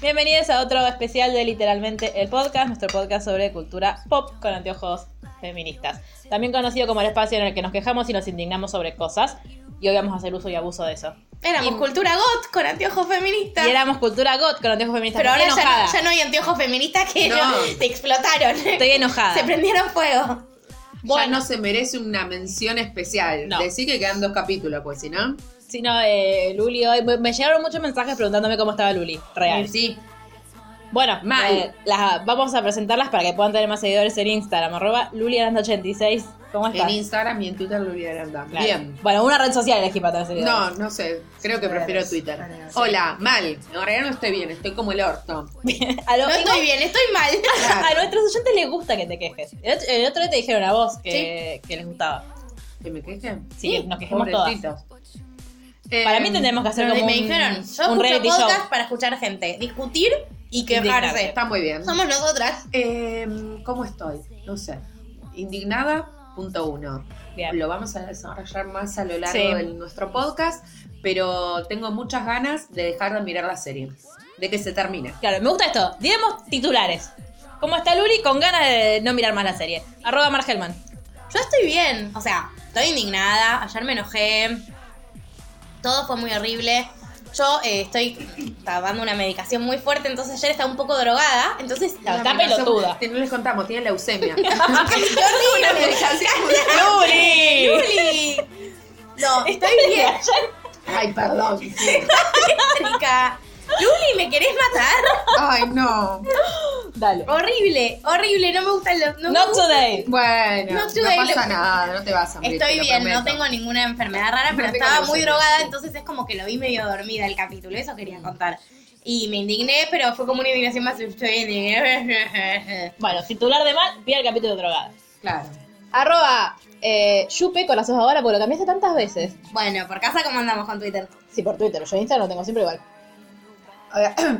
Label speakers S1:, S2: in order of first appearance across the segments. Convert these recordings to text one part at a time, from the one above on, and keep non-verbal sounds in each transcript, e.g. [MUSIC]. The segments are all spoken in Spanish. S1: Bienvenidos a otro especial de Literalmente el Podcast, nuestro podcast sobre cultura pop con anteojos feministas. También conocido como el espacio en el que nos quejamos y nos indignamos sobre cosas. Y hoy vamos a hacer uso y abuso de eso.
S2: Éramos
S1: Y-
S2: cultura got con anteojos feministas.
S1: Y éramos cultura got con anteojos feministas.
S2: pero ahora
S1: Estoy
S2: ya
S1: enojada.
S2: no, ya no hay anteojos feministas que no, [LAUGHS] te explotaron.
S1: Estoy enojada.
S2: Se prendieron fuego.
S3: Ya no se merece una mención especial.
S1: No.
S3: Decí que quedan dos capítulos, pues si no.
S1: Sí, no, eh, Luli hoy. Me, me llegaron muchos mensajes preguntándome cómo estaba Luli. Real.
S3: Sí.
S1: Bueno,
S3: Mal.
S1: eh, las, vamos a presentarlas para que puedan tener más seguidores en Instagram. Arroba LuliAranda86. ¿Cómo
S3: En
S1: estás?
S3: Instagram y en Twitter lo olvidarán
S1: Claro.
S3: también.
S1: Bueno, una red social elegí para tener seguidores.
S3: No, no sé. Creo que prefiero Twitter. Hola, mal. En realidad no estoy bien, estoy como el orto.
S1: [LAUGHS] A lo-
S2: No estoy bien, estoy
S1: [LAUGHS]
S2: mal.
S1: A nuestros oyentes les gusta que te quejes. El otro, el otro día te dijeron a vos que, que les gustaba.
S3: ¿Que me quejen?
S1: Sí, que nos quejemos
S3: pobrecitos. Eh,
S1: Para mí tendremos que hacer como
S2: me
S1: un,
S2: dijeron, yo
S1: un
S2: escucho
S1: reality show.
S2: podcast para escuchar gente discutir y
S3: Indignarse.
S2: quejarse.
S3: Eh, Está muy bien.
S2: Somos nosotras.
S3: Eh, ¿Cómo estoy? No sé. Indignada, punto uno.
S1: Bien.
S3: Lo vamos a desarrollar más a lo largo
S1: Sí.
S3: de nuestro podcast, pero tengo muchas ganas de dejar de mirar la serie, de que se termine.
S1: Claro, me gusta esto. Diremos titulares. ¿Cómo está Luli? Con ganas de no mirar más la serie. Arroba Margelman.
S2: Yo estoy bien. O sea, estoy indignada. Ayer me enojé. Todo fue muy horrible. Yo eh, estoy estaba dando una medicación muy fuerte, entonces ayer estaba un poco drogada. Entonces,
S1: Claro,
S2: la
S1: está pelotuda.
S3: Te- No les contamos, tiene
S2: [LAUGHS]
S3: leucemia. [LAUGHS]
S2: horrible.
S1: [LAUGHS] ¡Luli!
S2: Juli.
S1: [LAUGHS]
S2: No, estoy bien,
S3: Ay, perdón.
S2: Rica. Luli, ¿me querés matar?
S3: Ay, no.
S1: Dale.
S2: Horrible, horrible, no me gustan los... No me
S1: Not
S2: gustan-
S1: today.
S3: Bueno,
S2: No,
S3: no,
S2: estoy bien,
S3: pasa
S2: lo-
S3: nada, no te vas a morir. te
S2: Estoy
S3: lo
S2: bien, no
S3: prometo.
S2: tengo ninguna enfermedad rara, pero
S3: No tengo
S2: estaba muy
S3: leucemia,
S2: drogada,
S3: sí.
S2: entonces es como que lo vi medio dormida el capítulo, eso quería contar. Y me indigné, pero fue como una indignación más... Estoy indignada.
S1: Bueno, titular de mal, vi el capítulo de drogadas.
S3: Claro. [CLEARS THROAT]
S1: Arroba eh, Yupe con las dos ahora porque lo cambiaste tantas veces.
S2: [LAUGHS] Bueno, por casa, ¿cómo andamos con Twitter?
S1: Sí, por Twitter. Yo Instagram lo tengo siempre igual.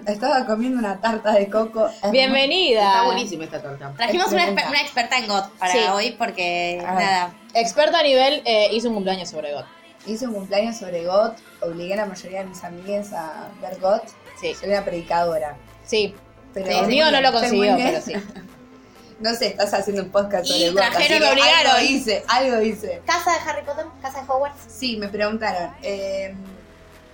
S4: Estaba comiendo una tarta de coco.
S1: Bienvenida.
S3: Está buenísima esta torta.
S2: Trajimos una,
S4: Excelente.
S2: exper- una experta en GOT para
S1: Sí.
S2: hoy porque,
S4: Ah.
S2: nada,
S1: Experta a nivel eh, hizo un cumpleaños sobre God.
S4: Hice un cumpleaños sobre GOT. Obligué a la mayoría de mis amigas a ver GOT.
S1: Sí,
S4: Soy una predicadora.
S1: sí.
S4: Pero
S2: Sí,
S1: El
S2: sí,
S1: mío no lo
S4: Estoy
S1: consiguió,
S4: muy bien.
S1: pero sí.
S4: No sé, estás haciendo un podcast
S2: Y
S4: sobre GOT. así
S2: trajeron,
S4: que
S2: obligaron.
S4: Algo hice, algo hice.
S2: casa de Harry Potter, casa de Hogwarts.
S4: Sí, me preguntaron. eh,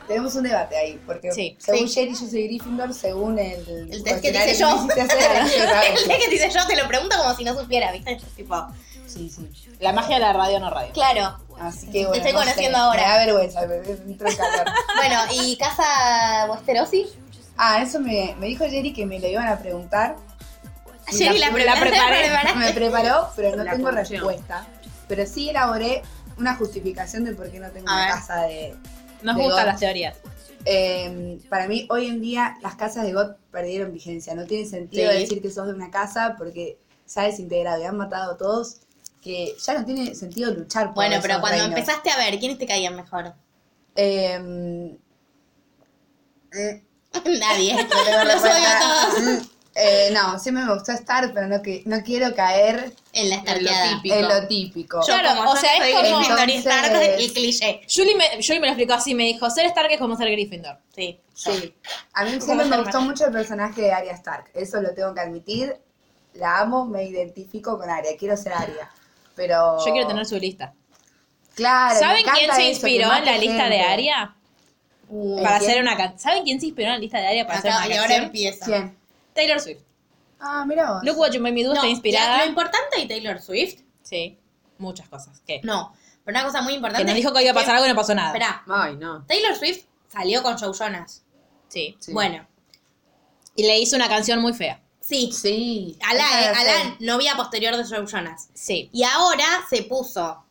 S4: tenemos un debate ahí, porque
S1: Sí,
S4: según
S2: sí.
S4: Jerry yo soy Gryffindor, según el,
S2: El test que te
S4: cuestionario
S2: hice yo.
S4: me hiciste
S2: [LAUGHS]
S4: hacer, era
S2: [LAUGHS] El
S4: Ravenclaw.
S2: día que te dice yo te lo pregunto como si no supiera, ¿viste? Tipo,
S4: Sí, sí.
S1: La magia de la radio no radio.
S2: claro.
S4: Así que bueno,
S2: estoy
S4: no sé,
S2: conociendo ahora.
S4: Me da vergüenza, me me entró el calor.
S2: Bueno, ¿y casa Westerosi?
S4: Ah, eso me, me dijo Jerry que me lo iban a preguntar.
S2: Ayer la,
S1: la preparé.
S2: [LAUGHS]
S4: Me preparó, pero no
S3: La
S4: tengo
S3: producción.
S4: respuesta. Pero sí elaboré una justificación de por qué no tengo
S2: A
S4: una
S2: ver.
S4: casa de...
S1: Nos
S4: De
S1: gustan
S4: God.
S1: las teorías.
S4: Eh, para mí, hoy en día, las casas de GOT perdieron vigencia. No tiene sentido
S1: Sí.
S4: decir que sos de una casa porque se ha desintegrado y han matado a todos. Que ya no tiene sentido luchar por
S2: Bueno, pero
S4: esos
S2: cuando
S4: reinos.
S2: empezaste a ver, ¿quiénes te caían mejor? [LAUGHS]
S4: Eh,
S2: Nadie.
S4: tengo
S2: Los odio
S4: respuesta.
S2: a todos.
S4: [LAUGHS] Eh, no, siempre me gustó estar, pero no, que, no quiero caer
S2: En la
S3: En lo
S2: estarqueada.
S3: típico.
S4: en lo típico.
S2: Yo
S1: Claro,
S2: como
S1: o sea, es
S2: soy
S1: como-
S2: Gryffindor y
S4: Entonces-
S2: Stark, el cliché.
S1: Julie me, Julie me lo explicó así, me dijo, ser Stark es como ser Gryffindor.
S2: Sí.
S4: Sí.
S1: Ah.
S4: A mí
S2: Como
S4: siempre me
S2: Germán.
S4: gustó mucho el personaje de Arya Stark. Eso lo tengo que admitir. La amo, me identifico con Arya. Quiero ser Arya. Pero.
S1: Yo quiero tener su lista.
S4: Claro. me
S1: ¿Saben
S4: encanta
S1: quién se
S4: eso, que
S1: inspiró en
S4: mate
S1: la lista de
S4: gente.
S1: Aria?
S4: Uh,
S1: Para
S4: ¿quién?
S1: hacer una canción. ¿Saben quién se inspiró en la lista de Aria para hacer
S2: Acá,
S1: una
S2: y ahora
S1: canción?
S2: empieza.
S4: ¿Quién?
S1: Taylor Swift.
S4: Ah, mira vos.
S1: Look What You Made Me Do
S2: No,
S1: está
S2: ya,
S1: inspirada.
S2: Lo importante de Taylor Swift,
S1: Sí, muchas cosas. ¿Qué?
S2: no. Pero una cosa muy importante.
S1: Que nos dijo que iba a pasar algo y no pasó nada.
S2: Esperá,
S3: Ay, no.
S2: Taylor Swift salió con Joe Jonas.
S1: Sí.
S3: Sí.
S2: Bueno,
S1: Y le hizo una canción muy fea.
S2: sí.
S3: Sí.
S2: A la,
S4: Esa
S2: eh,
S4: es
S2: a la
S4: él.
S2: novia posterior de Joe Jonas.
S1: Sí.
S2: Y ahora se puso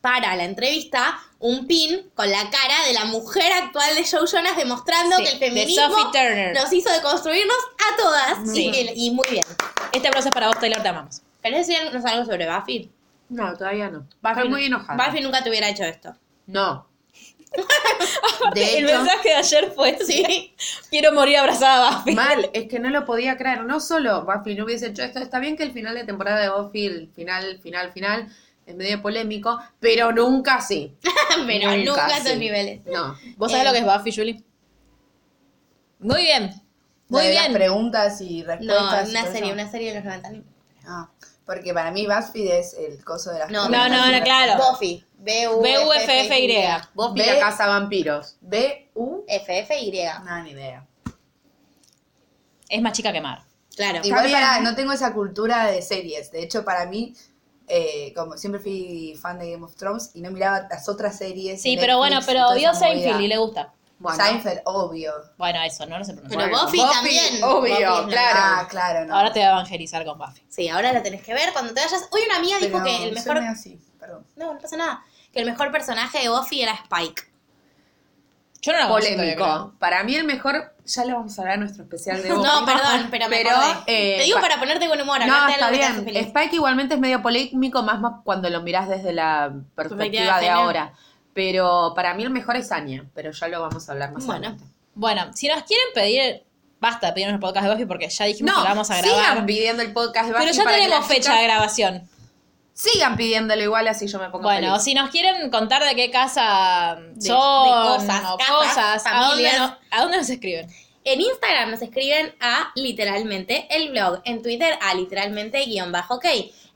S2: para la entrevista un pin con la cara de la mujer actual de Joe Jonas demostrando
S1: Sí,
S2: que el
S1: de
S2: feminismo
S1: Sophie Turner.
S2: nos hizo deconstruirnos a todas.
S1: Sí.
S2: Y, que- y muy bien.
S1: Este aplauso es para vos, Taylor, te amamos.
S2: ¿Querés decirnos algo sobre Buffy?
S3: No, todavía no.
S2: Buffy
S3: Estoy muy enojada.
S2: Buffy nunca te hubiera hecho esto. [LAUGHS]
S3: No. De
S1: El
S3: hecho,
S1: mensaje de ayer fue, sí, [LAUGHS] quiero morir abrazada a Buffy.
S3: mal, es que no lo podía creer. No solo Buffy no hubiese hecho esto. Está bien que el final de temporada de Buffy, el final, final, final, es medio polémico, pero nunca así.
S2: Pero nunca, a esos
S3: sí.
S2: niveles.
S3: No.
S1: ¿Vos sabés
S2: Eh.
S1: lo que es Buffy, Julie? Muy bien.
S4: Lo
S1: Muy
S4: de las
S1: bien.
S4: preguntas y
S2: No,
S4: respuestas. y
S2: una
S4: todo
S2: serie,
S4: eso.
S2: una serie de los 90.
S4: Ah, porque para mí BuzzFeed es el coso de las
S2: No,
S4: preguntas
S1: no,
S4: y
S1: no,
S4: las-
S1: claro.
S2: Buffy.
S1: B-U-F-F-Y.
S2: B-U-F-F-Y.
S3: Buffy
S4: Ve-
S3: la casa vampiros.
S4: B, U,
S2: F-F-Y.
S4: no, ni idea.
S1: Es más chica que Mar.
S2: Claro.
S4: Igual
S3: bien.
S4: para, no tengo esa cultura de series. De hecho, para mí, eh, como siempre fui fan de Game of Thrones y no miraba las otras series.
S1: Sí,
S4: Netflix
S1: pero bueno,
S4: y toda
S1: pero vio
S4: esa
S1: Seinfeld
S4: movida.
S1: y le gusta.
S3: Bueno,
S4: Seinfeld, obvio.
S1: Bueno, eso, no lo sé pronunciar.
S2: Pero Buffy también. Buffy es
S3: Obvio,
S2: la-
S3: claro.
S4: Ah, claro, no.
S1: Ahora te voy a evangelizar con Buffy.
S2: Sí, ahora la tenés que ver cuando te vayas. Hoy una amiga dijo
S4: Pero
S2: que el
S4: soy
S2: mejor.
S4: medio así, perdón.
S2: No, no pasa nada. Que el mejor personaje de Buffy era Spike.
S1: Yo no la conozco, creo.
S3: polémico. Para mí el mejor, ya lo vamos a hablar en nuestro especial de Buffy.
S2: [LAUGHS] No, perdón, pero me acordé.
S3: eh,
S2: Te digo
S3: pa-
S2: para ponerte buen humor.
S3: No,
S2: acá
S3: está
S2: algo que te hace
S3: bien.
S2: feliz.
S3: Spike igualmente es medio polémico, más, más cuando lo mirás desde la
S2: Perspectiva
S3: perspectiva de
S2: ajena.
S3: ahora. Pero para mí el mejor es Anya, pero ya lo vamos a hablar más
S2: Bueno.
S3: adelante.
S1: Bueno, si nos quieren pedir, basta de pedirnos el podcast de Buffy porque ya dijimos
S3: No,
S1: que la vamos a
S3: sigan
S1: grabar.
S3: pidiendo el podcast de
S1: pero
S3: Buffy
S1: ya
S3: para que
S1: tenemos
S3: las
S1: fecha de
S3: chicas
S1: grabación.
S2: eh.
S3: Sigan pidiéndolo igual, así yo me pongo
S1: Bueno,
S3: feliz.
S1: si nos quieren contar de qué casa
S2: de
S1: son
S2: cosas,
S1: o
S2: casas,
S1: cosas, ¿a dónde,
S2: familias.
S1: no- ¿a dónde nos escriben?
S2: En Instagram nos escriben a literalmente el blog. En Twitter a literalmente guión bajo ok.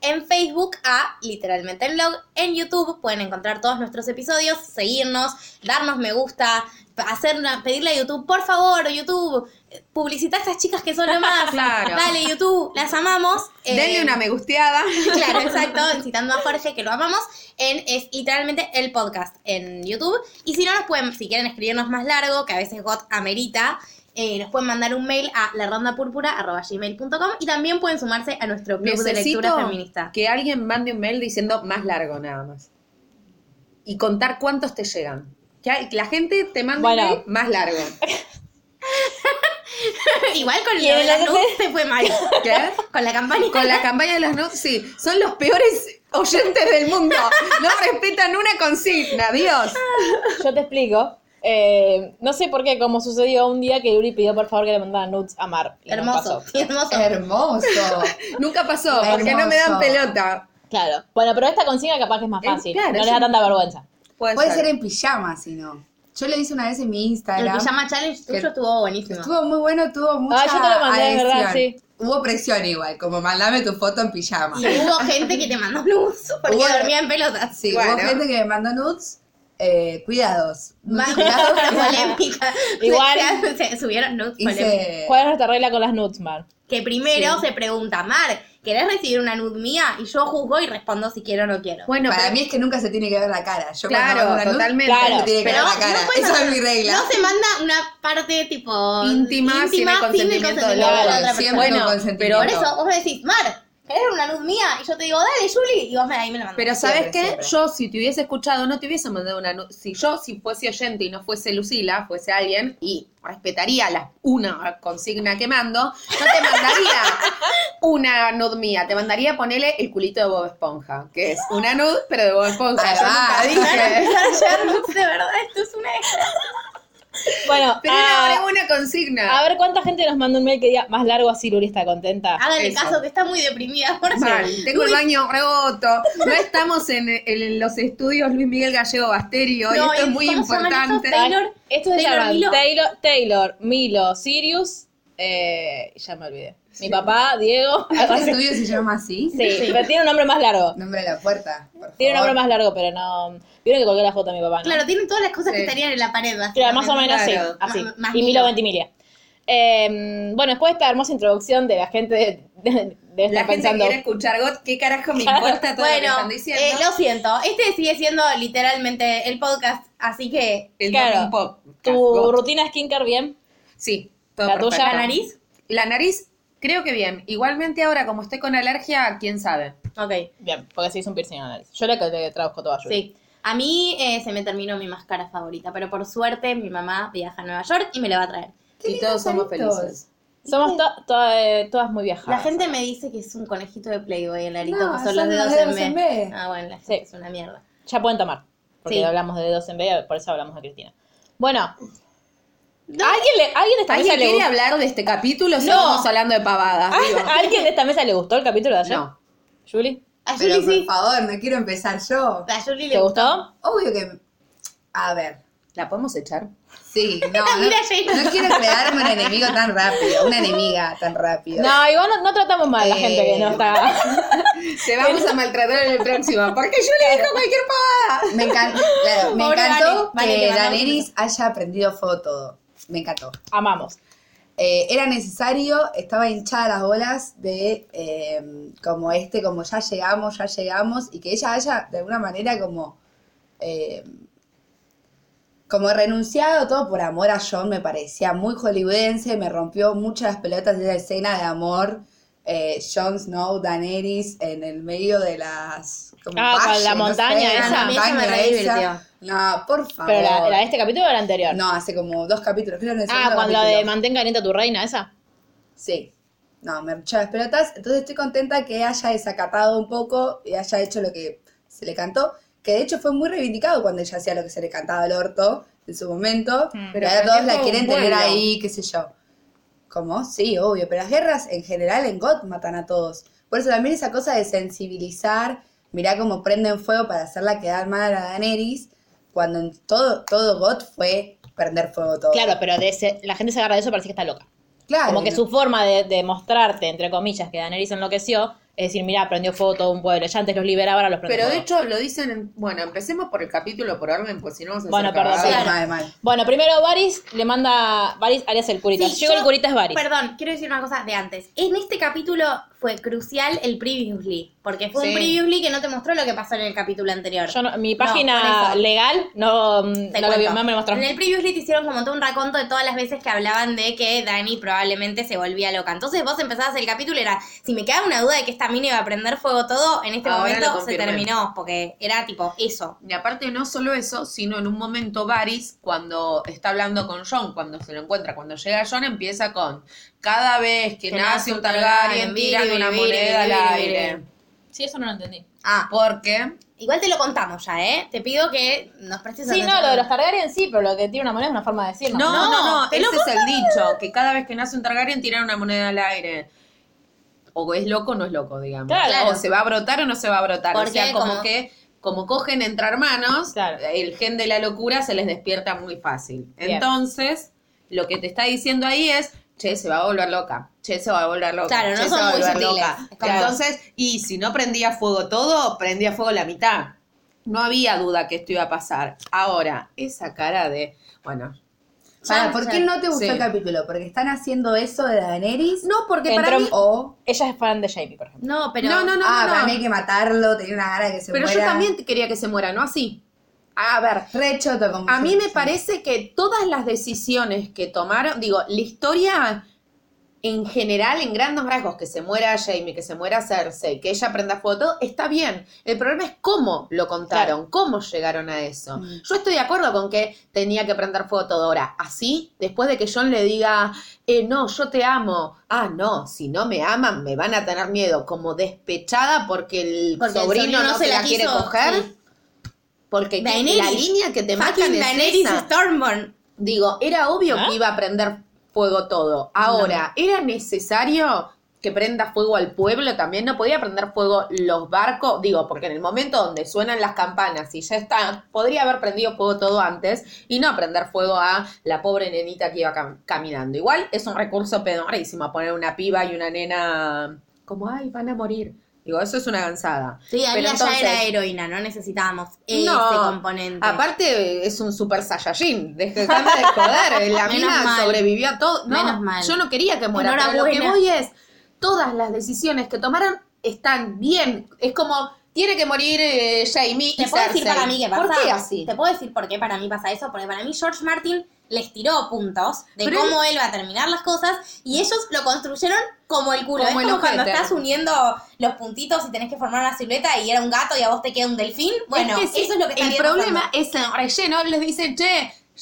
S2: En Facebook a literalmente el blog. En YouTube pueden encontrar todos nuestros episodios, seguirnos, darnos me gusta, hacer una- pedirle a YouTube, por favor, YouTube, publicita a estas chicas que son las más.
S3: [LAUGHS] Claro.
S2: Dale, YouTube, las amamos.
S3: Denle
S2: Eh,
S3: una
S2: [LAUGHS]
S3: me gusteada.
S2: Claro, exacto, incitando a Jorge, que lo amamos, en, es literalmente el podcast en YouTube. Y si no nos pueden, si quieren escribirnos más largo, que a veces GOT amerita, eh, nos pueden mandar un mail a larondapúrpura.gmail.com y también pueden sumarse a nuestro club de lectura feminista.
S3: que alguien mande un mail diciendo más largo nada más. Y contar cuántos te llegan. Que hay- que la gente te mande
S1: Bueno.
S3: un mail más largo.
S2: Igual con
S1: Y en
S2: lo de la
S1: el
S2: luz se fue
S4: [LAUGHS]
S2: mal.
S3: ¿Qué?
S2: Con la campaña.
S3: Con la campaña de las no, sí, son los peores oyentes del mundo. No respetan una consigna, Dios.
S1: Yo te explico. Eh, no sé por qué, como sucedió un día que Yuri pidió por favor que le mandara nudes a Mar. y no
S2: [LAUGHS] Hermoso,
S1: pasó.
S2: hermoso.
S4: Eh, Hermoso.
S1: [LAUGHS]
S3: Nunca pasó, porque no me dan
S4: Hermoso.
S3: pelota.
S1: Claro. Bueno, pero esta consigna capaz que es más
S3: Eh,
S1: fácil.
S3: claro,
S1: no
S3: es
S1: les da
S3: un-
S1: tanta vergüenza.
S4: Puede ser en pijama, si no. Yo lo hice una vez en mi
S2: El
S4: Instagram.
S2: pijama challenge tuyo
S4: Que-
S2: estuvo buenísimo.
S4: Estuvo muy bueno, tuvo mucha
S1: Ah, yo te lo mandé, es
S4: adhesión.
S1: verdad, sí.
S4: Hubo presión igual, como mandame tu foto en pijama.
S2: Y hubo gente que te
S4: [LAUGHS]
S2: mandó luz porque
S4: Hubo-
S2: dormía en pelotas.
S4: Sí,
S3: Bueno.
S4: hubo gente que me mandó nudes, eh, cuidados.
S2: Más
S4: Cuidados.
S2: una polémica.
S1: Igual.
S2: Se, [LAUGHS] se- subieron nudes polémicas.
S1: [LAUGHS]
S4: Hice...
S1: ¿Cuál es nuestra regla con las nudes, Mar?
S2: Que primero se pregunta, Mar, ¿querés recibir una nude mía? Y yo juzgo y respondo si quiero o no quiero.
S3: Bueno,
S4: Para
S3: pero-
S4: mí es que nunca se tiene que ver la cara. Yo cuando
S3: claro,
S4: mando una nude,
S3: totalmente.
S4: no
S1: Claro.
S4: se tiene que ver la cara.
S2: puedes
S4: Esa es
S2: mandar-
S4: mi regla. [LAUGHS]
S2: No se manda una parte tipo
S3: Íntima, sin el consentimiento de la
S2: de
S4: otra.
S2: la otra persona.
S4: Siempre
S3: Bueno,
S4: con consentimiento.
S2: Por eso vos me decís, Mar, ¿querés una nude mía? Y yo te digo, dale, Juli. Y vos me, ahí me la mandás.
S3: Pero ¿sabes
S4: Siempre,
S3: qué?
S4: siempre.
S3: Yo si te hubiese escuchado no te hubiese mandado una... nu- Si yo si fuese oyente y no fuese Lucila, fuese alguien y respetaría la una consigna que mando, no te mandaría una nud mía, te mandaría ponerle el culito de Bob Esponja, que es una nud pero de Bob Esponja.
S4: Ahí
S3: Yo
S4: va.
S3: nunca
S2: [LAUGHS]
S3: dije.
S2: Empezar a llegar nudes, de verdad, esto es una extra.
S1: Bueno,
S3: Pero
S1: a-
S3: era una buena consigna.
S1: Ah. a ver cuánta gente nos manda un mail que diga más largo así Luri está contenta.
S2: Háganle
S3: Eso.
S2: caso que está muy deprimida por
S3: Mal,
S2: sí.
S3: tengo el
S2: Uy,
S3: baño reboto. No estamos en, en los estudios Luis Miguel Gallego Basterio y
S2: No,
S3: esto es
S2: y
S3: muy
S2: ¿cómo se llaman esos
S3: importante.
S2: Taylor?
S1: Estos se
S2: Taylor,
S1: llaman
S2: Milo.
S1: Taylor, Taylor, Milo, Sirius, eh, ya me olvidé. Mi papá, Diego, algo
S4: ¿Este
S1: así.
S4: estudio se llama así?
S1: Sí, pero tiene un nombre más largo.
S4: Nombre de la puerta. por
S1: Tiene un
S4: favor.
S1: nombre más largo, pero no. Vieron que colgué la foto de mi papá. ¿no?
S2: Claro, tienen todas las cosas que
S3: Sí.
S2: estarían en la pared.
S1: Claro, más o
S2: básicamente.
S1: menos sí,
S3: Claro.
S1: así.
S2: Más- más
S1: y Milo
S2: Milo.
S1: Ventimiglia. Eh, bueno, después de esta hermosa introducción de la gente debe
S3: La
S1: estar
S3: gente
S1: pensando.
S3: quiere escuchar God, ¿qué carajo me importa todo lo que
S2: Bueno,
S3: están diciendo?
S2: eh, lo siento. Este sigue siendo literalmente el podcast, así que
S3: El
S1: claro,
S3: Morning Pop.
S1: ¿Tu
S3: God.
S1: rutina skincare bien?
S3: Sí, todo
S1: ¿La
S3: perfecto.
S1: tuya?
S2: ¿La nariz?
S3: La nariz, creo que bien. Igualmente ahora, como estoy con alergia, quién sabe.
S2: Ok,
S1: Bien, porque se hizo un piercing en la nariz. Yo la que le traduzco toda Yuri.
S2: sí. A mí eh, se me terminó mi máscara favorita, pero por suerte mi mamá viaja a Nueva York y me la va a traer.
S4: Qué
S3: y todos
S4: lindos
S3: somos
S4: aritos.
S3: felices.
S1: Somos to- to- eh, todas muy viajadas.
S2: La gente me dice que es un conejito de Playboy el arito,
S4: No,
S2: que son los dedos en B.
S4: vez.
S2: Ah, bueno, la gente
S1: Sí.
S2: es una mierda.
S1: Ya pueden tomar. Porque
S2: Sí.
S1: hablamos de dedos en B, por eso hablamos de Cristina. Bueno. ¿Alguien, le, ¿Alguien de esta mesa
S3: ¿Alguien
S1: le
S3: quiere
S1: gustó?
S3: hablar de este capítulo?
S1: No. Ah.
S3: Seguimos hablando de pavadas.
S1: [LAUGHS]
S3: digo.
S1: ¿Alguien de esta mesa le gustó el capítulo de ayer?
S3: No.
S1: ¿Julie?
S2: A
S4: Pero
S2: Julie sí.
S4: por favor, no quiero empezar yo.
S2: A Julie le
S1: ¿Te gustó?
S4: Obvio que. A ver.
S3: ¿La podemos echar?
S4: Sí, no, no,
S2: Mira, Jane.
S4: no quiero crearme un enemigo tan rápido, una enemiga tan rápido.
S1: No, igual no, no tratamos mal a la
S4: Eh.
S1: gente que no está. [LAUGHS]
S3: Te vamos a maltratar en el próximo, porque yo le dejo cualquier pavada.
S4: Me, encan- claro, me
S2: Pobre
S4: encantó
S2: Vane. Vane, te
S4: que
S2: mandamos
S4: Daenerys haya aprendido fuego todo. Me encantó.
S1: Amamos.
S4: Eh, era necesario, estaba hinchada las bolas de eh, como este, como ya llegamos, ya llegamos, y que ella haya de alguna manera como, eh, como renunciado todo por amor a John, me parecía muy hollywoodense, me rompió muchas las pelotas de esa escena de amor. Eh, Jon Snow, Daenerys en el medio de las. como
S1: Ah, con la
S4: no
S1: montaña
S4: la
S1: esa.
S4: montaña
S2: A mí esa me re
S4: esa.
S2: divirtió.
S4: No, por favor.
S1: ¿Pero la, la de este capítulo o la anterior?
S4: No, hace como dos capítulos. Creo en el
S1: ah,
S4: segundo
S1: cuando
S4: capítulo.
S1: de mantén caliente a tu reina, esa.
S4: Sí. No, me hinchó las pelotas. Entonces estoy contenta que haya desacatado un poco y haya hecho lo que se le cantó. Que de hecho fue muy reivindicado cuando ella hacía lo que se le cantaba al orto en su momento.
S1: Mm.
S4: pero
S3: Pero
S4: ahora todos
S3: también
S4: la
S3: fue un
S4: quieren tener
S3: pueblo.
S4: ahí, qué sé yo. ¿Cómo? Sí, obvio. Pero las guerras en general en God matan a todos. Por eso también esa cosa de sensibilizar. Mirá cómo prenden fuego para hacerla quedar mal a Daenerys. Cuando en todo, todo God fue prender fuego todo.
S1: Claro, pero de ese- la gente se agarra de eso y parece que está loca.
S4: Claro.
S1: Como que su forma de, de mostrarte, entre comillas, que Daenerys enloqueció, es decir, mira, prendió fuego todo un pueblo. Ya antes los liberaba, ahora los prende
S3: Pero de
S1: fuego.
S3: hecho lo dicen, en- bueno, empecemos por el capítulo por orden, pues si no vamos a
S1: Bueno,
S3: hacer
S1: perdón,
S4: Sí,
S3: cagadas.
S1: claro.
S4: mal, mal.
S1: Bueno, primero Varys le manda. Varys alias el curita.
S2: Sí,
S1: Si Llegó
S2: yo-
S1: el curita es Varys.
S2: Perdón, quiero decir una cosa de antes. En este capítulo fue crucial el previously, porque fue
S3: Sí.
S2: un previously que no te mostró lo que pasó en el capítulo anterior.
S1: Yo no- mi
S2: No, por
S1: página
S2: eso.
S1: legal no, mm,
S2: Te
S1: no lo vi,
S2: cuento.
S1: más me lo mostró.
S2: En el previously te hicieron como todo un raconto de todas las veces que hablaban de que Dani probablemente se volvía loca. Entonces vos empezabas el capítulo y era, si me quedaba una duda de que esta mina iba a prender fuego todo, en este
S3: Ahora lo
S2: momento se
S3: confirmé.
S2: terminó, porque era tipo eso.
S3: Y aparte no solo eso, sino en un momento Varys, cuando está hablando con John, cuando se lo encuentra, cuando llega John, empieza con cada vez que, nace un Targaryen,
S2: viri,
S3: tiran
S2: viri,
S3: una
S2: viri,
S3: moneda al
S2: viri,
S3: aire.
S2: viri.
S1: Sí, eso no lo entendí.
S2: Ah,
S3: Porque
S2: igual te lo contamos ya, ¿eh? Te pido que nos prestes
S1: Sí, no, lo de los Targaryen sí, pero lo que tiene una moneda es una forma de decirlo.
S3: No, no, no,
S2: te lo
S3: ese es el dicho, que cada vez que nace un Targaryen tiran una moneda al aire. O es loco o no es loco, digamos.
S1: Claro.
S3: O se va a brotar o no se va a brotar.
S2: Porque
S3: o sea, como
S2: como-
S3: que como cogen entre hermanos,
S1: Claro.
S3: el gen de la locura se les despierta muy fácil.
S1: Bien.
S3: Entonces, lo que te está diciendo ahí es, che, se va a volver loca. Che, se va a volver loca.
S2: Claro, no
S3: che, se
S2: son
S3: va a
S2: muy
S3: volver
S2: sutiles.
S3: loca.
S2: Es como-
S3: Entonces, y si no prendía fuego todo, prendía fuego la mitad. No había duda que esto iba a pasar. Ahahora, esa cara de, bueno,
S4: Pará, ¿por qué no te gustó
S3: Sí.
S4: el capítulo? ¿Porque están haciendo eso de Daenerys?
S3: No, porque para
S1: Entró-
S3: mí.
S4: O,
S1: Ella es fan de Jamie, por ejemplo.
S2: No, pero...
S3: No, no, no,
S4: Oh. ah,
S3: no,
S4: para
S3: no.
S4: mí hay que matarlo, tenía una gana de que se
S3: Pero
S4: muera.
S3: yo también quería que se muera, ¿no? Así. A ver,
S4: Re choto como
S3: a mí me
S4: yo.
S3: parece que todas las decisiones que tomaron, digo, la historia en general, en grandes rasgos, que se muera Jamie, que se muera Cersei, que ella prenda fuego, todo, está bien. El problema es cómo lo contaron, cómo llegaron a eso.
S2: Mm.
S3: Yo estoy de acuerdo con que tenía que prender fuego todo ahora. Así, después de que John le diga, eh, no, yo te amo. Ah, no, si no me aman, me van a tener miedo. Como despechada porque el
S2: Porque el
S3: sobrino, no se, la,
S2: quiso,
S3: quiere coger.
S2: sí.
S3: Porque
S2: Daenerys,
S3: la línea que te marcan
S2: Fucking
S3: es
S2: Daenerys
S3: esa.
S2: Stormborn.
S3: Digo, era obvio
S1: ¿Ah?
S3: que iba a prender fuego todo. Ahora, ¿era necesario que prenda fuego al pueblo también? ¿No podía prender fuego los barcos? Digo, porque en el momento donde suenan las campanas y ya está, podría haber prendido fuego todo antes y no prender fuego a la pobre nenita que iba cam- caminando. Igual es un recurso pedorrísimo poner una piba y una nena como, ay, van a morir. Digo, eso es una gansada.
S2: Sí,
S3: Pero
S2: Arya ya
S3: entonces-
S2: era heroína, no necesitábamos ese
S3: No.
S2: componente.
S3: Aparte es un super saiyajin, dejame de
S2: [LAUGHS]
S3: joder, la
S2: Menos
S3: mina
S2: mal.
S3: sobrevivió a todo. No,
S2: Menos mal.
S3: yo no quería que muera, pero lo que
S2: Enhorabuena.
S3: voy es, todas las decisiones que tomaron están bien, es como, tiene que morir eh, Jamie y
S2: ¿Te puedo decir
S3: Cersei.
S2: para mí qué pasa?
S3: ¿Por qué así?
S2: ¿Te puedo decir por qué para mí pasa eso? Porque para mí George Martin les tiró puntos de
S3: Pero
S2: cómo él va a terminar las cosas y ellos lo construyeron como el culo.
S3: Como
S2: es
S3: el
S2: como cuando
S3: ojete.
S2: estás uniendo los puntitos y tenés que formar una silueta y era un gato y a vos te queda un delfín. Bueno,
S3: Es que sí,
S2: eso es lo que está
S3: El
S2: bien
S3: problema
S2: pasando.
S3: es el relleno. Les dicen, che,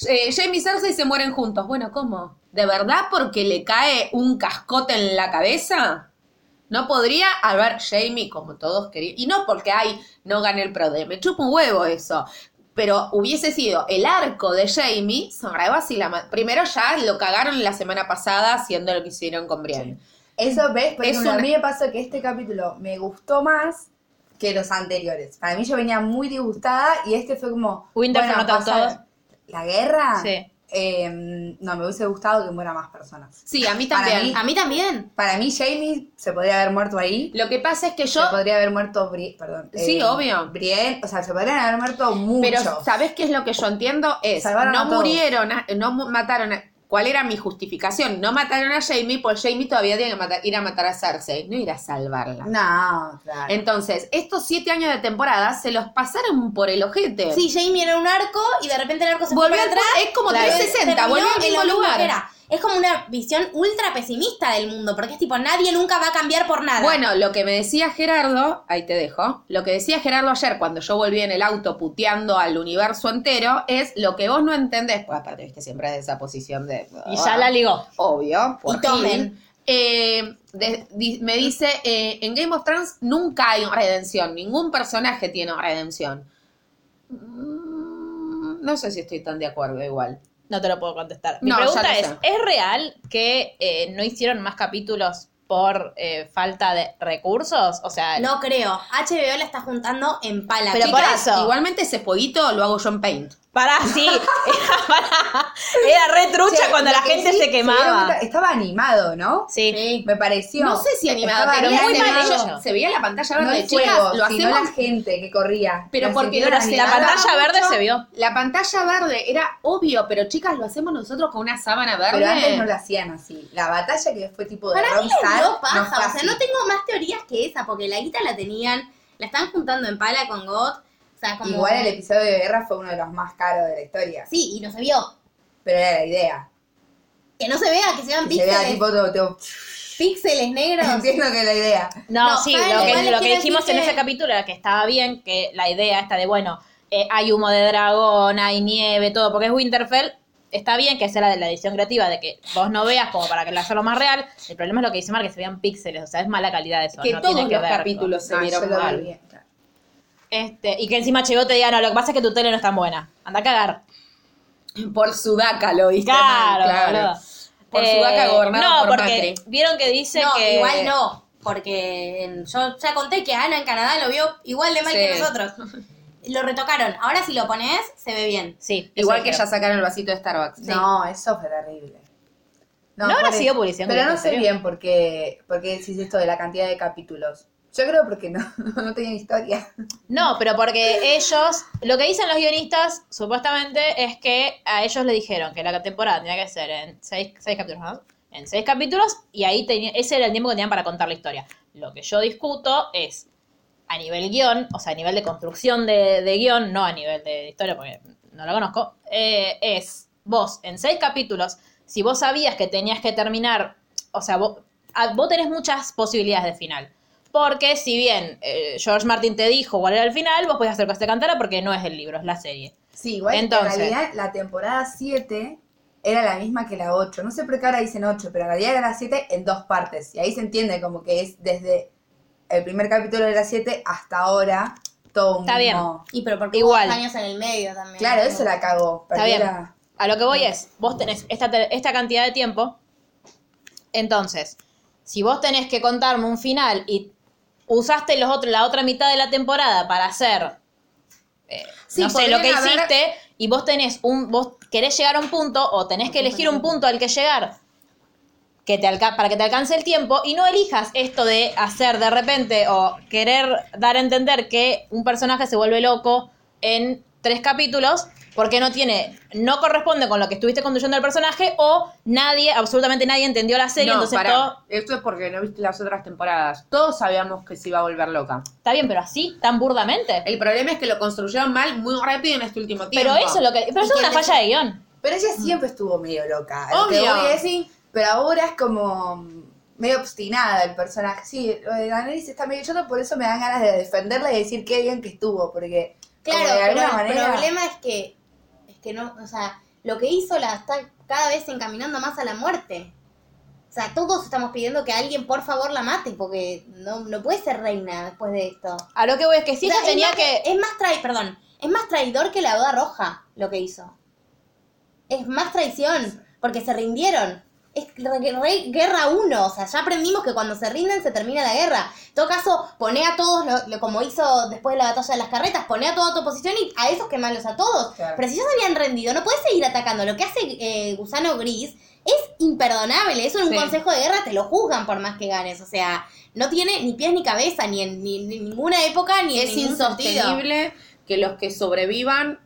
S3: eh, Jamie y Cersei se mueren juntos. Bueno, ¿cómo? ¿De verdad porque le cae un cascote en la cabeza? No podría haber Jamie como todos querían. Y no porque, ay, no gané el pro de. Me chupa un huevo eso. Pero hubiese sido el arco de Jamie, sonraba así la ma- Primero ya lo cagaron la semana pasada haciendo lo que hicieron con Brienne.
S4: Eso ves, por
S3: Es
S4: ejemplo,
S3: una-
S4: a mí me pasó que este capítulo me gustó más que los anteriores. Para mí yo venía muy disgustada y este fue como.
S1: Winterfell no te gustó.
S4: pasaron ¿La guerra?
S1: Sí.
S4: Eh, no, me hubiese gustado que mueran más personas.
S3: Sí, a mí
S4: Para
S3: también.
S4: mí-
S2: A mí también.
S4: Para mí, Jamie se podría haber muerto ahí.
S3: Lo que pasa es que yo
S4: Se podría haber muerto Bri- perdón. eh,
S3: Sí, obvio.
S4: Brienne, o sea, se podrían haber muerto muchos.
S3: Pero ¿sabés qué es lo que yo entiendo? Es,
S4: Salvaron a
S3: no
S4: todos.
S3: murieron, a- no mu- mataron a... ¿Cuál era mi justificación? No mataron a Jamie, pues Jamie todavía tiene que matar- ir a matar a Cersei, no ir a salvarla.
S4: No, claro.
S3: Entonces, estos siete años de temporada se los pasaron por el ojete.
S2: Sí, Jamie era un arco y de repente el arco se
S3: Volvió
S2: fue
S3: al
S2: para atrás.
S3: pu- es como
S2: Claro.
S3: 360, volvió al
S2: Terminó en
S3: mismo
S2: lo mismo
S3: lugar.
S2: que era. Es como una visión ultra pesimista del mundo, porque es tipo, nadie nunca va a cambiar por nada.
S3: Bueno, lo que me decía Gerardo, ahí te dejo, lo que decía Gerardo ayer cuando yo volví en el auto puteando al universo entero es lo que vos no entendés, pues aparte, viste, siempre de esa posición de...
S1: Y ya la ligó.
S3: obvio, por
S2: Y tomen.
S3: Gil. Eh, de- di- me dice, eh, en Game of Thrones nunca hay redención, ningún personaje tiene redención. Mm, No sé si estoy tan de acuerdo igual.
S1: No te lo puedo contestar. Mi
S3: No, ya lo
S1: pregunta
S3: sé.
S1: es, ¿es real que eh, no hicieron más capítulos por eh, falta de recursos? O sea,
S2: no creo. HBO la está juntando en pala.
S1: Pero
S2: chicas.
S1: por eso.
S3: Igualmente ese fueguito lo hago yo en Paint.
S1: pará, sí, [LAUGHS] era, pará. Era re trucha
S4: Che,
S1: cuando
S4: lo
S1: la
S4: que
S1: gente
S4: sí,
S1: se
S4: dieron
S1: quemaba.
S4: cuenta- Estaba animado, ¿no?
S1: Sí.
S4: Me pareció.
S3: No sé si eh, animado,
S4: Estaba
S3: pero
S4: bien
S3: muy mal
S4: animado.
S3: hecho. Se veía la pantalla
S4: No
S3: verde,
S4: el
S3: chicas,
S4: fuego,
S3: lo
S4: sino
S3: hacemos
S4: la gente que corría.
S3: Pero
S4: La
S3: porque
S4: sintieron
S3: la
S4: animada.
S1: pantalla verde se vio.
S3: La pantalla verde era obvio, pero chicas, lo hacemos nosotros con una sábana verde.
S4: Pero antes no la hacían así. La batalla que fue tipo de
S2: Para mí les
S4: Rockstar
S2: dio paja,
S4: no fue
S2: o sea,
S4: así.
S2: no tengo más teorías que esa, porque la guita la tenían, la están juntando en pala con God, o sea, como...
S4: Igual el episodio de guerra fue uno de los más caros de la historia.
S2: Sí, y no se vio.
S4: Pero era la idea.
S2: Que no se vea, que se vean
S4: Que se vea
S2: píxeles,
S4: tipo todo,
S3: [LAUGHS]
S4: todo- [LAUGHS]
S2: píxeles negros.
S4: Entiendo que la idea.
S1: No,
S2: No,
S1: sí,
S2: ¿saben
S1: lo
S2: lo cual
S1: que,
S2: les
S1: lo que
S2: quiero
S1: dijimos
S2: decir
S1: en
S2: que-
S1: ese capítulo era que estaba bien, que la idea está de, bueno, eh, hay humo de dragón, hay nieve, todo, porque es Winterfell, está bien que sea la de la edición creativa, de que vos no veas como para que lo hacerlo más real, el problema es lo que dice Mar, que se vean píxeles, o sea, es mala calidad eso.
S3: que Ah,
S1: no
S3: todos
S1: tiene que
S3: los
S1: ver con-
S3: capítulos se
S4: No, yo
S3: vieron
S4: lo vi
S3: mal.
S4: bien, claro.
S1: Este, y que encima llegó te diga, no, lo que pasa es que tu tele no es tan buena, anda a cagar.
S3: Por Sudaca lo viste.
S1: Claro,
S3: mal,
S1: boludo. Eh,
S3: Por Sudaca gobernado
S1: No,
S3: por
S1: porque
S3: Macri.
S1: vieron que [LAUGHS] dice
S2: no,
S1: que...
S2: igual no, porque en- yo ya conté que Ana en Canadá lo vio igual de mal
S3: Sí.
S2: que nosotros. [LAUGHS] Lo retocaron, ahora si lo pones, se ve bien.
S1: Sí, eso
S3: Igual que
S1: dijeron.
S3: ya sacaron el vasito de Starbucks.
S4: No, eso fue terrible.
S1: ¿No habrá
S4: pobre-
S1: sido publicidad
S4: Pero no
S1: encubierta,
S4: sé
S1: en ¿eh? serio?
S4: bien por qué, por qué decís esto de la cantidad de capítulos. Yo creo porque no, [LAUGHS] no tenían historia.
S1: No, pero porque ellos, lo que dicen los guionistas, supuestamente, es que a ellos le dijeron que la temporada tenía que ser en seis, seis capítulos, ¿no? En seis capítulos, y ahí tenía, ese era el tiempo que tenían para contar la historia. Lo que yo discuto es, a nivel guión, o sea, a nivel de construcción de, de guión, no a nivel de historia, porque no la conozco, eh, es vos, en seis capítulos, si vos sabías que tenías que terminar, o sea, vos, a- vos tenés muchas posibilidades de final. Porque si bien eh, George Martin te dijo cuál era el final, vos podés hacer que se cantara porque no es el libro, es la serie.
S4: Sí, igual
S1: Entonces.
S4: en realidad la temporada 7 era la misma que la 8. No sé por qué ahora dicen 8, pero en realidad era la 7 en dos partes. Y ahí se entiende como que es desde el primer capítulo de la 7 hasta ahora todo un
S1: Está bien.
S4: mismo-
S2: Y pero porque
S1: Igual.
S2: hubo años en el medio también.
S4: Claro, eso la cagó.
S1: Está bien.
S4: perdiera-
S1: A lo que voy es, vos tenés esta, te- esta cantidad de tiempo, entonces, si vos tenés que contarme un final y usaste los otros, la otra mitad de la temporada para hacer, eh,
S3: Sí,
S1: no sé, lo que
S3: podrían haber-
S1: hiciste, y vos tenés un, vos querés llegar a un punto o tenés que elegir un punto al que llegar que te alca- para que te alcance el tiempo y no elijas esto de hacer de repente o querer dar a entender que un personaje se vuelve loco en tres capítulos porque no tiene, no corresponde con lo que estuviste construyendo el personaje o nadie, absolutamente nadie entendió la serie,
S3: No,
S1: entonces
S3: pará.
S1: todo
S3: Esto es porque no viste las otras temporadas. Todos sabíamos que se iba a volver loca.
S1: está bien, pero así, tan burdamente.
S3: El problema es que lo construyeron mal muy rápido en este último tiempo.
S1: Pero eso es lo que, pero eso
S2: Y
S1: es
S2: que
S1: una
S2: le-
S1: falla de guión.
S4: Pero ella siempre estuvo medio loca. lo que
S3: Mm. Obvio.
S4: voy a decir, pero ahora es como mm, medio obstinada el personaje. Sí, lo de Daenerys está medio choto, por eso me dan ganas de defenderla y decir qué bien que estuvo, porque como
S2: Claro,
S4: de
S2: pero
S4: alguna
S2: el
S4: manera-
S2: problema es que, es que no, o sea, lo que hizo la está cada vez encaminando más a la muerte. O sea, todos estamos pidiendo que alguien por favor la mate, porque no, no puede ser reina después de esto.
S1: A lo que voy es que si
S2: O sea,
S1: ella tenía
S2: es más,
S1: que.
S2: Es más trai- perdón, es más traidor que la boda roja lo que hizo. Es más traición, porque se rindieron. Es re- re- guerra uno, o sea, ya aprendimos que cuando se rinden se termina la guerra. En todo caso, pone a todos, lo- lo- como hizo después de la batalla de las carretas, pone a toda tu oposición y a esos quemarlos a todos.
S4: Claro.
S2: Pero si ellos habían rendido, no puedes seguir atacando. Lo que hace eh, Gusano Gris es imperdonable. Eso en un
S3: Sí.
S2: consejo de guerra te lo juzgan por más que ganes. O sea, no tiene ni pies ni cabeza, ni en ni, ni en ninguna época, ni en
S3: es
S2: ningún sentido.
S3: insostenible que los que sobrevivan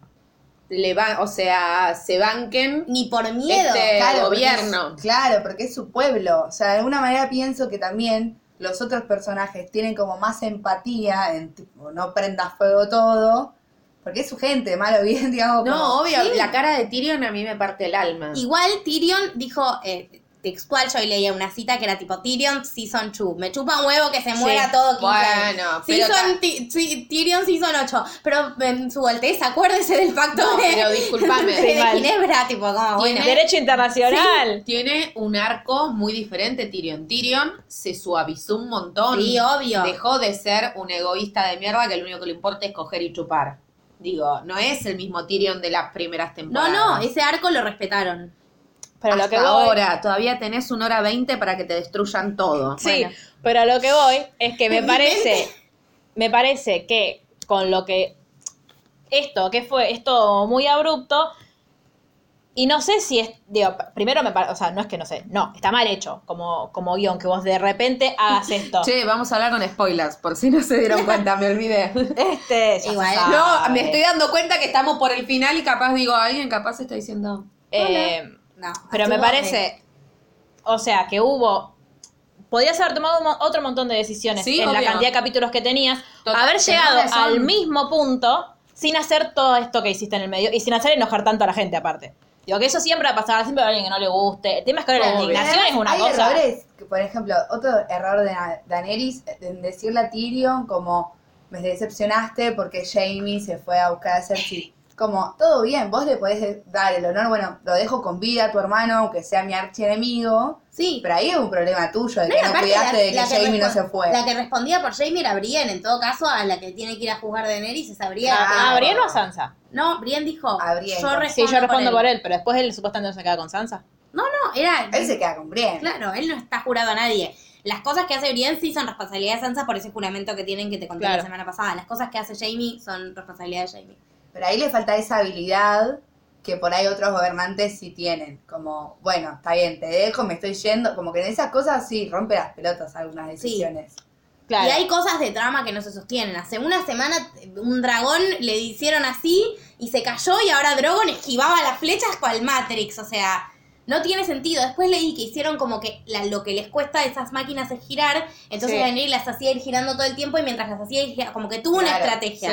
S3: le va, o sea, se banquen
S2: Ni por miedo.
S3: este
S4: claro, porque es-
S3: gobierno.
S4: claro, porque es su pueblo. O sea, de alguna manera pienso que también los otros personajes tienen como más empatía en tipo, no prenda fuego todo, porque es su gente, malo o bien, [LAUGHS] digamos.
S3: No,
S4: como-
S3: obvio, la cara de Tyrion a mí me parte el alma.
S2: Igual Tyrion dijo eh, textual, yo hoy leía una cita que era tipo Tyrion Season 2. Me chupa un huevo que se muera todo 15
S3: Bueno,
S2: años.
S3: pero
S2: Season
S3: ta-
S2: Ti- Ti- Tyrion Season 8. Pero en su alteza, acuérdese del pacto
S3: No,
S2: de,
S1: [LAUGHS]
S3: pero
S2: de,
S3: discúlpame.
S1: mal.
S2: Ginebra, tipo, como bueno.
S1: Ah, Derecho internacional.
S3: Tiene un arco muy diferente Tyrion. Tyrion se suavizó un montón.
S2: Sí, obvio.
S3: Dejó de ser un egoísta de mierda que lo único que le importa es coger y chupar. Digo, no es el mismo Tyrion de las primeras
S2: No,
S3: temporadas.
S2: no, ese arco lo respetaron.
S1: Pero a lo
S3: Hasta
S1: que voy.
S3: ahora, todavía tenés una hora veinte para que te destruyan todo.
S1: Sí, pero a lo que voy es que me
S2: Mi
S1: parece,
S2: mente.
S1: me parece que con lo que esto, que fue esto muy abrupto, y no sé si es, digo, primero me parece, o sea, no es que no sé, no, está mal hecho como, como guión, que vos de repente hagas
S3: [LAUGHS]
S1: esto.
S3: Che, vamos a hablar con spoilers, por si no se
S1: [LAUGHS]
S3: dieron cuenta, me olvidé.
S1: Este, ya se
S2: Igual.
S1: sabe.
S3: No, me estoy dando cuenta que estamos por el final y capaz digo, alguien capaz está diciendo.
S1: Eh,
S2: No,
S1: Pero me
S2: estuvo-
S1: parece, o sea, que hubo. Podrías haber tomado un mo- otro montón de decisiones
S3: Sí,
S1: en la
S3: obvio.
S1: cantidad de capítulos que tenías,
S3: Total,
S1: haber
S3: tenés
S1: llegado
S3: razón.
S1: al mismo punto sin hacer todo esto que hiciste en el medio y sin hacer enojar tanto a la gente aparte. Digo que eso siempre va a pasar, siempre va a haber alguien que no le guste. El tema es que ahora la
S3: Obvio.
S1: indignación es una
S4: hay
S1: cosa.
S4: errores, que, por ejemplo, otro error de Na- Daenerys, en decirle a Tyrion como me decepcionaste porque Jamie se fue a buscar a Cersei. Como, todo bien, vos le podés dar el honor, bueno, lo dejo con vida a tu hermano, aunque sea mi archienemigo,
S2: Sí.
S4: pero ahí es un problema tuyo de
S2: No, y
S4: que no
S2: aparte
S4: cuidaste
S2: la-
S4: de que
S2: la
S4: Jamie no
S2: respon-
S4: se fue.
S2: La que respondía por Jamie era Brienne, en todo caso, a la que tiene que ir a juzgar de Daenerys es a Brienne.
S1: ¿A Brienne o a Sansa?
S2: No, Brienne dijo,
S4: Ah. A Brienne,
S2: yo
S4: sí,
S2: respondo
S1: Sí, yo respondo
S2: por
S1: por
S2: él.
S1: él, pero después él supuestamente no se queda con Sansa.
S2: No, no, era...
S4: Él se queda con Brienne.
S2: Claro, él no está jurado a nadie. Las cosas que hace Brienne sí son responsabilidad de Sansa por ese juramento que tienen que te conté la
S1: Claro.
S2: semana pasada. Las cosas que hace Jamie son responsabilidad de Jamie.
S4: Pero ahí le falta esa habilidad que por ahí otros gobernantes sí tienen. Como, bueno, está bien, te dejo, me estoy yendo. Como que en esas cosas sí rompe las pelotas algunas decisiones.
S1: Claro.
S2: Y hay cosas de trama que no se sostienen. Hace una semana eh, un dragón le hicieron así y se cayó y ahora Drogon esquivaba las flechas cual Matrix. O sea, no tiene sentido. Después leí que hicieron como que la- lo que les cuesta a esas máquinas es girar. Entonces
S1: Sí.
S2: Daenerys las hacía ir girando todo el tiempo y mientras las hacía ir girando, como que tuvo una
S4: Claro,
S2: estrategia.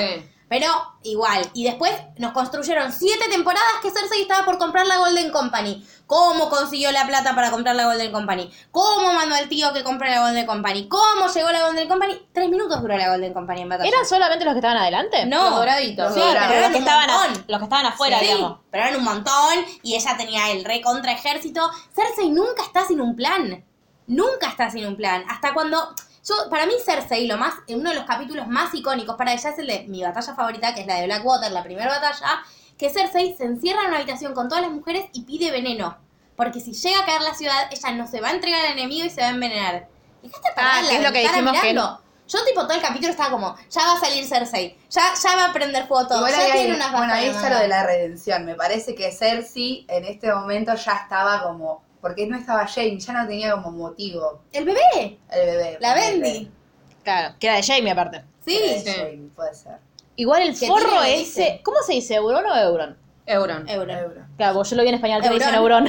S2: Pero igual, y después nos construyeron siete temporadas que Cersei estaba por comprar la Golden Company. ¿Cómo consiguió la plata para comprar la Golden Company? ¿Cómo mandó al tío que compre la Golden Company? ¿Cómo llegó la Golden Company? Tres minutos duró la Golden Company en batalla.
S1: ¿Eran solamente los que estaban adelante?
S2: No.
S3: Los doraditos.
S4: Sí,
S1: Sí,
S4: eran
S1: pero los
S2: un
S1: que, estaban, a-
S2: montón.
S1: los que estaban afuera,
S2: Sí,
S1: digamos.
S2: pero eran un montón y ella tenía el re contra ejército. Cersei nunca está sin un plan. Nunca está sin un plan. Hasta cuando. Yo, para mí, Cersei, lo más, uno de los capítulos más icónicos para ella es el de mi batalla favorita, que es la de Blackwater, la primera batalla, que Cersei se encierra en una habitación con todas las mujeres y pide veneno. Porque si llega a caer la ciudad, ella no se va a entregar al enemigo y se va a envenenar. Dejaste
S1: Ah, que es lo que dijimos que
S2: Yo, tipo, todo el capítulo estaba como, ya va a salir Cersei, ya, ya va a prender fuego todo,
S4: Igual
S2: ya
S4: ahí,
S2: tiene
S4: hay-
S2: unas
S4: bueno,
S2: bajas
S4: ahí
S2: de
S4: está
S2: mano".
S4: lo de la redención. Me parece que Cersei en este momento ya estaba como. Porque no estaba Jane, ya no tenía como motivo
S2: El bebé,
S4: el bebé.
S2: la
S4: ponele.
S2: Bendy.
S1: Claro, que era de Jamie aparte.
S4: Eh,
S2: Sí.
S4: Jane, puede ser.
S1: Igual el
S2: Que
S1: forro
S2: tiene,
S1: ese,
S2: dice.
S1: ¿cómo se dice? ¿Euron o Euron?
S3: Euron.
S2: Euro.
S4: Euro.
S1: Claro, porque yo lo vi en español, te
S2: Euron.
S1: dicen Euron.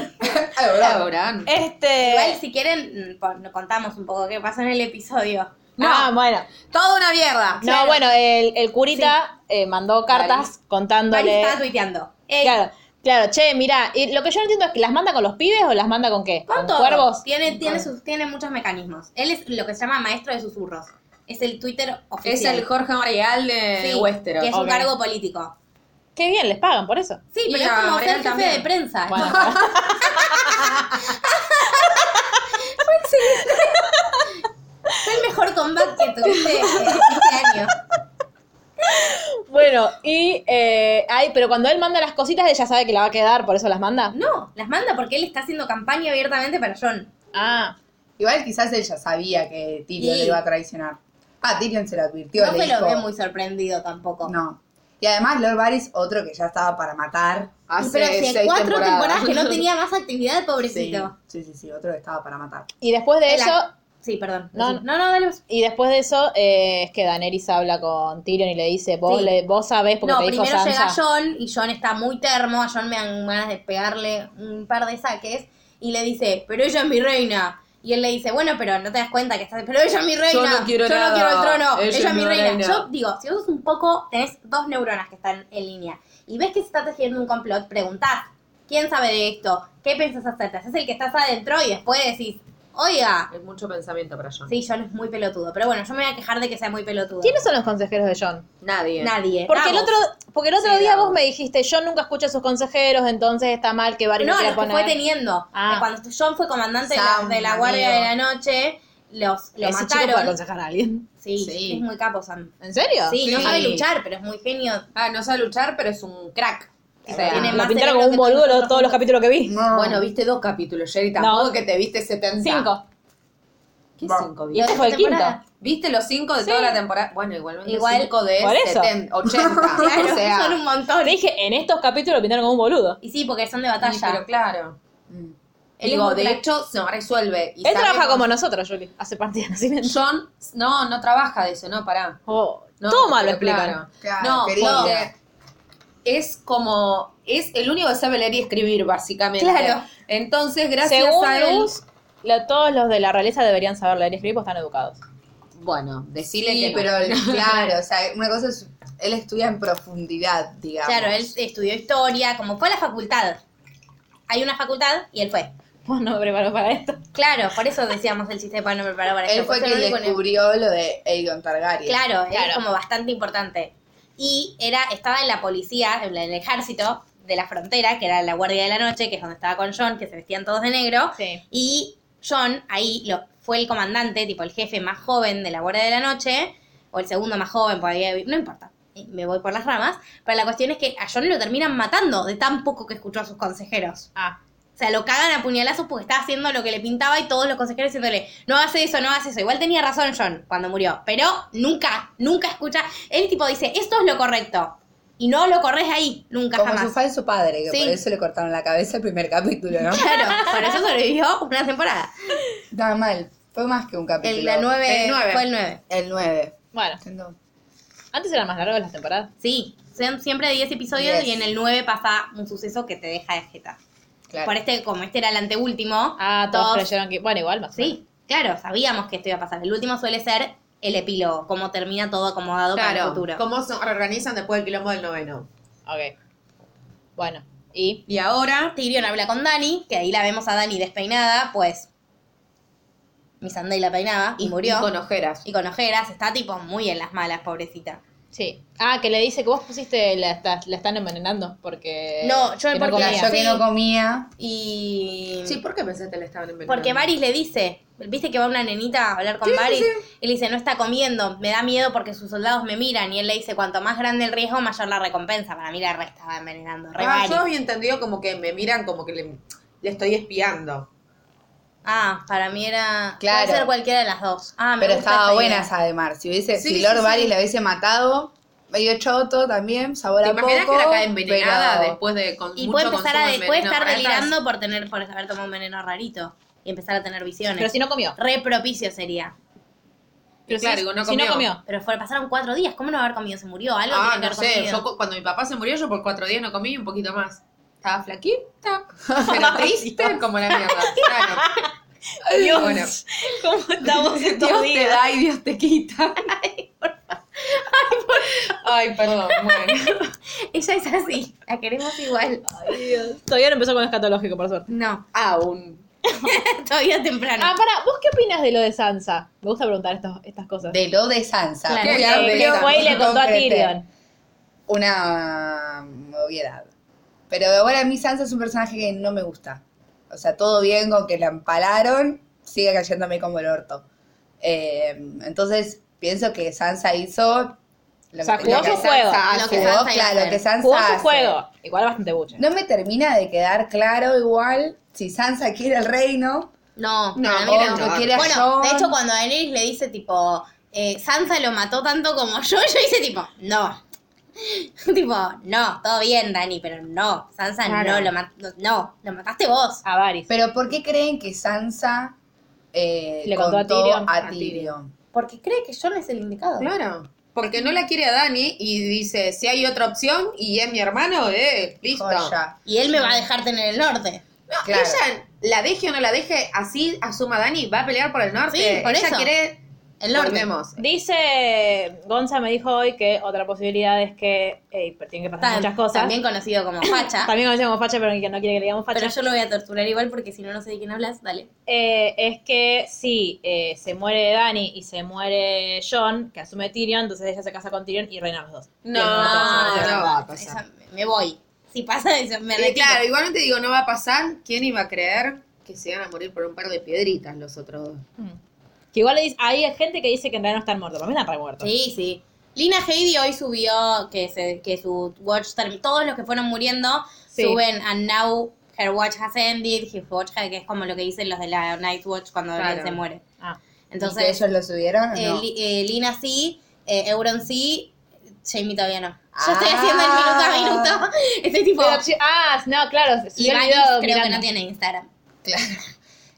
S4: Euro.
S3: Euron.
S1: Este.
S2: Igual, si quieren, mm, pon- contamos un poco qué pasó en el episodio.
S3: No.
S1: Ah, bueno.
S3: Toda una mierda.
S1: No, bueno, el, el curita eh, mandó cartas
S3: Varys.
S1: contándole.
S2: Paris estaba tuiteando. Eh, Ey,
S1: Claro, Claro, che, mira, lo que yo no entiendo es que las manda con los pibes o las manda con qué?
S2: Con
S1: ¿Con
S2: todo.
S1: cuervos?
S2: Tiene, tiene, sus, tiene muchos mecanismos. Él es lo que se llama maestro de susurros. Es el Twitter
S3: Es
S2: oficial.
S3: el Jorge Marial de
S2: Sí,
S3: Westeros.
S2: Que es un
S1: Ok.
S2: cargo político.
S1: Qué bien, les pagan por eso.
S2: Sí,
S3: Y
S2: pero es
S3: la
S2: como ser
S3: Mariel
S2: jefe
S3: también.
S2: de prensa. [LAUGHS]
S1: Bueno, [LAUGHS]
S2: Fue el mejor comeback que tuviste eh, este año.
S1: bueno, y eh, ay, pero cuando él manda las cositas, ella sabe que la va a quedar, por eso las manda.
S2: No, las manda porque él está haciendo campaña abiertamente para John.
S1: Ah,
S4: Igual quizás ella sabía que Tyrion
S2: Sí.
S4: le iba a traicionar. Ah, Tyrion se lo advirtió.
S2: No
S4: le
S2: me lo
S4: dijo,
S2: ve muy sorprendido tampoco.
S4: No. Y además Lord Varys, otro que ya estaba para matar.
S3: Hace
S2: pero hace
S3: seis
S2: cuatro temporadas. que
S3: [LAUGHS]
S2: no tenía más actividad,
S4: Sí,
S2: pobrecito.
S4: sí, sí, sí, otro que estaba para matar.
S1: y después de
S2: El
S1: eso,
S2: ac- Sí, perdón.
S1: No,
S2: No, no, no, dale vos.
S1: y después de eso, eh, es que Daenerys habla con Tyrion y le dice, vos,
S2: Sí.
S1: le, vos sabés porque
S2: No,
S1: te dijo
S2: primero
S1: Sansa.
S2: llega John y John está muy termo. A John me dan ganas de pegarle un par de saques y le dice, pero ella es mi reina. Y él le dice, bueno, pero no te das cuenta que estás... Pero ella es mi reina.
S3: no quiero
S2: Yo
S3: nada.
S2: no quiero el trono.
S3: Ella
S2: Ella,
S3: es
S2: es mi
S3: mi
S2: reina.
S3: reina.
S2: Yo digo, si vos sos un poco, tenés dos neuronas que están en línea y ves que se está tejiendo un complot, preguntás, ¿quién sabe de esto? ¿Qué pensás hacer? ¿Te haces el que estás adentro y después decís, oiga,
S3: Es mucho pensamiento para John.
S2: sí, John es muy pelotudo. Pero bueno, yo me voy a quejar de que sea muy pelotudo.
S1: ¿Quiénes son los consejeros de John?
S3: Nadie.
S2: Nadie.
S1: Porque el
S2: Davos.
S1: otro, porque el otro
S3: Sí,
S1: día
S3: Davos.
S1: vos me dijiste, yo nunca escucho a sus consejeros, entonces está mal que Varys
S2: No,
S1: quiera
S2: los que fue
S1: poner".
S2: teniendo.
S1: Ah.
S2: Que Cuando John fue comandante de la-
S4: Sam,
S2: de la Guardia
S4: amigo.
S2: de la Noche, los, lo
S1: Ese chico puede
S2: mataron.
S1: aconsejar a alguien.
S2: Sí,
S3: Sí.
S2: es muy capo Sam.
S1: ¿En serio?
S2: Sí, no
S3: Sí.
S2: sabe luchar, pero es muy genio.
S3: Ah, no sabe luchar, pero es un crack. O sea,
S2: Tiene
S1: Ah, Lo
S2: más
S1: pintaron
S2: cerebro
S1: como un
S2: que todos
S1: boludo
S2: nosotros
S1: todos los capítulos que vi.
S4: No.
S3: Bueno, viste dos capítulos, Jerry, tampoco que te viste 70.
S1: Cinco.
S3: ¿Qué
S4: Va.
S3: cinco?
S1: Y este
S3: viste?
S1: fue el quinto.
S2: temporada.
S3: ¿Viste los cinco de toda la temporada? Bueno, igualmente
S2: Igual,
S3: cinco de
S1: por eso.
S2: [LAUGHS]
S3: 70, 80.
S2: Claro,
S3: o sea,
S2: son un montón.
S1: Te dije, en estos capítulos lo pintaron como un boludo.
S2: Y sí, porque son de
S3: sí,
S2: batalla.
S3: pero claro.
S4: Mm.
S2: Él
S3: Digo,
S2: es muy
S3: de
S2: crack.
S3: hecho, se resuelve. Y
S1: Él
S3: sabe
S1: trabaja
S3: cómo-
S1: como nosotros, Juli. Hace partida de nacimiento.
S3: John, no, no trabaja de eso, no, pará.
S1: Oh,
S3: No,
S1: todo mal lo
S3: pero
S1: explican.
S4: Claro,
S3: no,
S4: querido.
S3: porque es como. Es el único que sabe leer y escribir, básicamente.
S2: Claro.
S3: Entonces, gracias
S1: Según
S3: a él.
S1: Luz, lo- todos los de la realeza deberían saber leer y escribir porque están educados.
S3: Bueno, decirle
S4: Sí,
S3: que. no.
S4: pero claro, o sea, una cosa es, él estudia en profundidad, digamos.
S2: Claro, él estudió historia, como fue a la facultad. Hay una facultad y él fue.
S1: Vos no me preparo para esto.
S2: Claro, por eso decíamos el chiste de Pablo no preparó para esto.
S4: Él fue
S2: porque
S4: quien
S2: lo único-
S4: descubrió lo de Aegon Targaryen.
S2: Claro, él
S1: Claro.
S2: es como bastante importante. Y era, estaba en la policía, en el ejército de la frontera, que era la guardia de la noche, que es donde estaba con John, que se vestían todos de negro.
S1: Sí.
S2: Y John ahí lo, fue el comandante, tipo el jefe más joven de la guardia de la noche, o el segundo más joven, porque había- no importa, eh, me voy por las ramas. Pero la cuestión es que a John lo terminan matando de tan poco que escuchó a sus consejeros.
S1: Ah.
S2: O sea, lo cagan a puñalazos porque estaba haciendo lo que le pintaba y todos los consejeros diciéndole, no hagas eso, no hagas eso. Igual tenía razón John cuando murió, pero nunca, nunca escucha. Él tipo dice, esto es lo correcto. Y no lo corres ahí, nunca
S4: Como
S2: jamás.
S4: su falso padre, que
S2: Sí.
S4: por eso le cortaron la cabeza el primer capítulo, ¿no? [LAUGHS]
S2: Claro, [LAUGHS] por eso sobrevivió una temporada.
S4: Estaba mal. Fue más que un capítulo.
S2: El, la nueve-
S3: El nueve.
S2: fue el 9.
S4: El 9.
S1: Bueno, antes eran más largas las temporadas.
S2: Sí, son siempre 10 episodios
S4: Diez.
S2: y en el 9 pasa un suceso que te deja de jeta.
S4: Claro.
S2: Por este, como este era el anteúltimo.
S1: Ah, todos
S2: todos-
S1: creyeron que. Bueno, igual más. o menos.
S2: Sí, claro, sabíamos que esto iba a pasar. El último suele ser el epílogo, cómo termina todo acomodado para el
S3: Claro,
S2: futuro.
S3: cómo se organizan después del quilombo del noveno.
S1: Ok. Bueno, y.
S3: Y ahora,
S2: Tyrion habla con Dani, que ahí la vemos a Dani despeinada, pues. Missandei la peinaba y murió.
S3: y con ojeras.
S2: Y con ojeras, está tipo muy en las malas, pobrecita.
S1: Sí. Ah, que le dice que vos pusiste. La, está- la están envenenando porque.
S2: No, yo
S1: Eh, que
S2: porque-
S1: comía.
S4: Yo que no comía.
S2: Y.
S3: Sí, ¿por qué pensaste que le estaban envenenando?
S2: Porque Varys le dice, viste que va una nenita a hablar con Varys, y le dice, no está comiendo, me da miedo porque sus soldados me miran, y él le dice, cuanto más grande el riesgo, mayor la recompensa. Para mí la re estaba envenenando, re
S3: Ah,
S2: Varys.
S3: yo había entendido como que me miran como que le, le estoy espiando.
S2: Ah, para mí era...
S4: Claro.
S2: Puede ser cualquiera de las dos. Ah, me
S4: Pero
S2: gusta
S4: estaba
S2: esta
S4: buena
S2: idea.
S4: esa de Mar. Si, hubiese,
S3: Sí,
S4: si
S3: sí,
S4: Lord
S3: sí.
S4: Varys la hubiese matado, medio choto también, sabor
S3: ¿Te
S4: a
S3: imaginas
S4: poco.
S3: que la cae envenenada
S4: pero-
S3: después de con
S2: Y
S3: mucho
S2: puede empezar a...
S3: consumo
S2: de-
S3: de
S2: puede
S3: veneno
S2: estar
S3: ratas?
S2: delirando por tener por haber tomado un veneno rarito y empezar a tener visiones.
S1: Pero si no comió.
S2: Re propicio sería.
S1: Pero
S3: claro,
S1: si,
S3: digo, no
S1: si no
S3: comió.
S1: comió.
S2: Pero fue, pasaron cuatro días, ¿cómo no haber comido? ¿Se murió? Algo
S3: Ah,
S2: tiene que
S3: no
S2: haber
S3: sé,
S2: comido. [LAUGHS]
S3: yo cu- cuando mi papá se murió, yo por cuatro días no comí y un poquito más. Estaba flaquita,
S2: [LAUGHS]
S3: pero triste como la mierda. Claro.
S1: Dios,
S3: Bueno.
S1: ¿cómo estamos estos
S3: [LAUGHS] Dios te
S1: días?
S2: [LAUGHS]
S3: da y Dios te quita. Ay, por favor. Ay, perdón,
S2: [LAUGHS]
S3: bueno.
S2: Ella es así, la queremos igual.
S1: Todavía no empezó con escatológico, por suerte.
S2: No, [LAUGHS]
S3: Aún.
S2: todavía temprano.
S1: Ah, para, ¿vos qué opinas de lo de Sansa? Me gusta preguntar estos- estas cosas.
S4: De lo de Sansa.
S2: Claro,
S4: Muy
S3: que
S4: amplio,
S3: Tyrion
S4: muy
S1: fue y le contó a
S4: concreto.
S1: Tyrion.
S4: Una obviedad. Pero ahora a mí Sansa es un personaje que no me gusta. O sea, todo bien con que la empalaron, sigue cayéndome como el orto. Eh, entonces, pienso que Sansa hizo... Lo
S1: O sea, jugó
S4: que
S1: su juego.
S4: Sansa
S2: Lo que
S4: hace.
S2: Sansa iba a
S4: claro,
S2: hacer.
S4: lo que Sansa
S1: Jugó su
S4: hace.
S1: juego. Igual bastante buche.
S4: No me termina de quedar claro igual si Sansa quiere el reino.
S2: No,
S3: No,
S2: para mí no.
S3: obvio,
S4: quiere a
S2: bueno,
S4: Jon.
S2: de hecho, cuando Daenerys le dice, tipo, eh, Sansa lo mató tanto como yo, [LAUGHS] yo hice, tipo, no. [LAUGHS] tipo, no, todo bien, Dani, pero no. Sansa no lo mató. No, lo mataste vos.
S1: A Varys.
S4: Pero ¿por qué creen que Sansa eh,
S1: Le contó a Tyrion.
S4: a
S1: A Tyrion.
S4: Tyrion?
S2: Porque cree que Jon es el indicado.
S3: Claro. Porque no la quiere a Dani y dice, si hay otra opción y es mi hermano, eh, listo.
S4: Joya.
S2: Y él me va a dejar tener el norte.
S3: No,
S4: Claro.
S3: ella la deje o no la deje, así asuma a Dani, va a pelear por el norte.
S2: Sí, por
S3: ella
S2: eso.
S3: quiere...
S2: El norte.
S3: Volvemos.
S1: Dice, Gonza me dijo hoy que otra posibilidad es que, ey, pero tienen que pasar
S2: Tan-
S1: muchas cosas.
S2: También conocido como
S4: ¿ah?
S2: Facha.
S1: También conocido como facha, pero que no quiere que le digamos facha.
S2: pero yo lo voy a torturar igual porque si no, no sé de quién hablas. Dale.
S1: Eh, es que si eh, se muere Dani y se muere John, que asume Tyrion, entonces ella se casa con Tyrion y reinan los dos.
S3: No,
S2: Ah,
S3: no,
S2: esa-
S3: va a pasar.
S2: esa- me voy. Si pasa, eso, me
S3: Eh,
S2: retiro.
S3: claro, igualmente digo, no va a pasar. ¿Quién iba a creer que se iban a morir por un par de piedritas los otros dos?
S1: Mm. Que igual le dice- hay gente que dice que en realidad no están muertos, para mí están re muertos.
S2: Sí, sí. Lina Heidi hoy subió que, se, que su watch term- todos los que fueron muriendo
S1: Sí. [LAUGHS]
S2: suben and now her watch has ended, his watch has- que es como lo que dicen los de la Night Watch cuando
S3: Claro.
S2: alguien se muere.
S1: Ah.
S4: ¿Y que
S2: Entonces,
S4: ellos lo subieron? o
S2: eh,
S4: no?
S2: Li- eh, Lina sí, eh, Euron sí, Jamie todavía no. Yo estoy haciendo
S4: Ah.
S2: el minuto a minuto. Estoy tipo...
S1: Pero chi- ah, no, claro, se
S2: Y
S1: me
S2: Vanis
S1: olvidó
S2: creo que
S1: Miranda.
S2: no tiene Instagram.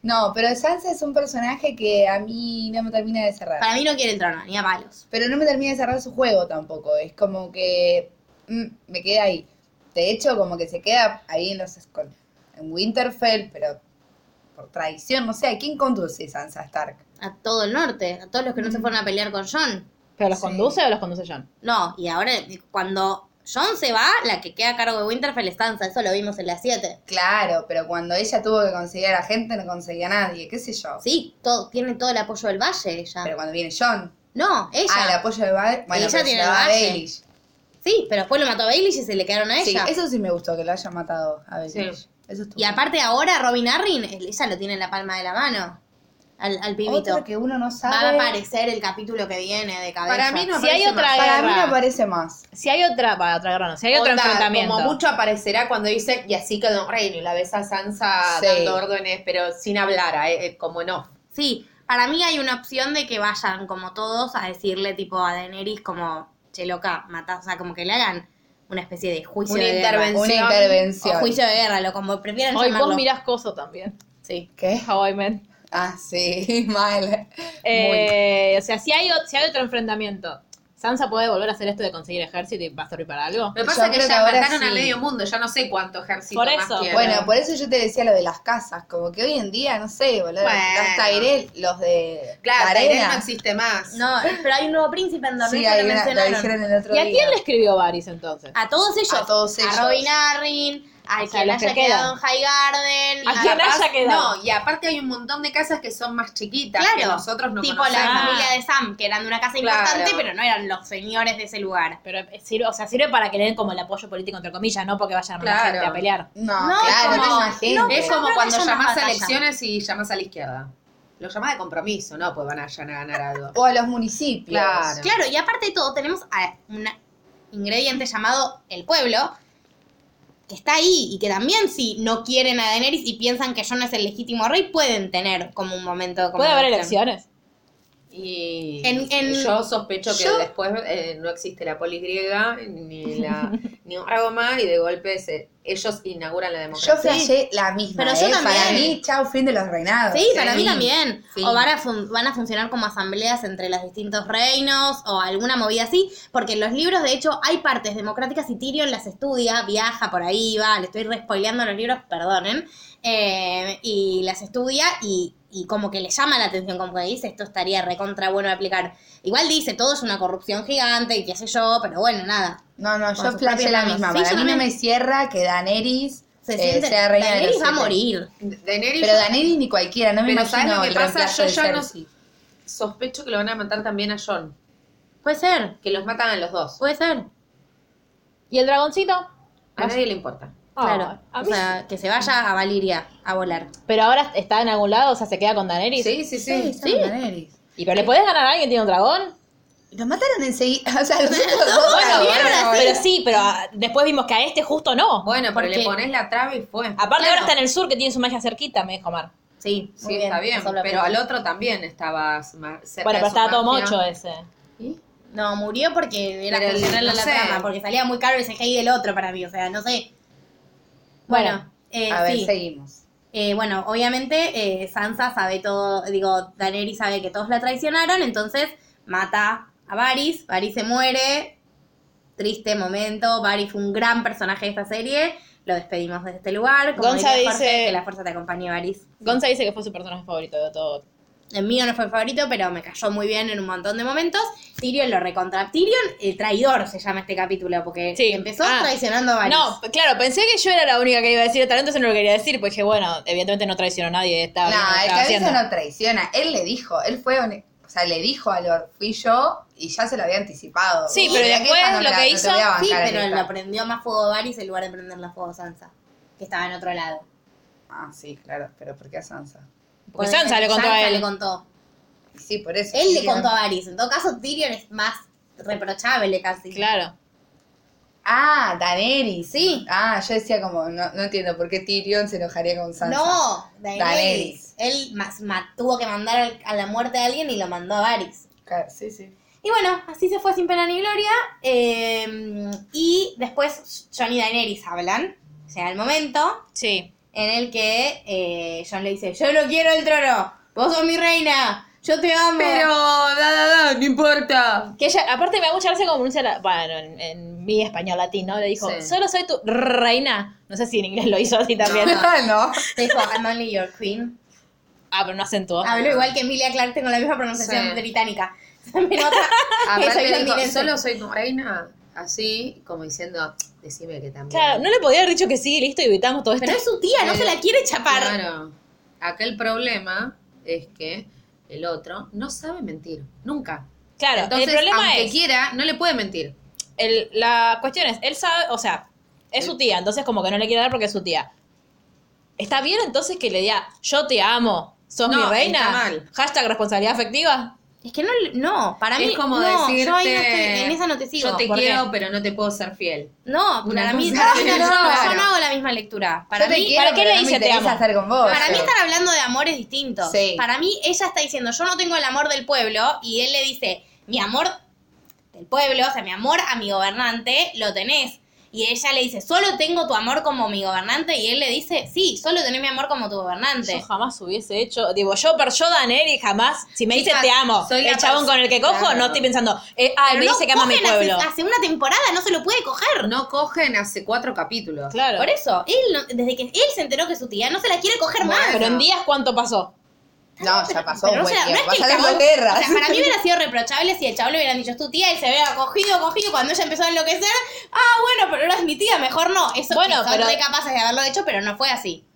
S4: No, pero Sansa es un personaje que a mí no me termina de cerrar.
S2: Para mí no quiere el trono, ni a palos.
S4: Pero no me termina de cerrar su juego tampoco. Es como que mm, me queda ahí. De hecho, como que se queda ahí en los escon- en Winterfell, pero por traición, no sé, ¿a quién conduce Sansa Stark?
S2: A todo el norte, a todos los que no se fueron a pelear con John.
S1: ¿Pero los
S4: Sí.
S1: conduce o los conduce John?
S2: No, y ahora cuando John se va, la que queda a cargo de Winterfell es Sansa, eso lo vimos en las 7.
S4: Claro, pero cuando ella tuvo que conseguir a la gente, no conseguía a nadie, qué sé yo.
S2: Sí, ah. todo, tiene todo el apoyo del valle ella.
S4: Pero cuando viene John,
S2: no, ella.
S4: ah, el apoyo de Baelish. Bueno,
S2: Ella
S4: pero se
S2: tiene
S4: la
S2: el
S4: da
S2: valle.
S4: Baelish.
S2: Sí, pero después lo mató a Bailey y se le quedaron a
S4: Sí,
S2: ella.
S4: eso sí me gustó que lo haya matado a Baelish. Eso estuvo
S2: Y aparte ahora Robin Arryn, ella lo tiene en la palma de la mano. Al, al pibito.
S4: Otro que uno no
S2: Va a
S4: sabe.
S2: aparecer el capítulo que viene de cabeza.
S3: Para mí no
S1: Si hay
S3: aparece
S1: otra
S3: más.
S4: Para mí no
S1: guerra,
S4: aparece más.
S1: si hay otra, para otra guerra, no, si hay otro
S3: Onda,
S1: enfrentamiento.
S3: Como mucho aparecerá cuando dice, y así quedó un reino, y la ves a Sansa
S4: Sí.
S3: dando órdenes, pero sin hablar, eh, eh, como no.
S2: Sí, para mí hay una opción de que vayan como todos a decirle tipo a Daenerys como, che loca, matá, o sea, como que le hagan una especie de juicio
S3: Una
S2: de guerra.
S3: intervención.
S4: Una
S2: O
S4: intervención.
S2: juicio de guerra, lo como prefieran
S1: Hoy
S2: llamarlo.
S1: vos mirás Coso también.
S2: Sí.
S4: ¿Qué?
S1: Hawaii Man.
S4: Ah, sí, [LAUGHS] mal.
S1: Eh, o sea, si hay, o- si hay otro enfrentamiento, Sansa puede volver a hacer esto de conseguir ejército y va a servir para algo.
S3: Lo que pasa es
S4: Yo
S3: que
S4: creo
S3: ya
S4: que ahora
S3: mataron a
S4: sí.
S3: medio mundo, ya no sé cuánto ejército
S1: Por
S3: más
S1: eso.
S3: quieren.
S4: Bueno, pues, por eso yo te decía lo de las casas, como que hoy en día, no sé, boludo,
S3: Bueno.
S4: los Tyrell, los de
S3: claro,
S4: la
S3: Tyrell no
S4: arena,
S3: existe más.
S2: No, pero hay un nuevo príncipe en Dorne
S4: sí,
S2: que
S4: hay
S2: lo
S4: una- lo
S2: mencionaron.
S4: dijeron el otro
S1: ¿Y a
S4: día.
S1: quién le escribió Varys entonces?
S2: A todos ellos.
S4: A todos ellos.
S2: A Robin Arryn, a
S1: O sea,
S2: quien
S1: los
S2: haya
S1: que
S2: quedado
S1: quedan.
S2: en High Garden.
S1: ¿A quién
S3: Capaz-
S1: haya quedado?
S3: No, y aparte hay un montón de casas que son más chiquitas que
S2: Claro,
S3: nosotros no
S2: tipo la
S3: conocemos.
S1: Ah.
S2: familia de Sam, que eran de una casa
S3: Claro.
S2: importante, pero no eran los señores de ese lugar.
S1: Pero eh, sirve, o sea, sirve para que le den como el apoyo político, entre comillas, no porque vayan a mandar
S3: Claro.
S1: gente a pelear.
S4: No,
S2: No,
S4: claro,
S2: como-
S4: no, es
S2: no,
S4: gente.
S3: Es
S2: Yo creo
S3: como
S2: que
S3: cuando
S2: llamas
S3: llamás a
S2: batalla.
S3: elecciones y llamás a la izquierda. Lo llamás de compromiso, ¿no? Pues van a a ganar algo.
S4: O a los municipios.
S3: Claro.
S2: Claro, y aparte de todo, tenemos a un ingrediente llamado el pueblo, que está ahí y que también si no quieren a Daenerys y piensan que Jon es el legítimo rey, pueden tener como un momento de
S1: ¿Puede haber
S2: conversación.
S1: elecciones?
S3: Y este,
S2: En- en-
S3: yo sospecho que
S2: yo-
S3: después eh, no existe la poli griega ni la ni un más y de golpe se- ellos inauguran la
S4: Yo
S3: democracia.
S4: flashé la misma,
S2: Pero yo
S4: ¿eh?
S2: también.
S4: para mí, chau, fin de los reinados.
S2: Sí, para mí también.
S3: Sí.
S2: O van a, fun- van a funcionar como asambleas entre los distintos reinos o alguna movida así, porque en los libros, de hecho, hay partes democráticas y Tyrion las estudia, viaja por ahí, va, le estoy respoileando los libros, perdonen, eh, y las estudia y y como que le llama la atención, como que dice, esto estaría recontra bueno de aplicar. Igual dice, todo es una corrupción gigante y qué sé yo, pero bueno, nada.
S4: No, no, yo
S2: sus
S4: flashé
S2: propias
S4: la
S2: manos.
S4: misma.
S2: Sí,
S4: Para
S2: yo
S4: mí no
S2: también.
S4: me cierra que Daenerys
S2: Se
S4: eh,
S2: siente,
S4: sea reina de
S2: Daenerys
S4: los
S2: va a
S4: siete.
S2: morir.
S3: Daenerys,
S4: Pero Daenerys ni cualquiera, no me
S3: pero
S4: imagino
S3: ¿sabes lo que
S4: el
S3: pasa?
S4: reemplazo
S3: Yo
S4: de
S3: ya no
S4: Cersei.
S3: sospecho que lo van a matar también a John.
S2: Puede ser,
S3: Que los matan a los dos.
S2: puede ser.
S1: ¿Y el dragoncito?
S3: A nadie le importa.
S1: Ay,
S2: Claro.
S1: a
S2: o
S1: mí-
S2: sea, que se vaya a Valiria a volar.
S1: Pero ahora está en algún lado, o sea, se queda con Daenerys.
S3: Sí, sí, sí.
S4: Está con Daenerys.
S1: ¿Y pero le podés ganar a alguien que tiene un dragón?
S4: Y Los mataron enseguida. [LAUGHS] O sea, los otros dos.
S1: Bueno,
S4: ahora,
S1: pero,
S4: ahora.
S1: pero sí, pero ah, después vimos que a este justo no.
S3: Bueno, pero
S2: Porque-
S3: le pones la traba y fue.
S1: Aparte
S2: claro.
S1: ahora está en el sur que tiene su magia cerquita, me dijo Mar.
S2: Sí,
S3: Sí,
S2: muy
S3: está bien.
S2: eso lo
S3: Pero al
S2: pensé.
S3: otro también estabas más cerca
S1: Bueno,
S3: de su
S1: pero estaba todo
S3: magia.
S1: mocho ese.
S2: No, murió porque era
S3: Pero,
S2: generarle
S3: no
S2: la
S3: sé.
S2: trama, porque salía muy caro el CGI del otro para mí, o sea, no sé. Bueno,
S1: Bueno,
S3: Oh,
S2: eh,
S4: A ver,
S2: sí.
S4: seguimos.
S2: Eh, bueno, obviamente eh, Sansa sabe todo, digo, Daenerys sabe que todos la traicionaron, entonces mata a Varys, Varys se muere, triste momento, Varys fue un gran personaje de esta serie, lo despedimos de este lugar, como
S1: Gonza
S2: diría Jorge,
S1: dice-
S2: que la fuerza te acompañe Varys.
S1: Gonza dice que fue su personaje favorito de todo.
S2: El mío no fue el favorito, pero me cayó muy bien en un montón de momentos. Tyrion lo recontra. Tyrion, el traidor se llama este capítulo, porque
S1: Sí.
S2: empezó
S1: Ah.
S2: traicionando a Varys.
S1: No, claro, pensé que yo era la única que iba a decir tal, entonces no lo quería decir, pues dije, bueno, evidentemente no traicionó a nadie, estaba bien lo que
S4: No, el
S1: estaba
S4: cabeza
S1: haciendo.
S4: no traiciona. Él le dijo, él fue, hone- o sea, le dijo a Lord, fui yo y ya se lo había anticipado.
S1: Sí,
S4: Y
S1: pero
S4: la
S1: después
S4: queja no
S1: lo
S4: la-
S1: que
S4: no te
S1: hizo-
S4: voy a bancar
S2: Sí,
S4: en
S2: pero
S4: esta.
S2: lo prendió más fuego Varys en lugar de prenderle a fuego Sansa, que estaba en otro lado.
S4: Ah, sí, claro, pero ¿por qué a Sansa?
S1: Porque Pues Sansa le contó a él.
S2: le contó.
S4: Y Sí, por eso.
S2: Él le
S4: Tyrion-
S2: contó a Varys. En todo caso, Tyrion es más reprochable casi.
S1: Claro.
S4: Ah, Daenerys.
S2: Sí.
S4: Ah, yo decía como, no, no entiendo por qué Tyrion se enojaría con Sansa.
S2: No, Daenerys.
S4: Daenerys.
S2: Él mas- ma- tuvo que mandar al- a la muerte a alguien y lo mandó a Varys.
S4: Claro,
S2: [LAUGHS]
S4: Sí, sí.
S2: Y bueno, así se fue sin pena ni gloria. eh, y después John y Daenerys hablan. Llega el momento
S1: Sí.
S2: en el que eh, John le dice, yo no quiero el trono, vos sos mi reina, yo te amo.
S3: Pero, da, da, da, no importa.
S1: Que ella, aparte me da mucha gracia como pronuncia la, bueno, en, en mi español latino, le dijo,
S3: Sí.
S1: solo soy tu reina. No sé si en inglés lo hizo así también.
S4: [LAUGHS] no.
S2: Te dijo, I'm only your queen.
S1: Ah, pero no acentuó.
S2: Hablo igual que Emilia Clarke con la misma pronunciación
S3: Sí.
S2: británica. [LAUGHS] Se me nota que soy
S3: Aparte dijo,
S2: londinense.
S3: solo soy tu reina. Así, como diciendo, decime que también.
S1: Claro, no le podía haber dicho que sí, listo, y evitamos todo esto.
S2: Pero es su tía, no se la quiere chapar.
S3: Claro. Acá el problema es que el otro no sabe mentir. Nunca.
S1: claro,
S3: Entonces,
S1: el problema
S3: aunque
S1: es,
S3: quiera, no le puede mentir.
S1: el- la cuestión es, él sabe, o sea, es su tía, entonces como que no le quiere dar porque es su tía. ¿Está bien entonces que le diga, yo te amo, sos
S3: No,
S1: mi reina?
S3: está mal.
S1: Hashtag responsabilidad afectiva.
S2: Es que no, no, para mí
S3: es como
S2: no,
S3: decirte,
S2: yo ahí no estoy- en esa no te sigo.
S3: Yo te
S2: ¿Por qué?
S3: quiero, pero no te puedo ser fiel.
S2: No,
S3: Una
S2: para mí,
S3: cosa
S2: para
S3: así,
S2: mí no,
S3: claro.
S2: yo no hago la misma lectura. Para
S4: Yo te
S2: mí,
S4: quiero,
S1: ¿para qué
S4: pero
S1: le
S4: no me
S1: dice te
S4: interesa
S1: amo?
S4: estar con vos?
S2: Para mí están hablando de amores distintos.
S4: Sí.
S2: Para mí ella está diciendo, yo no tengo el amor del pueblo, y él le dice, mi amor del pueblo, o sea, mi amor a mi gobernante, lo tenés. Y ella le dice, solo tengo tu amor como mi gobernante, y él le dice, sí, solo tenés mi amor como tu gobernante.
S1: Yo jamás hubiese hecho, digo, yo, pero yo Daneri jamás, si me dice
S2: Chicas,
S1: te amo,
S3: soy la
S1: el chabón
S3: perso-
S1: con el que cojo,
S3: Claro.
S1: no estoy pensando, eh, ay,
S2: Pero
S1: me
S2: no
S1: dice que ama a mi
S2: cogen hace-
S1: pueblo.
S2: Hace, una temporada no se lo puede coger.
S3: No cogen hace cuatro capítulos.
S1: Claro.
S2: Por eso, él no- desde que él se enteró que su tía no se la quiere coger
S1: Bueno,
S2: más.
S1: Pero en días, ¿cuánto pasó?
S4: [LAUGHS] No, ya pasó
S2: Pero no
S4: un
S2: se
S4: buen
S2: la- no
S4: tiempo.
S2: es que el
S4: Pasaron dos
S2: chabón-
S4: guerras.
S2: O sea, para mí hubiera sido reprochable si el chabón le hubieran dicho, es tu tía, él se había cogido, cogido, cuando ella empezó a enloquecer, ah, bueno, pero ahora es mi tía, mejor no. Eso
S1: Bueno,
S2: que son
S1: pero-
S2: re capaces de haberlo hecho, pero no fue así.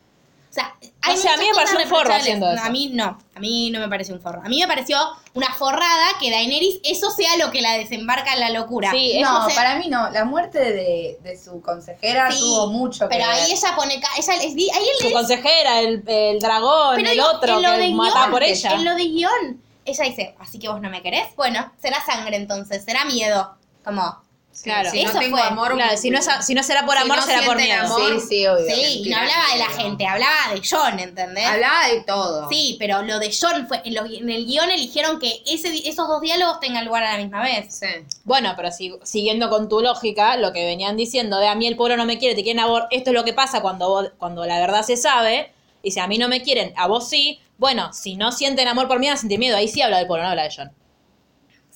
S2: O sea, hay
S1: O sea, a
S2: muchas
S1: mí me pareció
S2: cosas
S1: un forro
S2: reprochables.
S1: haciendo eso.
S2: No, A mí no, a mí no me pareció un forro. A mí me pareció una forrada que Daenerys eso sea lo que la desembarca en la locura.
S1: Sí, eso
S4: [LAUGHS] no,
S2: se-
S4: para mí no. La muerte de, de su consejera
S2: Sí,
S4: tuvo mucho que
S2: Pero
S4: ver.
S2: ahí ella pone, ca- ella les di, ahí él
S1: Su consejera, el, el dragón, el
S2: digo,
S1: otro
S2: en lo
S1: que
S2: de
S1: mata
S2: guión,
S1: por ella.
S2: En lo de guión, ella dice, así que vos no me querés. Bueno, será sangre entonces, será miedo. Como,
S1: Claro.
S3: Si
S2: Eso
S3: no tengo
S2: fue.
S3: amor.
S1: Claro, si no, es a- si no será por
S3: Si
S1: amor,
S3: no
S1: será por
S3: sienten
S1: miedo.
S3: amor,
S4: Sí, sí, obvio.
S2: sí, y no
S3: mentira,
S2: hablaba de la
S3: miedo.
S2: gente, hablaba de John, ¿entendés?
S3: Hablaba de todo.
S2: Sí, pero lo de John fue, en, los gui- en el guión eligieron que ese, di- esos dos diálogos tengan lugar a la misma vez.
S3: Sí.
S1: Bueno, pero si- siguiendo con tu lógica, lo que venían diciendo de a mí el pueblo no me quiere, te quieren a vos, esto es lo que pasa cuando, vos- cuando la verdad se sabe, y si a mí no me quieren, a vos sí, bueno, si no sienten amor por mí, van a sentir miedo, ahí sí habla del pueblo, no habla de John.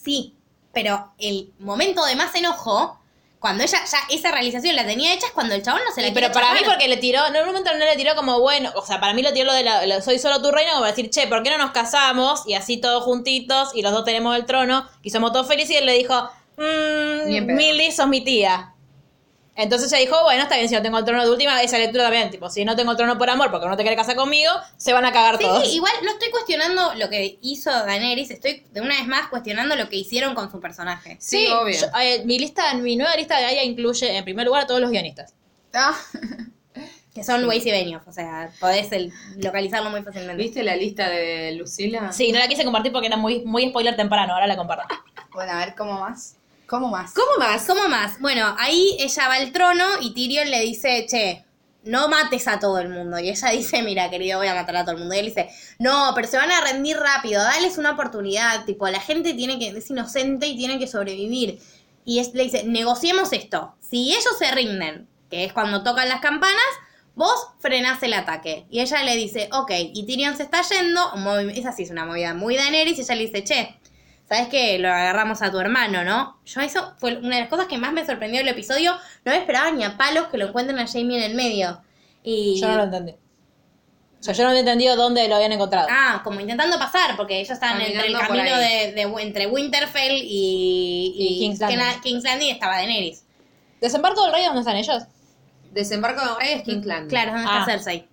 S2: Sí, pero el momento de más enojo Cuando ella ya esa realización la tenía hecha es cuando el chabón no se la
S1: Y
S2: quiere
S1: pero para mí
S2: chapar.
S1: porque le tiró, no, en un momento no le tiró como bueno, o sea, para mí lo tiró lo de la, lo- soy solo tu reina como para decir, che, ¿por qué no nos casamos y así todos juntitos y los dos tenemos el trono y somos todos felices? Y él le dijo,
S3: Ni en
S1: mmm,
S3: pedo.
S1: Milly, sos mi tía. Entonces ella dijo, bueno, está bien, si no tengo el trono de última, esa lectura también, tipo, si no tengo el trono por amor porque no te querés casar conmigo, se van a cagar
S2: Sí,
S1: todos.
S2: sí, igual no estoy cuestionando lo que hizo Daenerys, estoy de una vez más cuestionando lo que hicieron con su personaje.
S3: Sí, obvio.
S1: yo- eh, mi lista, mi nueva lista de Gaia incluye en primer lugar a todos los guionistas.
S3: Ah,
S2: Que son Weiss y Benioff, o sea, podés el- localizarlo muy fácilmente.
S3: ¿Viste la lista de Lucila?
S1: Sí, no la quise compartir porque era muy, muy spoiler temprano, ahora la comparto.
S4: [LAUGHS] Bueno, a ver, ¿cómo más? ¿Cómo más?
S3: ¿Cómo más?
S2: ¿Cómo más? Bueno, ahí ella va al trono y Tyrion le dice, che, no mates a todo el mundo. Y ella dice, mira, querido, voy a matar a todo el mundo. Y él dice, no, pero se van a rendir rápido, dales una oportunidad. Tipo, la gente tiene que, es inocente y tiene que sobrevivir. Y es- le dice, negociemos esto. Si ellos se rinden, que es cuando tocan las campanas, vos frenás el ataque. Y ella le dice, ok, y Tyrion se está yendo. un movi- Esa sí es una movida muy Daenerys. Y ella le dice, che, ¿Sabes qué? Lo agarramos a tu hermano, ¿no? Yo eso fue una de las cosas que más me sorprendió del episodio. No me esperaba ni a palos que lo encuentren a Jamie en el medio. Y...
S1: Yo no lo entendí. O sea, yo no había entendido dónde lo habían encontrado.
S2: Ah, como intentando pasar, porque ellos estaban entre el
S3: Caminando por
S2: camino
S3: ahí.
S2: de, de- entre Winterfell y,
S1: Y King's Landing.
S2: Kena- King's Landing y estaba Daenerys.
S1: ¿Desembarco del Rey dónde están ellos?
S3: Desembarco de Reyes Kingsland.
S2: Claro, ¿dónde
S1: Ah.
S2: está Cersei?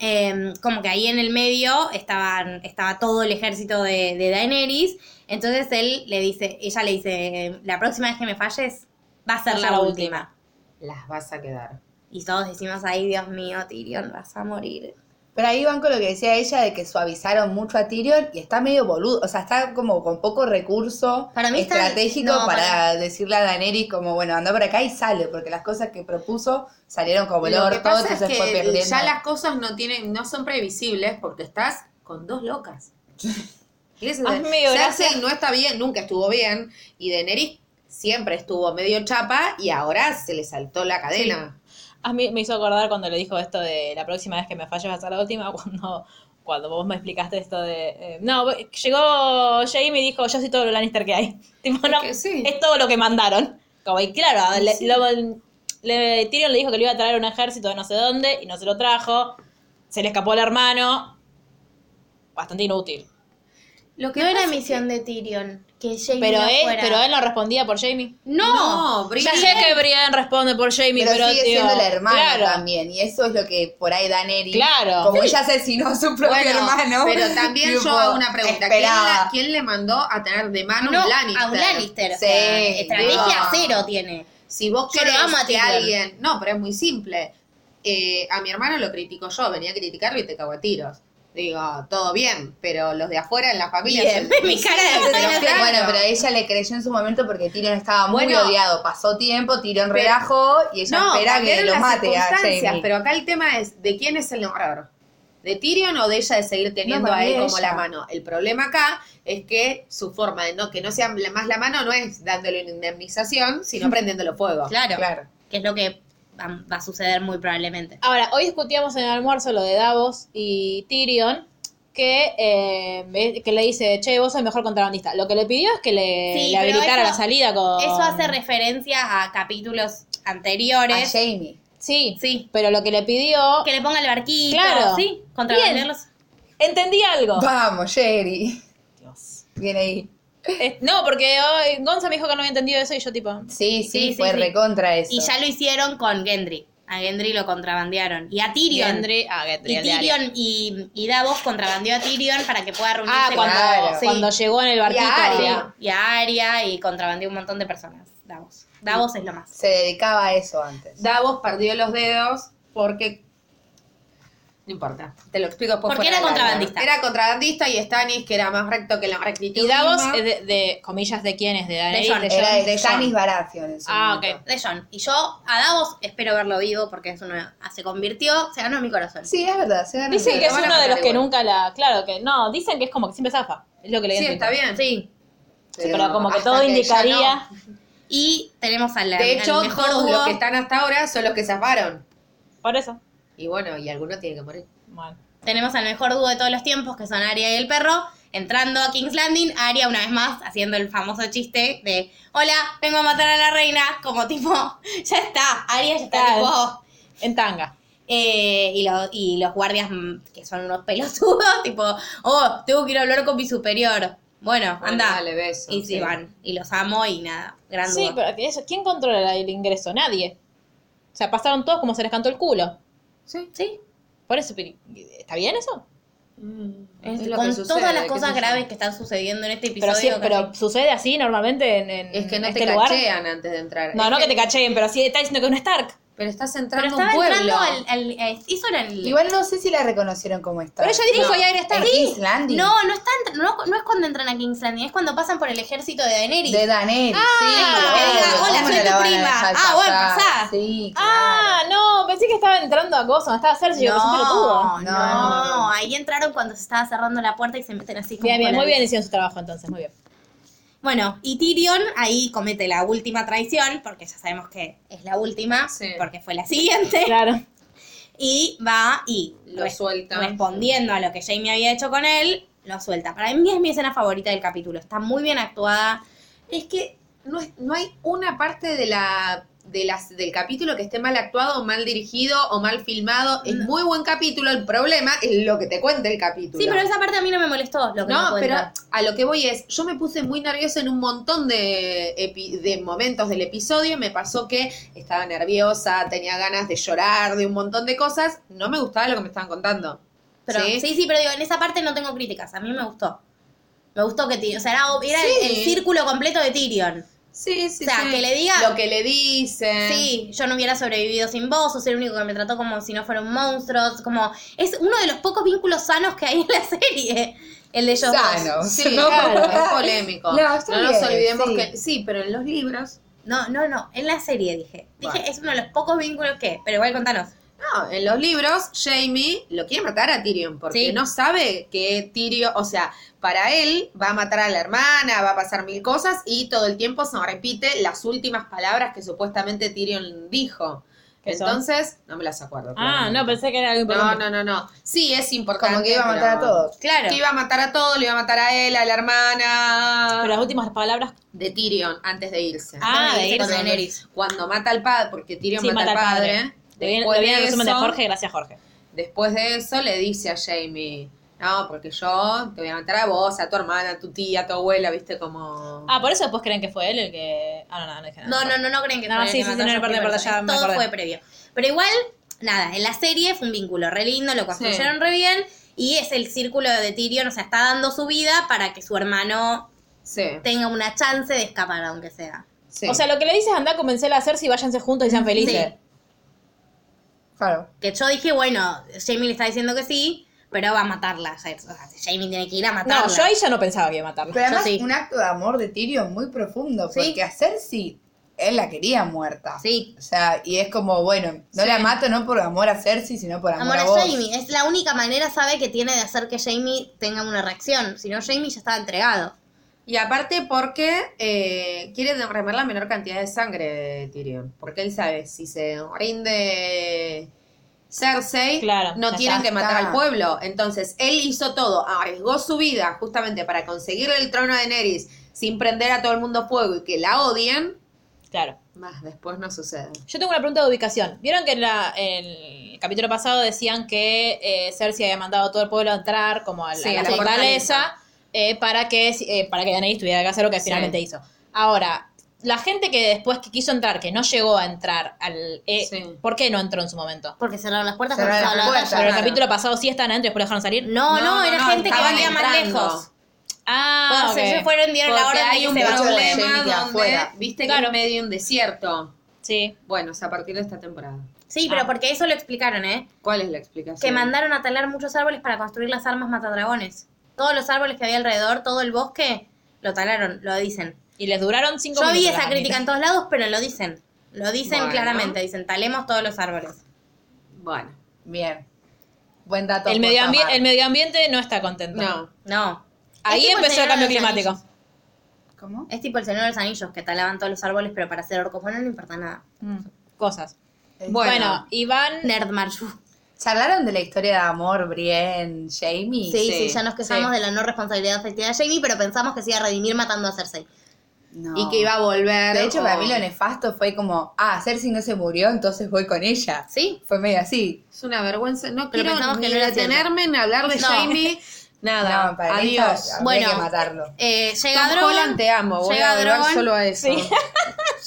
S2: Em, como que ahí en el medio estaban, estaba todo el ejército de, de Daenerys. Entonces él le dice, ella le dice, la próxima vez que me falles va a ser la, última.
S3: Las vas a quedar.
S2: Y todos decimos ahí, Dios mío, Tyrion, vas a morir.
S4: Pero ahí van con lo que decía ella de que suavizaron mucho a Tyrion y está medio boludo, o sea, está como con poco recurso
S2: Para mí está-
S4: estratégico
S2: no,
S4: para,
S2: para-
S4: decirle a Daenerys como, bueno, anda por acá y sale, porque las cosas que propuso salieron como el
S3: Lo que
S4: orto,
S3: pasa es
S4: entonces fue
S3: que
S4: perdiendo.
S3: ya las cosas no tienen, no son previsibles porque estás con dos locas. Y eso es-
S1: Hazme gracia.
S3: Cersei no está bien, nunca estuvo bien, y Daenerys siempre estuvo medio chapa y ahora se le saltó la cadena.
S1: A mí Ah, me hizo acordar cuando le dijo esto de la próxima vez que me falles va a ser la última, [LAUGHS] cuando, cuando vos me explicaste esto de... eh, no, vos- llegó Jamie y dijo, yo soy todo lo Lannister que hay. [LAUGHS] Tipo, no,
S3: que sí.
S1: es todo lo que mandaron. Como, y claro, le, lo- le- Tyrion le dijo que le iba a traer un ejército de no sé dónde y no se lo trajo. Se le escapó el hermano. Bastante inútil.
S2: Lo que no era misión de Tyrion, que Jamie
S1: Pero
S2: no
S1: él,
S2: fuera.
S1: pero él no respondía por Jamie.
S2: ¡No!
S3: No,
S1: Ya
S3: Brienne-
S1: sé que Brienne responde por Jamie,
S4: pero,
S1: pero,
S4: sigue
S1: tío,
S4: siendo la hermana
S1: claro,
S4: también, y eso es lo que por ahí Daenerys,
S1: Claro.
S4: como ella asesinó a su [LAUGHS] propio
S3: Bueno,
S4: hermano.
S3: pero también
S4: [LAUGHS] tipo,
S3: yo hago una pregunta. ¿Quién,
S4: esperaba.
S3: la- quién le mandó a tener de mano
S2: Ah, No,
S3: un Lannister?
S2: a un Lannister. o
S4: Sí,
S2: sea, estrategia
S3: digo.
S2: cero tiene.
S3: Si vos
S2: Yo lo
S3: querés
S2: amo a
S3: que
S2: Tyrion.
S3: alguien... No, pero es muy simple. Eh, a mi hermano lo critico yo, venía a criticarlo y te cago a tiros. Digo, todo bien, pero los de afuera en la familia...
S2: Bien,
S3: [LAUGHS] son-
S2: mi cara
S4: Pero
S2: de pena.
S4: claro, bueno,
S3: claro.
S4: pero ella le creyó en su momento porque Tyrion estaba muy
S3: Bueno.
S4: odiado. Pasó tiempo, Tyrion
S3: Pero-
S4: relajó y ella espera que
S3: cambiaron
S4: lo
S3: las
S4: mate a
S3: circunstancias,
S4: Jamie.
S3: Pero acá el tema es, ¿de quién es el nombrador? ¿De Tyrion o de ella de seguir teniendo
S4: No, para
S3: a él
S4: mí
S3: como
S4: ella.
S3: la mano? El problema acá es que su forma de no que no sea la- más la mano no es dándole una indemnización, [LAUGHS] sino prendiéndolo fuego.
S2: Claro,
S4: Claro.
S2: que es lo que va, va a suceder muy probablemente.
S1: Ahora, hoy discutíamos en el almuerzo lo de Davos y Tyrion, que, eh, me- que le dice, che, vos sos el mejor contrabandista. Lo que le pidió es que le,
S2: Sí,
S1: le
S2: pero
S1: habilitara
S2: eso-
S1: la salida con...
S2: Eso hace referencia a capítulos
S4: A
S2: anteriores.
S4: Jamie.
S1: Sí,
S2: Sí.
S1: pero lo que le pidió...
S2: Que le ponga el barquito.
S1: Claro.
S2: Sí,
S1: Bien.
S2: contrabandearlos.
S1: Entendí algo.
S4: Vamos, Jerry. Viene ahí.
S1: Eh, no, porque hoy Gonza me dijo que no había entendido eso y yo tipo...
S4: Sí, sí,
S2: Sí, sí,
S4: fue
S2: sí.
S4: recontra eso.
S2: Y ya lo hicieron con Gendry. A Gendry lo contrabandearon. Y a Tyrion.
S1: Gendry- ah, Gendry,
S2: Y
S1: el de Arya.
S2: Tyrion y, y Davos contrabandeó a Tyrion para que pueda reunirse
S1: Ah,
S2: con-
S1: cuando,
S4: Claro.
S2: Sí.
S1: cuando llegó en el barquito.
S4: Arya.
S1: ya.
S2: y a Aria y contrabandeó un montón de personas. Davos. Davos es lo más.
S4: Se dedicaba a eso antes.
S3: Davos perdió los dedos porque no importa, te lo explico después.
S2: Porque era
S3: fuera del aire.
S2: contrabandista.
S3: Era contrabandista y Stannis, que era más recto que la rectitud.
S1: Y Davos,
S3: misma.
S1: es de, de- comillas, ¿de quién es? ¿De Daenerys?
S2: Jon.
S1: ¿De
S4: Era
S1: Jon?
S4: de Stannis Baratheon en su
S1: Ah, ok.
S4: momento.
S2: De John. Y yo a Davos espero verlo vivo porque es una, se convirtió, se ganó mi corazón.
S4: Sí, es verdad. Se ganó
S1: Dicen
S4: el
S1: que es
S4: dedo.
S1: uno de los que
S3: igual.
S1: nunca la... Claro, que no, dicen que es como que siempre zafa. Es lo que le
S3: Sí,
S1: dicen.
S3: está bien.
S2: Sí.
S1: Pero como que
S3: hasta
S1: todo
S3: ya
S1: indicaría...
S3: no.
S2: Y tenemos al,
S3: De hecho,
S2: al mejor
S3: todos
S2: dúo.
S3: los que están hasta ahora son los que zafaron.
S1: Por eso.
S3: Y bueno, y alguno tiene que morir.
S1: Bueno.
S2: Tenemos al mejor dúo de todos los tiempos, que son Aria y el perro. entrando a King's Landing, Arya una vez más haciendo el famoso chiste de hola, vengo a matar a la reina, como tipo, [LAUGHS] ya está, Arya ya está,
S1: Claro.
S2: tipo,
S1: En tanga.
S2: eh, y, lo- y los guardias mm, que son unos pelotudos, [LAUGHS] tipo, oh, tengo que ir a hablar con mi superior. Bueno,
S3: Bueno,
S2: anda.
S3: dale, beso,
S2: y se
S3: sí.
S2: van. Y los amo y nada. Gran
S1: Sí,
S2: duda.
S1: pero que eso- ¿quién controla el ingreso? Nadie. O sea, pasaron todos como se les cantó el culo.
S3: Sí.
S2: Sí.
S1: Por eso, pero, ¿está bien eso?
S3: Es lo que
S2: con
S3: sucede,
S2: todas las
S3: qué
S2: cosas
S3: sé yo.
S2: graves que están sucediendo en este episodio.
S1: Pero, sí,
S2: que
S1: pero sucede así normalmente en, en
S3: Es que no
S1: este
S3: te
S1: lugar.
S3: cachean antes de entrar.
S1: No,
S3: Es
S1: no que te cacheen, pero sí está diciendo que es un Stark.
S3: Pero estás
S2: Pero
S3: entrando a
S2: estaba
S3: un pueblo.
S2: entrando al, al- eh, al- hizo el...
S4: Igual no sé si la reconocieron como está.
S1: Pero ella dijo soy Aire
S4: En
S1: Stark.
S4: King's Landing.
S2: No, no, está entr- no, no es cuando entran a King's Landing, es cuando pasan por el ejército de Daenerys.
S4: De Danel.
S2: Ah, que diga, hola, soy tu prima. Ah, bueno, pasá.
S4: Sí, claro.
S1: Ah, no, pensé que estaba entrando a Gozo, estaba Cersei, yo que siempre lo tuvo.
S2: no, no,
S4: No, no, no.
S2: ahí entraron cuando se estaba cerrando la puerta y se meten así como
S1: Bien, bien,
S2: con
S1: muy
S2: la-
S1: bien hicieron su trabajo entonces, muy bien.
S2: Bueno, y Tyrion ahí comete la última traición, porque ya sabemos que es la última,
S3: Sí.
S2: porque fue la siguiente.
S1: Claro.
S2: Y va y
S3: Lo
S2: res-
S3: sueltan.
S2: Respondiendo a lo que Jamie había hecho con él, lo suelta. Para mí es mi escena favorita del capítulo. Está muy bien actuada.
S3: Es que no, es- no hay una parte de la, de las, del capítulo que esté mal actuado, o mal dirigido o mal filmado. Es muy buen capítulo. El problema es lo que te cuenta el capítulo.
S2: Sí, pero esa parte a mí no me molestó. Lo que
S3: No,
S2: me
S3: pero
S2: cuenta.
S3: a lo que voy es, yo me puse muy nerviosa en un montón de, epi- de momentos del episodio, me pasó que estaba nerviosa, tenía ganas de llorar, de un montón de cosas, no me gustaba lo que me estaban contando.
S2: Pero- ¿Sí? sí, pero digo, en esa parte no tengo críticas. A mí me gustó. Me gustó que Tyrion. O sea, era, ob- era el- el,
S3: Sí.
S2: círculo completo de Tyrion.
S3: sí, sí.
S2: o sea,
S3: sí.
S2: que le diga.
S3: Lo que le dicen.
S2: Sí, yo no hubiera sobrevivido sin vos, sos el único que me trató como si no fuera un monstruo. es Como, es uno de los pocos vínculos sanos que hay en la [LAUGHS] serie. El de ellos dos.
S4: Sano.
S3: Sí,
S4: ¿no?
S3: claro, es polémico.
S4: No,
S3: No,
S4: está
S3: nos
S4: bien,
S3: olvidemos
S4: sí.
S3: que. Sí, pero en los libros.
S2: No, no, no, en la serie dije. Dije, es uno de los pocos vínculos que. Pero igual contanos.
S3: No, en los libros, Jamie lo quiere matar a Tyrion porque
S2: Sí.
S3: no sabe que Tyrion, o sea, para él va a matar a la hermana, va a pasar mil cosas y todo el tiempo se repite las últimas palabras que supuestamente Tyrion dijo.
S1: ¿Qué son?
S3: Entonces, no me las acuerdo.
S1: Ah,
S3: claramente.
S1: no, pensé que era algo
S3: No,
S1: importante.
S3: no, no, no. Sí, es importante.
S4: Como que iba a matar a
S3: pero-
S4: todos.
S2: Claro.
S3: Que iba a matar a todos, le iba a matar a él, a la hermana.
S1: Pero las últimas palabras.
S3: de Tyrion antes de irse.
S1: Ah, de
S2: irse.
S1: irse.
S2: Con Daenerys.
S3: Cuando mata al padre, porque Tyrion
S1: Sí,
S3: mata al padre.
S1: Lo vi en- lo
S3: ¿eh? Después
S1: vi en el
S3: de
S1: resumen de
S3: eso-
S1: Jorge, gracias Jorge.
S3: Después de eso le dice a Jamie, no, porque yo te voy a matar a vos, a tu hermana, a tu tía, a tu abuela, viste como...
S1: Ah, por eso después creen que fue él el que. Ah, no, no, no dije nada.
S2: No, no, no, no creen que
S1: No,
S2: fue el
S1: sí,
S2: que
S1: sí,
S2: mató
S1: sí, no,
S2: a
S1: no,
S2: Joffrey,
S1: perdón, perdón, ya me
S2: Todo
S1: acordé.
S2: fue previo. Pero igual, nada, en la serie fue un vínculo re lindo, lo construyeron re bien. Y es el círculo de Tyrion, o sea, está dando su vida para que su hermano
S3: Sí,
S2: tenga una chance de escapar, aunque sea.
S3: sí.
S1: O sea, lo que le dices anda, comencé a hacer si váyanse juntos y sean felices.
S4: Claro.
S2: Que yo dije, bueno, Jamie le está diciendo que sí, pero va a matarla. O sea, Jamie tiene que ir a matarla.
S1: No, yo ahí ya no pensaba que iba a matarla.
S4: Pero además,
S2: sí.
S4: un acto de amor de Tyrion muy profundo.
S2: Sí.
S4: Porque a Cersei, él la quería muerta.
S2: Sí.
S4: O sea, y es como, bueno, no la mato no por amor a Cersei, sino por amor,
S2: Amor a
S4: vos.
S2: Jamie. Es la única manera, sabe, que tiene de hacer que Jamie tenga una reacción. Si no, Jamie ya estaba entregado.
S3: Y aparte porque eh, quiere derramar la menor cantidad de sangre de Tyrion, porque él sabe, si se rinde Cersei,
S1: Claro,
S3: no
S1: ya
S3: tienen
S4: está.
S3: que matar al pueblo. Entonces, él hizo todo, arriesgó su vida justamente para conseguir el trono de Neris sin prender a todo el mundo fuego y que la odien,
S1: Claro.
S3: más después no sucede.
S1: Yo tengo una pregunta de ubicación. ¿Vieron que en la- el capítulo pasado decían que eh, Cersei había mandado a todo el pueblo a entrar como a la,
S3: Sí,
S1: a la
S3: a la
S1: fortaleza eh, para que eh, para que Daenerys tuviera que hacer lo que finalmente hizo? Ahora, la gente que después que quiso entrar, que no llegó a entrar al... eh,
S3: Sí.
S1: ¿Por qué no entró en su momento?
S2: Porque cerraron las puertas
S4: Cerraron
S2: porque
S4: las
S2: estaba la
S4: puertas,
S2: batalla.
S1: Pero el
S4: Claro.
S1: capítulo pasado sí estaban adentro y después lo dejaron salir.
S2: No, no,
S3: No,
S2: era
S3: no,
S2: gente que
S3: estaban
S2: valía más
S3: entrando.
S2: lejos.
S1: Ah,
S2: Bueno, se-
S1: ok.
S2: se fueron, dieron la
S3: Porque
S2: hora
S3: hay
S2: de
S3: un
S2: que se vayan.
S3: problema
S4: Jenny de
S3: donde,
S4: afuera.
S3: viste que
S1: Claro.
S3: es medio un desierto.
S1: Sí.
S3: Bueno, es a partir de esta temporada.
S2: Sí, pero
S1: Ah.
S2: porque eso lo explicaron, ¿eh?
S3: ¿Cuál es la
S2: Que
S3: explicación?
S2: mandaron a talar muchos árboles para construir las armas matadragones. Todos los árboles que había alrededor, todo el bosque, lo talaron, lo dicen.
S1: Y les duraron cinco
S2: Yo
S1: minutos.
S2: vi esa
S1: las
S2: crítica en
S1: manitas.
S2: todos lados, pero lo dicen. Lo dicen
S3: Bueno.
S2: claramente, dicen, talemos todos los árboles.
S3: Bueno,
S4: Bien. Buen dato.
S1: El
S4: por
S1: medio, ambi-
S4: favor.
S1: el medio ambiente no está contento.
S3: no.
S2: No. Este
S1: Ahí
S2: Es tipo
S1: empezó el
S2: Señor de
S1: cambio
S2: los
S1: climático.
S2: Anillos.
S4: ¿Cómo?
S2: Es tipo el Señor de los Anillos, que talaban todos los árboles, pero para hacer orcos. Bueno, no importa nada.
S1: Cosas.
S4: Eh,
S1: Bueno, Iván.
S2: Nerd Marju.
S4: ¿Charlaron de la historia de amor, Brienne, Jamie?
S2: Sí, sí, ya nos quejamos de la no responsabilidad afectiva de Jamie, pero pensamos que se iba a redimir matando a Cersei.
S4: No.
S2: Y que iba a volver.
S4: De hecho,
S2: con-
S4: para mí lo nefasto fue como, ah, Cersei no se murió, entonces voy con ella.
S2: Sí.
S4: Fue medio así.
S3: Es una vergüenza. No
S2: Pero
S3: quiero
S2: pensamos que
S3: ni
S2: no era
S3: detenerme en hablar de
S2: No.
S3: Jamie. Nada.
S4: No, para
S3: Adiós.
S4: esta habría
S2: Bueno.
S4: que matarlo.
S2: Eh, llega
S3: Tom Holland,
S2: [LAUGHS] Drogon,
S3: te amo. Voy
S2: Llega
S3: a adorar
S2: Drogon.
S3: solo a eso.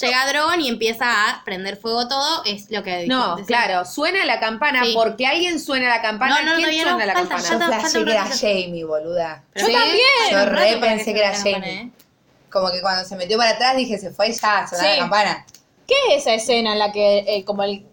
S2: llega Drogon y empieza a prender fuego todo, es lo que
S3: No,
S2: decía.
S3: claro. Suena la campana
S2: Sí.
S3: porque alguien suena la campana.
S2: No, no,
S3: ¿Quién
S2: todavía no,
S3: suena la
S2: falta,
S4: Yo
S2: ya
S3: campana?
S2: está. falta
S4: flashé
S2: un
S4: que era
S2: ratito.
S4: Jamie, boluda.
S2: Pero
S3: Yo
S2: sí,
S3: también.
S2: era
S4: Yo
S2: un rato
S4: re
S2: para
S4: pensé
S2: suene
S4: que era
S2: la
S4: Jamie.
S2: campana, ¿eh?
S4: Como que cuando se metió para atrás dije, se fue ya, sonaba
S1: Sí.
S4: la campana.
S1: ¿Qué es esa escena en la que eh, como el,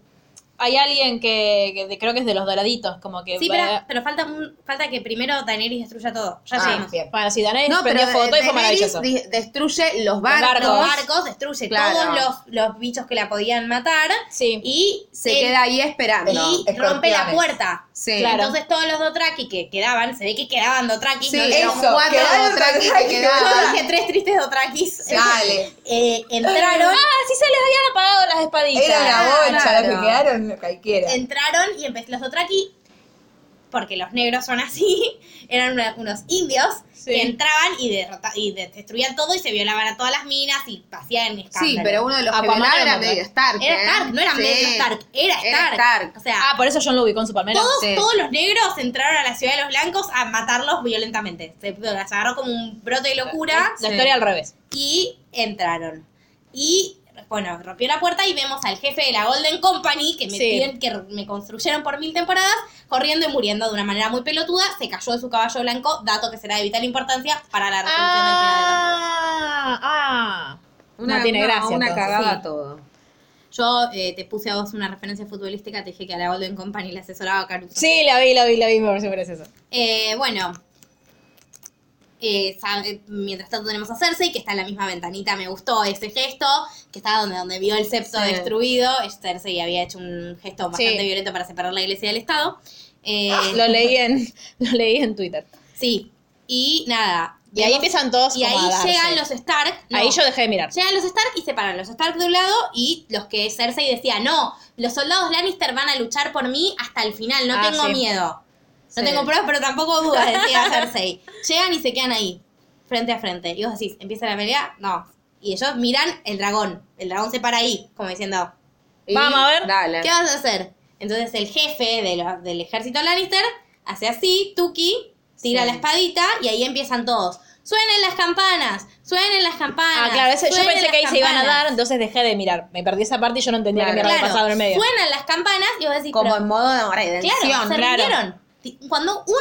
S1: hay alguien que, que de- creo que es de los doraditos, como que...
S2: Sí,
S1: va-
S2: pero, pero falta, un- falta que primero Daenerys destruya todo. Ya
S4: Ah,
S2: seguimos.
S4: bien.
S1: Bueno, sí, Daenerys
S3: No, pero
S1: eh, prendió fuego todo y fue
S3: Daenerys
S1: maravilloso.
S3: di- destruye los
S1: barcos.
S3: barcos.
S2: Los barcos, destruye
S3: Claro.
S2: todos los, los bichos que la podían matar
S1: Sí.
S2: y
S3: Se
S2: él-
S3: queda ahí esperando.
S2: y rompe la
S4: Escorpiones.
S2: puerta.
S3: Sí.
S1: Claro.
S2: Entonces todos los Dothraki que quedaban, se ve que quedaban Dothraki.
S3: Sí,
S2: no,
S3: eso.
S2: no,
S3: cuatro
S4: quedaron
S3: Dothrakis
S4: atrás,
S3: que quedaban.
S2: yo dije tres tristes Dothrakis.
S4: [LAUGHS] Dale.
S2: Eh, entraron,
S1: Ah, sí se les habían apagado las espaditas. Ah,
S4: Era una bocha,
S3: Claro.
S4: los que quedaron cualquiera.
S2: entraron y empe- los Dothraki, porque los negros son así, [LAUGHS] eran una- unos indios
S1: Sí.
S2: que entraban y, derrota- y de- destruían todo y se violaban a todas las minas y hacían escándalo.
S3: Sí, pero uno de los
S1: Aquaman
S3: que violaba
S1: era
S3: era
S1: Aquaman.
S3: medio Stark.
S2: Era
S3: ¿eh?
S2: Stark, no era
S3: Sí.
S2: medio Stark, era Stark.
S3: Era Stark.
S2: O sea,
S1: Ah, por eso John lo ubicó en su palmera.
S2: todos,
S3: Sí.
S2: todos los negros entraron a la ciudad de los blancos a matarlos violentamente. Se, se agarró como un brote de
S3: Eh,
S2: locura
S1: La historia al revés.
S2: y entraron. Y bueno, rompió la puerta y vemos al jefe de la Golden Company, que me
S1: Sí.
S2: piden que me construyeron por mil temporadas, corriendo y muriendo de una manera muy pelotuda. Se cayó de su caballo blanco, dato que será de vital importancia para la resolución
S1: Ah, ah. no tiene gracia.
S3: Una
S1: entonces.
S3: cagada
S2: sí. del final
S3: todo.
S2: de la trama. Yo eh, te puse a vos una referencia futbolística, te dije que a la Golden Company le asesoraba Caruso.
S1: Sí, la vi, la vi, la vi, me pareció gracioso.
S2: Eh, bueno. Eh, sa- eh, mientras tanto tenemos a Cersei, que está en la misma ventanita, me gustó ese gesto, que estaba donde, donde vio el septo
S3: Sí.
S2: destruido. Eh, Cersei había hecho un gesto bastante
S1: Sí. Ah,
S2: violento para separar la iglesia del Estado. Eh,
S1: Lo leí en, [LAUGHS] lo leí en Twitter.
S2: Sí, y nada.
S1: Y ahí
S2: vemos-
S1: empiezan todos
S2: Y
S1: como a
S2: ahí
S1: darse.
S2: llegan los Stark. no,
S1: Ahí yo dejé de mirar.
S2: Llegan los Stark y separan los Stark de un lado y los que Cersei decía, no, los soldados Lannister van a luchar por mí hasta el final, no
S1: Ah,
S2: tengo
S1: sí.
S2: miedo. No
S3: Sí.
S2: tengo pruebas, pero tampoco dudas, decía
S1: [LAUGHS]
S2: Cersei. Llegan y se quedan ahí, frente a frente. Y vos decís, ¿empieza la pelea? No. Y ellos miran el dragón. El dragón se para ahí, como diciendo,
S3: Y
S1: Vamos a ver.
S3: Dale.
S2: ¿qué vas a hacer? Entonces el jefe de lo- del ejército Lannister hace así, Tuki, tira
S3: Sí.
S2: la espadita y ahí empiezan todos. Suenen las campanas, suenen las campanas.
S1: Ah, claro, ese- yo
S2: suenen
S1: pensé que ahí
S2: las
S1: se iban a
S2: campanas".
S1: dar, entonces dejé de mirar. Me perdí esa parte y yo no entendía
S3: Claro.
S1: qué mierda había
S2: Claro,
S1: pasado en el medio.
S2: Suenan las campanas y vos decís,
S3: Como
S2: pero-
S3: en modo de
S2: claro,
S3: redención.
S2: se
S1: claro.
S2: rindieron. Ti- Cuando un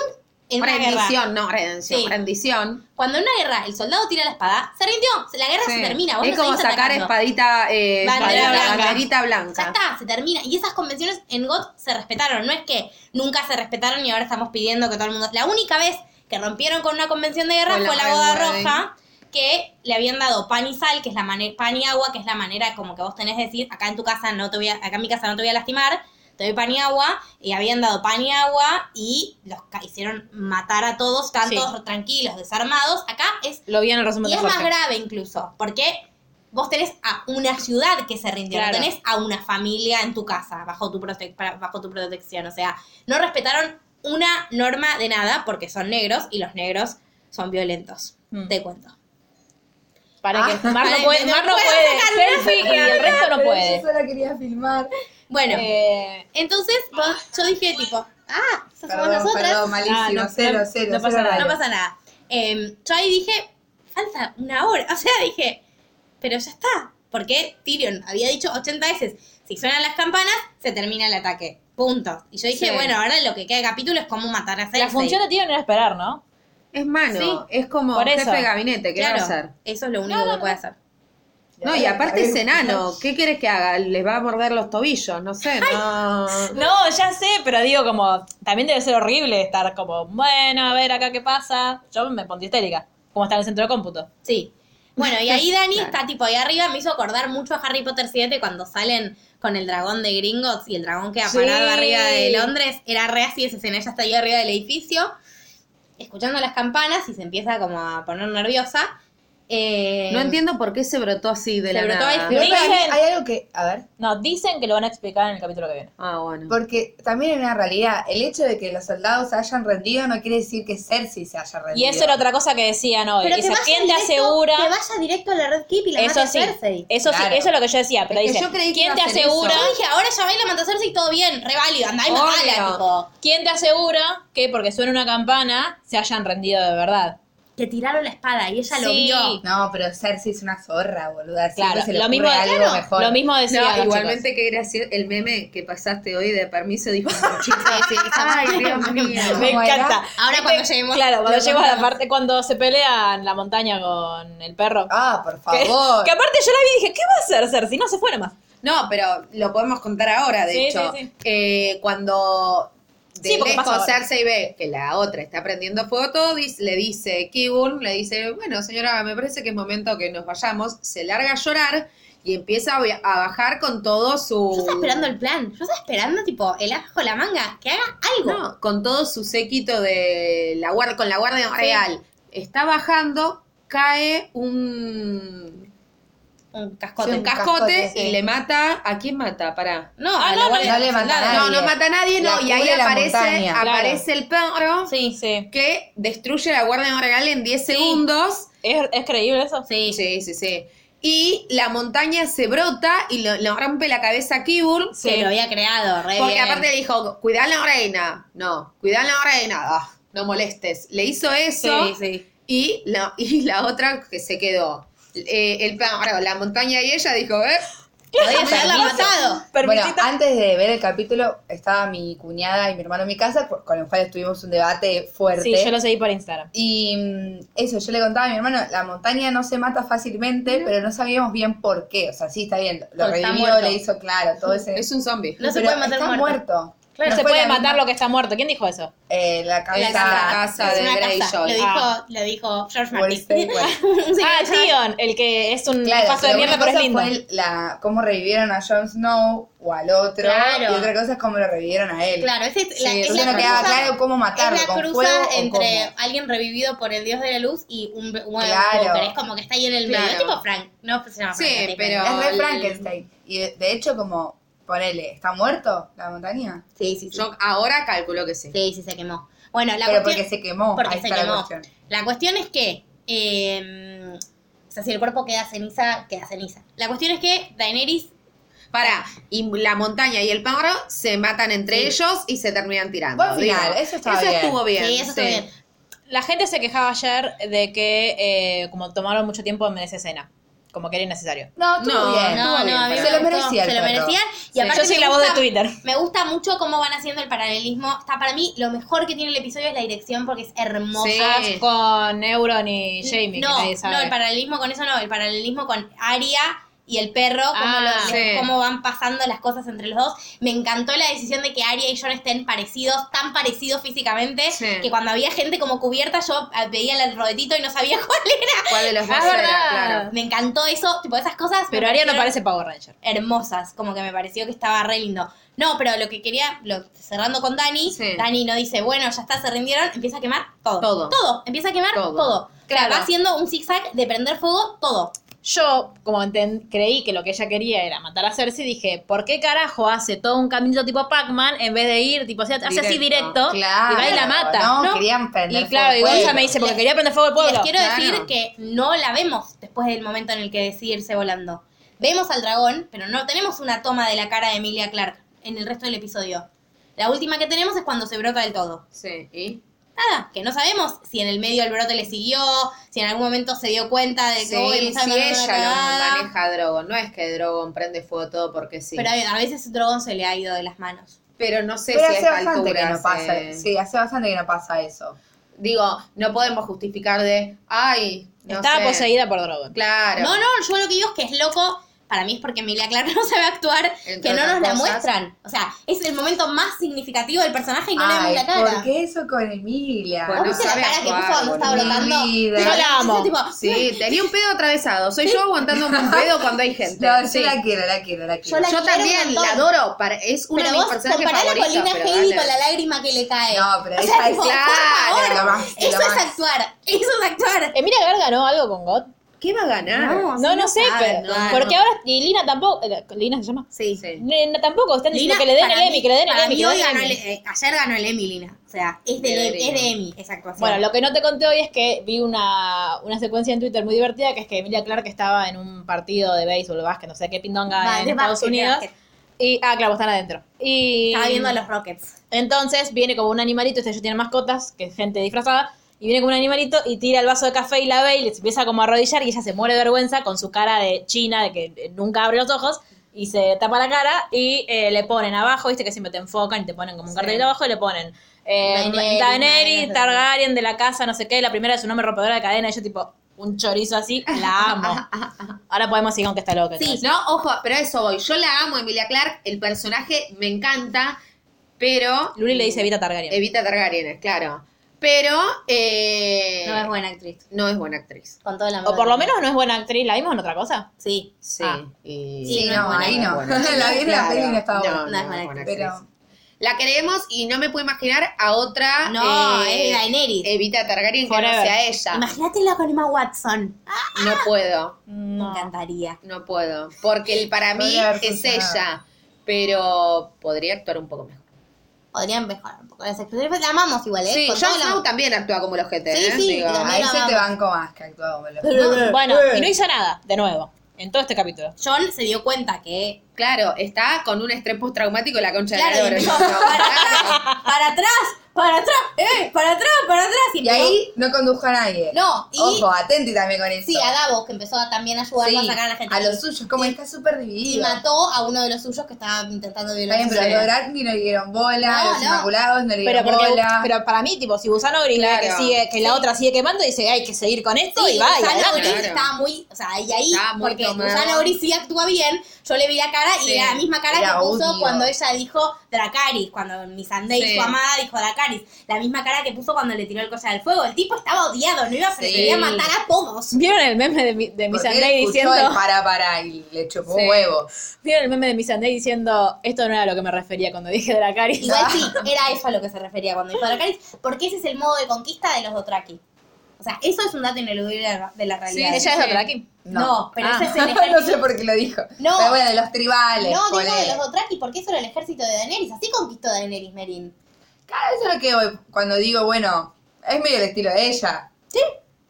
S2: en una guerra,
S3: Rendición, no, redención.
S2: Sí.
S3: Rendición.
S2: cuando en una guerra el soldado tira la espada, se rindió, se- la guerra
S3: Sí.
S2: se termina, vos
S3: es
S2: no
S3: como
S2: seguís
S3: sacar
S2: atacando.
S3: espadita, eh,
S2: Bandera
S3: espadita-
S2: blanca.
S3: banderita
S2: Ya
S3: blanca.
S2: está, se termina. Y esas convenciones en GOT se respetaron. No es que nunca se respetaron y ahora estamos pidiendo que todo el mundo. La única vez que rompieron con una convención de guerra
S3: Fue la
S2: fue la boda
S3: Red Wedding.
S2: roja, que le habían dado pan y sal, que es la manera, pan y agua, que es la manera como que vos tenés de decir, acá en tu casa no te voy a, acá en mi casa no te voy a lastimar, te doy pan y agua, y habían dado pan y agua y los ca- hicieron matar a todos, están
S1: Sí.
S2: todos tranquilos, desarmados. Acá es
S1: Lo vi en el resumen
S2: y
S1: de
S2: es más
S1: Jorge.
S2: grave incluso, porque vos tenés a una ciudad que se rindió,
S1: Claro.
S2: no tenés a una familia en tu casa bajo tu, prote- para- bajo tu protección. O sea, no respetaron una norma de nada porque son negros y los negros son violentos.
S1: Mm.
S2: Te cuento.
S1: Para que Mar no
S2: Ay,
S1: Ah, puede,
S2: no
S1: Mar no
S2: puedo
S1: puede,
S2: sacar
S1: selfie y el resto no
S4: Pero
S1: puede. [LAUGHS]
S4: Yo solo quería filmar.
S2: Bueno,
S1: Eh,
S2: entonces vos- yo dije tipo, ah, esas somos
S4: Perdón,
S2: nosotras.
S4: perdón, malísimo.
S1: Ah, no,
S4: cero,
S1: no-
S4: cero.
S1: no pasa
S4: cero
S1: nada.
S2: No
S4: rayos.
S2: pasa nada. Eh, yo ahí dije, falta una hora. [LAUGHS] O sea, dije, pero ya está. Porque Tyrion había dicho 80 veces, si suenan las campanas, se termina el ataque. Punto. Y yo dije,
S3: Sí.
S2: bueno, ahora lo que queda de capítulo es cómo matar a Cersei.
S1: la función de tío no era esperar, ¿no?
S3: Es mano.
S2: Sí.
S3: Es como
S1: Por eso.
S3: jefe de gabinete. ¿Qué va
S2: claro,
S3: a hacer?
S2: Eso es lo único que puede hacer.
S3: No, y aparte es enano. ¿Qué quieres que haga? ¿Les va a morder los tobillos? No sé. No.
S1: No, ya sé, pero digo como, también debe ser horrible estar como, bueno, a ver acá qué pasa. Yo me pondría histérica, como está en el centro de cómputo.
S2: Sí. Bueno, y ahí Dani está tipo ahí arriba, me hizo acordar mucho a Harry Potter 7 cuando salen con el dragón de Gringotts y el dragón queda
S1: Sí.
S2: parado arriba de Londres. Era re así esa escena, ella está ahí arriba del edificio, escuchando las campanas y se empieza como a poner nerviosa. Eh,
S3: No entiendo por qué se brotó así de
S2: Se
S3: la
S2: brotó
S3: nada.
S2: ahí.
S4: Pero
S1: Dicen-
S4: hay, hay algo que, a ver,
S1: No, dicen que lo van a explicar en el capítulo que viene.
S3: Ah, bueno.
S4: porque también en una realidad, el hecho de que los soldados se hayan rendido no quiere decir que Cersei se haya rendido.
S1: Y eso era otra cosa que decían hoy.
S2: pero que
S1: Dice,
S2: vaya
S1: ¿quién te
S2: directo-
S1: asegura?
S2: Que vaya directo a la Red Keep y la mate
S1: Eso
S2: a
S1: sí,
S2: Cersei.
S1: eso
S4: Claro.
S1: sí, eso es lo que yo decía, pero
S3: Es que
S1: dice,
S3: yo creí que
S1: ¿quién
S3: iba
S1: te
S3: a hacer eso.
S1: asegura?
S2: Yo dije, ahora ya va y la mata a Cersei, todo bien, re válido, andá y
S3: Obvio.
S2: matala, tipo.
S1: ¿Quién te asegura que porque suena una campana se hayan rendido de verdad?
S2: Que tiraron la espada y ella lo
S1: Sí.
S2: vio.
S4: No, pero Cersei es una zorra, boluda. Siempre
S1: Claro,
S4: pues se le
S1: lo
S4: ocurre
S1: mismo,
S4: algo
S1: claro,
S4: mejor.
S1: lo mismo decía.
S3: No,
S1: los
S3: igualmente que gracioso el meme que pasaste hoy de permiso dijo Ay, Dios mío.
S1: chicos. Me
S4: ¿Cómo era?
S1: encanta.
S2: Ahora cuando lleguemos.
S1: Claro, cuando
S2: lo
S1: llego a la
S2: contamos.
S1: parte cuando se pelea en la montaña con el perro.
S4: Ah, por
S1: que,
S4: favor.
S1: que aparte yo la vi y dije, ¿qué va a hacer Cersei? No se fuera más.
S3: No, pero lo podemos contar ahora, de
S1: Sí,
S3: hecho.
S1: sí, sí.
S3: Eh, cuando de
S1: Sí, porque
S3: lejos
S1: pasa ahora.
S3: Cersei ve que la otra está prendiendo fuego todo, dice- le dice Kibun, le dice, bueno, señora, me parece que es momento que nos vayamos. Se larga a llorar y empieza a, via- a bajar con todo su...
S2: Yo estaba esperando el plan. Yo estaba esperando, tipo, el as bajo la manga, que haga algo.
S3: No, con todo su séquito de la guardia, con la guardia real. Está bajando, cae un,
S2: Un
S4: Sí,
S2: cascote.
S4: un
S3: un
S4: ca-
S3: cascote,
S4: cascote, sí.
S3: y le mata... ¿A quién mata? Pará.
S2: No,
S1: Ah,
S2: a
S1: no,
S2: la guardia.
S4: no le mata a
S3: No,
S4: nadie.
S3: no mata a nadie,
S4: La
S3: no. Y ahí
S4: cubre la
S3: aparece,
S4: montaña.
S3: aparece el perro
S1: Sí, sí.
S3: que destruye la Guardia Real en 10 segundos.
S1: ¿Es, es creíble eso?
S3: Sí, sí, sí. Y la montaña se brota y lo- le rompe la cabeza a Kibur.
S2: Que lo había creado, re
S3: Porque
S2: bien.
S3: aparte le dijo, cuidá la reina. No, cuidá la reina. Ah, no molestes. Le hizo eso.
S2: Sí, sí.
S3: Y la, y la otra que se quedó. Eh, el perro, la montaña y ella dijo, eh,
S2: Podías haberla matado.
S4: Bueno,
S1: Permisita.
S4: antes de ver el capítulo, estaba mi cuñada y mi hermano en mi casa, por- con los cuales tuvimos un debate fuerte.
S1: sí, yo lo seguí por Instagram.
S4: Y mm, eso, yo le contaba a mi hermano, la montaña no se mata fácilmente, pero no sabíamos bien por qué. O sea, sí, está bien, lo
S2: Porque está
S4: revivió,
S2: muerto.
S4: le hizo claro,
S1: [LAUGHS]
S4: todo ese...
S3: es un zombie.
S2: No se
S4: Pero
S2: puede matar
S4: está
S2: muerto.
S1: Claro,
S4: No
S1: se
S4: fue
S1: puede
S4: la
S1: matar
S4: misma-
S1: lo que está muerto. ¿Quién dijo eso?
S4: eh, la cabeza...
S3: La casa
S2: Es
S3: de
S2: una casa.
S3: Greyjoy.
S2: Lo
S1: Ah.
S2: dijo, lo dijo George Martin.
S4: Wednesday, bueno.
S2: Sí,
S1: ah,
S2: George-
S1: Tion, el que es un
S4: Claro,
S1: paso de
S4: pero una
S1: mierda, pero es
S4: cosa
S1: lindo.
S4: fue el- la, cómo revivieron a Jon Snow o al otro,
S2: Claro.
S4: y otra cosa es cómo lo revivieron a
S2: [LAUGHS]
S4: él.
S2: Claro, ese es, la,
S4: Sí,
S2: es
S4: entonces
S2: la
S4: no quedaba
S2: cruza-
S4: claro cómo matarlo,
S2: Es la
S4: con
S2: cruza
S4: fuego o
S2: entre
S4: cómo.
S2: alguien revivido por el dios de la luz y un, un
S4: Claro.
S2: Walker. Es como que está ahí en el medio.
S3: Claro.
S2: Tipo Frank. No, pues se llama
S3: Sí,
S2: Frank. la película.
S3: pero-
S4: Es re
S3: el-
S4: Frankenstein. Y eh, de, de hecho, como, ponele, ¿está muerto la montaña?
S2: Sí, sí, sí.
S3: Yo ahora calculo que sí.
S2: Sí, sí, se quemó. Bueno, la
S4: pero
S2: cuestión...
S4: porque se quemó.
S2: porque
S4: ahí
S2: se
S4: está
S2: quemó.
S4: la cuestión.
S2: La cuestión es que, eh, o sea, si el cuerpo queda ceniza, queda ceniza. La cuestión es que Daenerys,
S3: Para, y la montaña y el pájaro se matan entre ellos y se terminan tirando.
S4: Buen final,
S3: Digo,
S4: eso estaba bien.
S3: estuvo bien.
S2: sí, eso está
S3: sí.
S2: bien.
S1: La gente se quejaba ayer de que eh, como tomaron mucho tiempo en esa escena, como que era innecesario.
S4: No, Ah, estuvo
S3: No,
S4: bien.
S2: No,
S3: estuvo bien,
S2: no, a mí
S3: pero-
S2: me
S4: Se lo
S2: gustó,
S4: merecía el
S2: Se lo
S4: perro.
S2: merecían. Y aparte
S1: Yo soy
S2: me
S1: la voz de
S2: gusta-
S1: Twitter.
S2: Me gusta mucho cómo van haciendo el paralelismo. Está para mí lo mejor que tiene el episodio es la dirección porque es hermosa.
S3: Sí.
S1: Ah, Con Euron y Jamie,
S2: no,
S1: que nadie sabe.
S2: no, el paralelismo con eso no, el paralelismo con Aria y el perro, cómo,
S1: Ah,
S2: lo-
S3: sí.
S2: cómo van pasando las cosas entre los dos. Me encantó la decisión de que Aria y John estén parecidos, tan parecidos físicamente,
S3: Sí.
S2: que cuando había gente como cubierta yo eh, veía el rodetito y no sabía cuál era.
S3: ¿Cuál de los dos
S1: Ah,
S3: era?
S1: verdad.
S3: Claro.
S2: Me encantó eso, tipo esas cosas. me
S1: Pero Aria no
S2: parecieron
S1: parece Power Ranger.
S2: hermosas, como que me pareció que estaba re lindo. No, pero lo que quería, lo- cerrando con Dani,
S3: Sí.
S2: Dani no dice, bueno, ya está, se rindieron, empieza a quemar todo.
S3: Todo.
S2: empieza a quemar todo.
S3: Todo.
S2: Claro.
S3: Claro.
S2: va haciendo un zigzag de prender fuego todo.
S1: Yo, como enten- creí que lo que ella quería era matar a Cersei, dije, ¿por qué carajo hace todo un caminito tipo Pac-Man en vez de ir, tipo, hace hace así directo
S3: Directo.
S4: Claro.
S1: y va y la mata?
S4: No,
S1: ¿no?
S4: querían prender
S1: Y claro,
S4: fuego
S1: y Gonza
S4: pueblo.
S1: me dice, porque quería prender fuego al
S2: Y les
S1: pueblo.
S2: quiero
S3: claro.
S2: decir que no la vemos después del momento en el que decide irse volando. Vemos al dragón, pero no tenemos una toma de la cara de Emilia Clark en el resto del episodio. La última que tenemos es cuando se brota del todo.
S3: Sí, ¿y?
S2: Nada, que no sabemos si en el medio el brote le siguió, si en algún momento se dio cuenta de que
S3: Sí,
S2: "Uy, me
S3: sí,
S2: está mandando una cagada".
S3: ella lo maneja a Drogon. No es que Drogon prende fuego todo porque sí.
S2: Pero
S3: Pero,
S2: a a veces Drogon se le ha ido de las manos.
S3: no sé
S4: Pero
S3: si a
S4: hace
S3: esta
S4: bastante
S3: altura
S4: que no pasa.
S3: se-
S4: Sí, hace bastante que no pasa eso.
S3: Digo, no podemos justificar de, ay, no
S1: Estaba
S3: sé.
S1: poseída por Drogon.
S3: Claro.
S2: No, no, yo lo que digo es que es loco. Para mí es porque Emilia Clarke [LAUGHS] no sabe actuar,
S3: Entre
S2: que no
S3: otras
S2: nos la
S3: cosas.
S2: muestran. O sea, es el momento más significativo del personaje y no le vemos
S4: Ay,
S2: la cara.
S4: ¿por qué eso con Emilia?
S2: ¿Vos
S3: Bueno,
S2: viste la
S3: Pues sabe
S2: cara que
S3: actuar,
S2: puso cuando estaba
S4: boluda.
S2: brotando?
S4: Yo
S2: Tipo,
S1: la amo.
S2: ese tipo,
S3: Sí, tenía un pedo atravesado. Soy yo aguantando
S4: [LAUGHS]
S3: un pedo cuando hay gente.
S4: No, yo
S3: Sí.
S4: la quiero, la quiero, la quiero.
S2: Yo la
S3: Yo
S2: quiero un
S3: también la
S2: montón.
S3: adoro. para- es una
S2: pero
S3: de mis
S2: vos
S3: personajes
S2: comparala
S3: favoritos.
S2: con Linda
S3: pero
S2: Heidi
S3: dale.
S2: con la lágrima que le cae.
S4: No, pero
S2: O
S4: ella
S2: sea,
S4: es
S2: tipo, por
S3: claro,
S2: favor,
S4: lo más- lo
S2: Eso es
S4: más.
S2: actuar, eso es actuar.
S1: Emilia Clarke ganó algo con God.
S3: ¿Qué va a ganar?
S1: No, no sé,
S2: saben,
S1: pero-
S2: no,
S1: porque
S2: no.
S1: ahora. Y Lina tampoco. eh, ¿Lina se llama?
S2: Sí.
S1: Lina tampoco, están diciendo
S2: Lina,
S1: que le den
S2: para
S1: el Emmy,
S2: mí-
S1: que le den el
S2: para
S1: Emmy.
S2: mí
S1: que le
S2: hoy
S1: den el
S2: ganó
S1: Emmy.
S2: el- eh, ayer ganó el Emmy, Lina. O sea, es del- es de,
S3: Debería.
S2: Emmy esa actuación.
S1: Bueno, lo que no te conté hoy es que vi una, una secuencia en Twitter muy divertida, que es que Emilia Clarke estaba en un partido de béisbol, básquet, no sé qué pindonga
S2: Va,
S1: en
S2: de
S1: Estados
S2: básquet, de
S1: Unidos.
S2: básquet.
S1: Y, ah, claro, están adentro. Y
S2: Estaba viendo a los Rockets.
S1: entonces viene como un animalito, este yo tiene mascotas, que es gente disfrazada, y viene como un animalito y tira el vaso de café y la ve y les empieza como a arrodillar y ella se muere de vergüenza con su cara de china, de que eh, nunca abre los ojos, y se tapa la cara y eh, le ponen abajo, viste que siempre te enfocan y te ponen como un cartelito abajo y le ponen eh,
S2: Daenerys,
S1: Daenerys
S2: Daenerys,
S1: Targaryen de la casa, no sé qué, la primera es un nombre rompedora de cadena, y yo tipo, un chorizo así, la
S3: [LAUGHS]
S1: amo. Ahora podemos seguir aunque está loca.
S3: Sí,
S1: entonces.
S3: no, ojo, pero a eso voy. Yo la amo, Emilia Clark, el personaje me encanta, pero.
S1: Luli le dice Evita Targaryen.
S3: Evita Targaryen, claro. Pero. eh,
S2: No es buena actriz.
S3: no es buena actriz.
S2: Con todo el amor
S1: o por
S2: del
S1: lo
S2: mundo.
S1: menos no es buena actriz, la vimos en otra cosa.
S2: Sí.
S3: Sí.
S1: Ah.
S3: y-
S2: Sí,
S4: Sí,
S2: no es
S4: no,
S2: buena,
S4: ahí no. [LAUGHS]
S3: buena.
S4: La vi en la
S3: Claro.
S4: peli y no estaba
S3: No,
S4: buena.
S3: no,
S2: No es
S3: es
S2: buena
S3: buena
S4: Pero
S3: actriz. La queremos y no me puedo imaginar a otra.
S2: No,
S3: eh,
S2: es Daenerys.
S3: Evita Targaryen que
S1: Forever.
S3: no sea ella.
S2: Imagínatela con Emma Watson. Ah,
S3: No puedo,
S2: Me encantaría.
S3: no puedo. Porque el- para mí
S4: Podría haber
S3: es
S4: funcionado.
S3: ella. Pero podría actuar un poco mejor.
S2: Podrían mejorar un poco las actrices. La amamos igual, ¿eh?
S3: Sí,
S2: Con
S3: Jon
S2: todo el
S3: Snow
S2: amor.
S3: también actúa como los GT.
S2: Sí,
S3: ¿eh?
S2: sí,
S3: Digo,
S2: lo
S4: ahí
S2: no,
S4: se
S2: no,
S4: te
S2: no.
S4: banco más que actuó, boludo.
S1: No, bueno,
S4: eh.
S1: y no hizo nada, de nuevo, en todo este capítulo.
S2: Jon se dio cuenta que...
S3: Claro, está con un estrés postraumático en la concha
S2: Claro, y
S3: de
S2: empezó
S3: la lora.
S2: para atrás, para atrás, para atrás, eh, para atrás, para atrás. Y,
S4: Y
S2: empezó-
S4: ahí no condujo a nadie.
S2: No, y...
S4: Ojo, atenti también con eso.
S2: Sí, a Davos, que empezó a también ayudar a
S4: Sí,
S2: sacar a la gente.
S4: a los suyos, como está súper
S2: Y
S4: dividido.
S2: mató a uno de los suyos que estaba intentando
S4: Está
S2: violar.
S4: bien, pero los Bradley no le dieron bola,
S2: No,
S4: los
S2: no.
S4: Inmaculados no le
S1: Pero,
S4: dieron
S1: porque,
S4: bola.
S1: pero para mí, tipo, si Gusano Gris ve
S3: Claro.
S1: que, sigue, que la otra sigue quemando, dice, hay que seguir con esto
S2: Sí,
S1: y va. y
S2: Gusano
S1: adelante.
S2: Gris
S3: Claro.
S2: estaba muy, o sea, y ahí,
S3: Estaba muy
S2: porque
S3: tomado.
S2: Gusano Gris sí actúa bien, yo le vi la cara y
S3: Sí,
S2: era la misma cara
S4: era
S2: que puso
S4: odio.
S2: cuando ella dijo Dracaris, cuando Missandei,
S3: Sí.
S2: su amada, dijo Dracaris, la misma cara que puso cuando le tiró el collar al fuego, el tipo estaba odiado, no iba a preferir matar a todos.
S1: ¿Vieron el meme de, mi- de Miss
S4: Porque él
S1: Sunday
S4: escuchó
S1: diciendo,
S4: el para para y le chupó
S3: Sí.
S4: huevo.
S1: ¿Vieron el meme de Miss Sunday diciendo, esto no era lo que me refería cuando dije Dracarys?
S2: Igual sí, era eso a lo que se refería cuando dijo Dracaris, porque ese es el modo de conquista de los Dothraki. O sea, eso es un dato ineludible de la- de la realidad.
S1: ¿Ella es Dothraki?
S2: No, pero
S1: Ah.
S2: ese es el
S4: [LAUGHS] no
S2: ejército
S4: sé por qué lo dijo.
S2: No.
S4: Pero bueno, de los tribales.
S2: No, digo
S4: ponele.
S2: de los Dothraki porque eso era el ejército de Daenerys. Así conquistó Daenerys Merin.
S4: Claro, eso es lo que voy. Cuando digo, bueno, es medio el estilo de ella.
S2: Sí.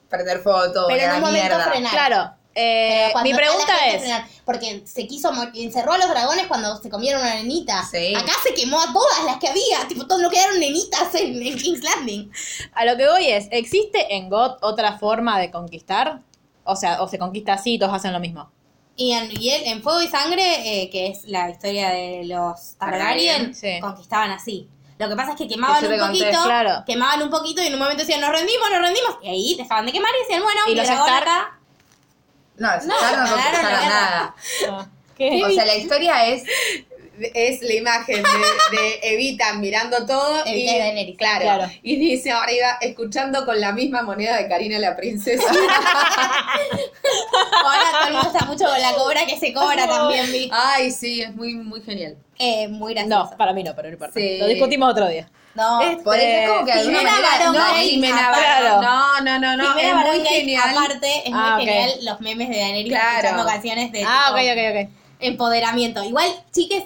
S4: Perder fuego todo,
S2: Pero en
S4: a
S2: un
S4: la
S2: momento
S4: mierda.
S1: [LAUGHS]
S2: frenar.
S1: Claro. eh,
S2: Pero cuando
S1: mi
S2: está la
S1: pregunta
S2: gente
S1: es,
S2: frenar, porque se quiso mor- encerró a los dragones cuando se comieron una nenita.
S4: Sí.
S2: Acá se quemó a todas las que había. Tipo, todos no quedaron nenitas en, en King's Landing.
S1: a lo que voy es, ¿existe en God otra forma de conquistar? O sea, o se conquista así y todos hacen lo mismo.
S2: Y en, y él- en Fuego y Sangre, eh, que es la historia de los Targaryen,
S1: Targaryen, sí.
S2: conquistaban así. Lo que pasa es que quemaban
S4: Eso
S2: un
S4: te conté,
S2: poquito,
S1: claro.
S2: quemaban un poquito y en un momento decían, nos rendimos, nos rendimos. Y ahí dejaban de quemar y decían, bueno,
S1: Y
S2: mi
S1: los
S2: dragón
S1: Stark-
S2: acá.
S4: No, los
S2: No,
S4: Stark
S2: ganaron
S4: no,
S2: la
S4: conquistaron
S2: guerra.
S4: nada.
S1: Ah, ¿Qué?
S4: O sea, la historia es
S3: Es la imagen de, de Evita mirando todo
S2: Evita
S3: y
S2: y Daenerys.
S3: Claro,
S1: Claro.
S3: Y dice arriba, escuchando con la misma moneda de Karina la princesa.
S2: Ahora todo el mundo está mucho con la cobra que se
S1: [LAUGHS]
S2: cobra también, vi.
S3: Ay, sí, es muy, muy genial.
S2: Eh, muy
S1: No,
S2: gracioso.
S1: para mí no, pero no importa.
S3: Sí.
S1: Lo discutimos otro día.
S2: No.
S1: Este-
S4: Por eso es como que de alguna
S2: Jimena
S4: manera-
S2: Barón
S4: no,
S2: Gay,
S4: Jimena
S2: aparte-
S1: Barón. Claro.
S3: No, no, no, no.
S2: Jimena
S3: es
S2: Barón
S3: muy
S2: Gay,
S3: genial.
S2: aparte, es muy
S1: Ah, ok.
S2: genial los memes de Daenerys
S3: Claro.
S2: escuchando canciones de
S1: Ah, ok,
S2: tipo,
S1: ok, ok.
S2: empoderamiento. Igual, chiques,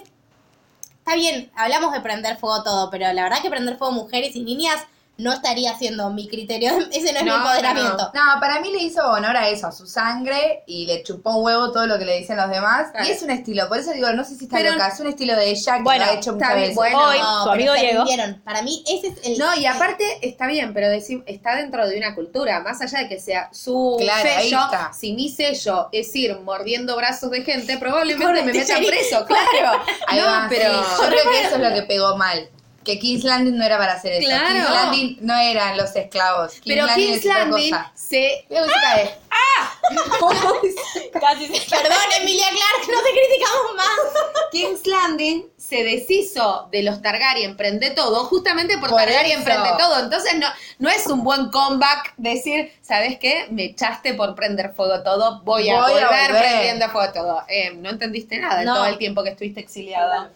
S2: está bien, hablamos de prender fuego todo, pero la verdad que prender fuego mujeres y niñas no estaría siendo mi criterio. [LAUGHS] Ese no es mi
S3: No,
S2: empoderamiento.
S4: No, para mí le hizo honor a eso, a su sangre, y le chupó un huevo todo lo que le dicen los demás.
S3: Claro.
S4: Y es un estilo, por eso digo, no sé si está
S3: Pero-
S4: loca, es un estilo de ella que
S1: Bueno,
S4: lo ha hecho
S3: está
S4: muchas
S3: bien,
S4: veces.
S3: bueno.
S1: Hoy,
S2: No,
S1: tu
S2: pero
S1: amigo
S2: se
S1: Diego.
S2: rindieron. Para mí, ese es el.
S3: No, y aparte está bien, pero decir, está dentro de una cultura, más allá de que sea su
S4: Claro, ahí
S3: sello,
S4: está.
S3: si mi sello es ir mordiendo brazos de gente, probablemente
S2: Corre,
S4: [LAUGHS]
S3: me metan
S2: sí.
S3: preso, claro.
S4: Ahí
S3: no,
S4: va,
S3: pero
S4: sí. Yo creo que eso es lo que pegó mal. Que King's Landing no era para hacer eso.
S3: Claro.
S4: King's Landing no eran los esclavos. King's
S3: pero
S4: Landing
S3: King's
S4: es otra
S3: Landing
S4: cosa. [LAUGHS]
S3: se
S4: Mira cómo se cae.
S1: Casi se
S2: [LAUGHS] Perdón, Emilia Clark, no te criticamos más.
S3: King's Landing se deshizo de los Targaryen prende todo, justamente por,
S4: Por
S3: Targaryen
S4: eso.
S3: prende todo. Entonces no, no es un buen comeback decir, ¿sabes qué? Me echaste por prender fuego todo, voy a
S4: Voy a
S3: volver,
S4: volver".
S3: prendiendo fuego todo. Eh, no entendiste nada en
S2: No.
S3: todo el tiempo que estuviste exiliada.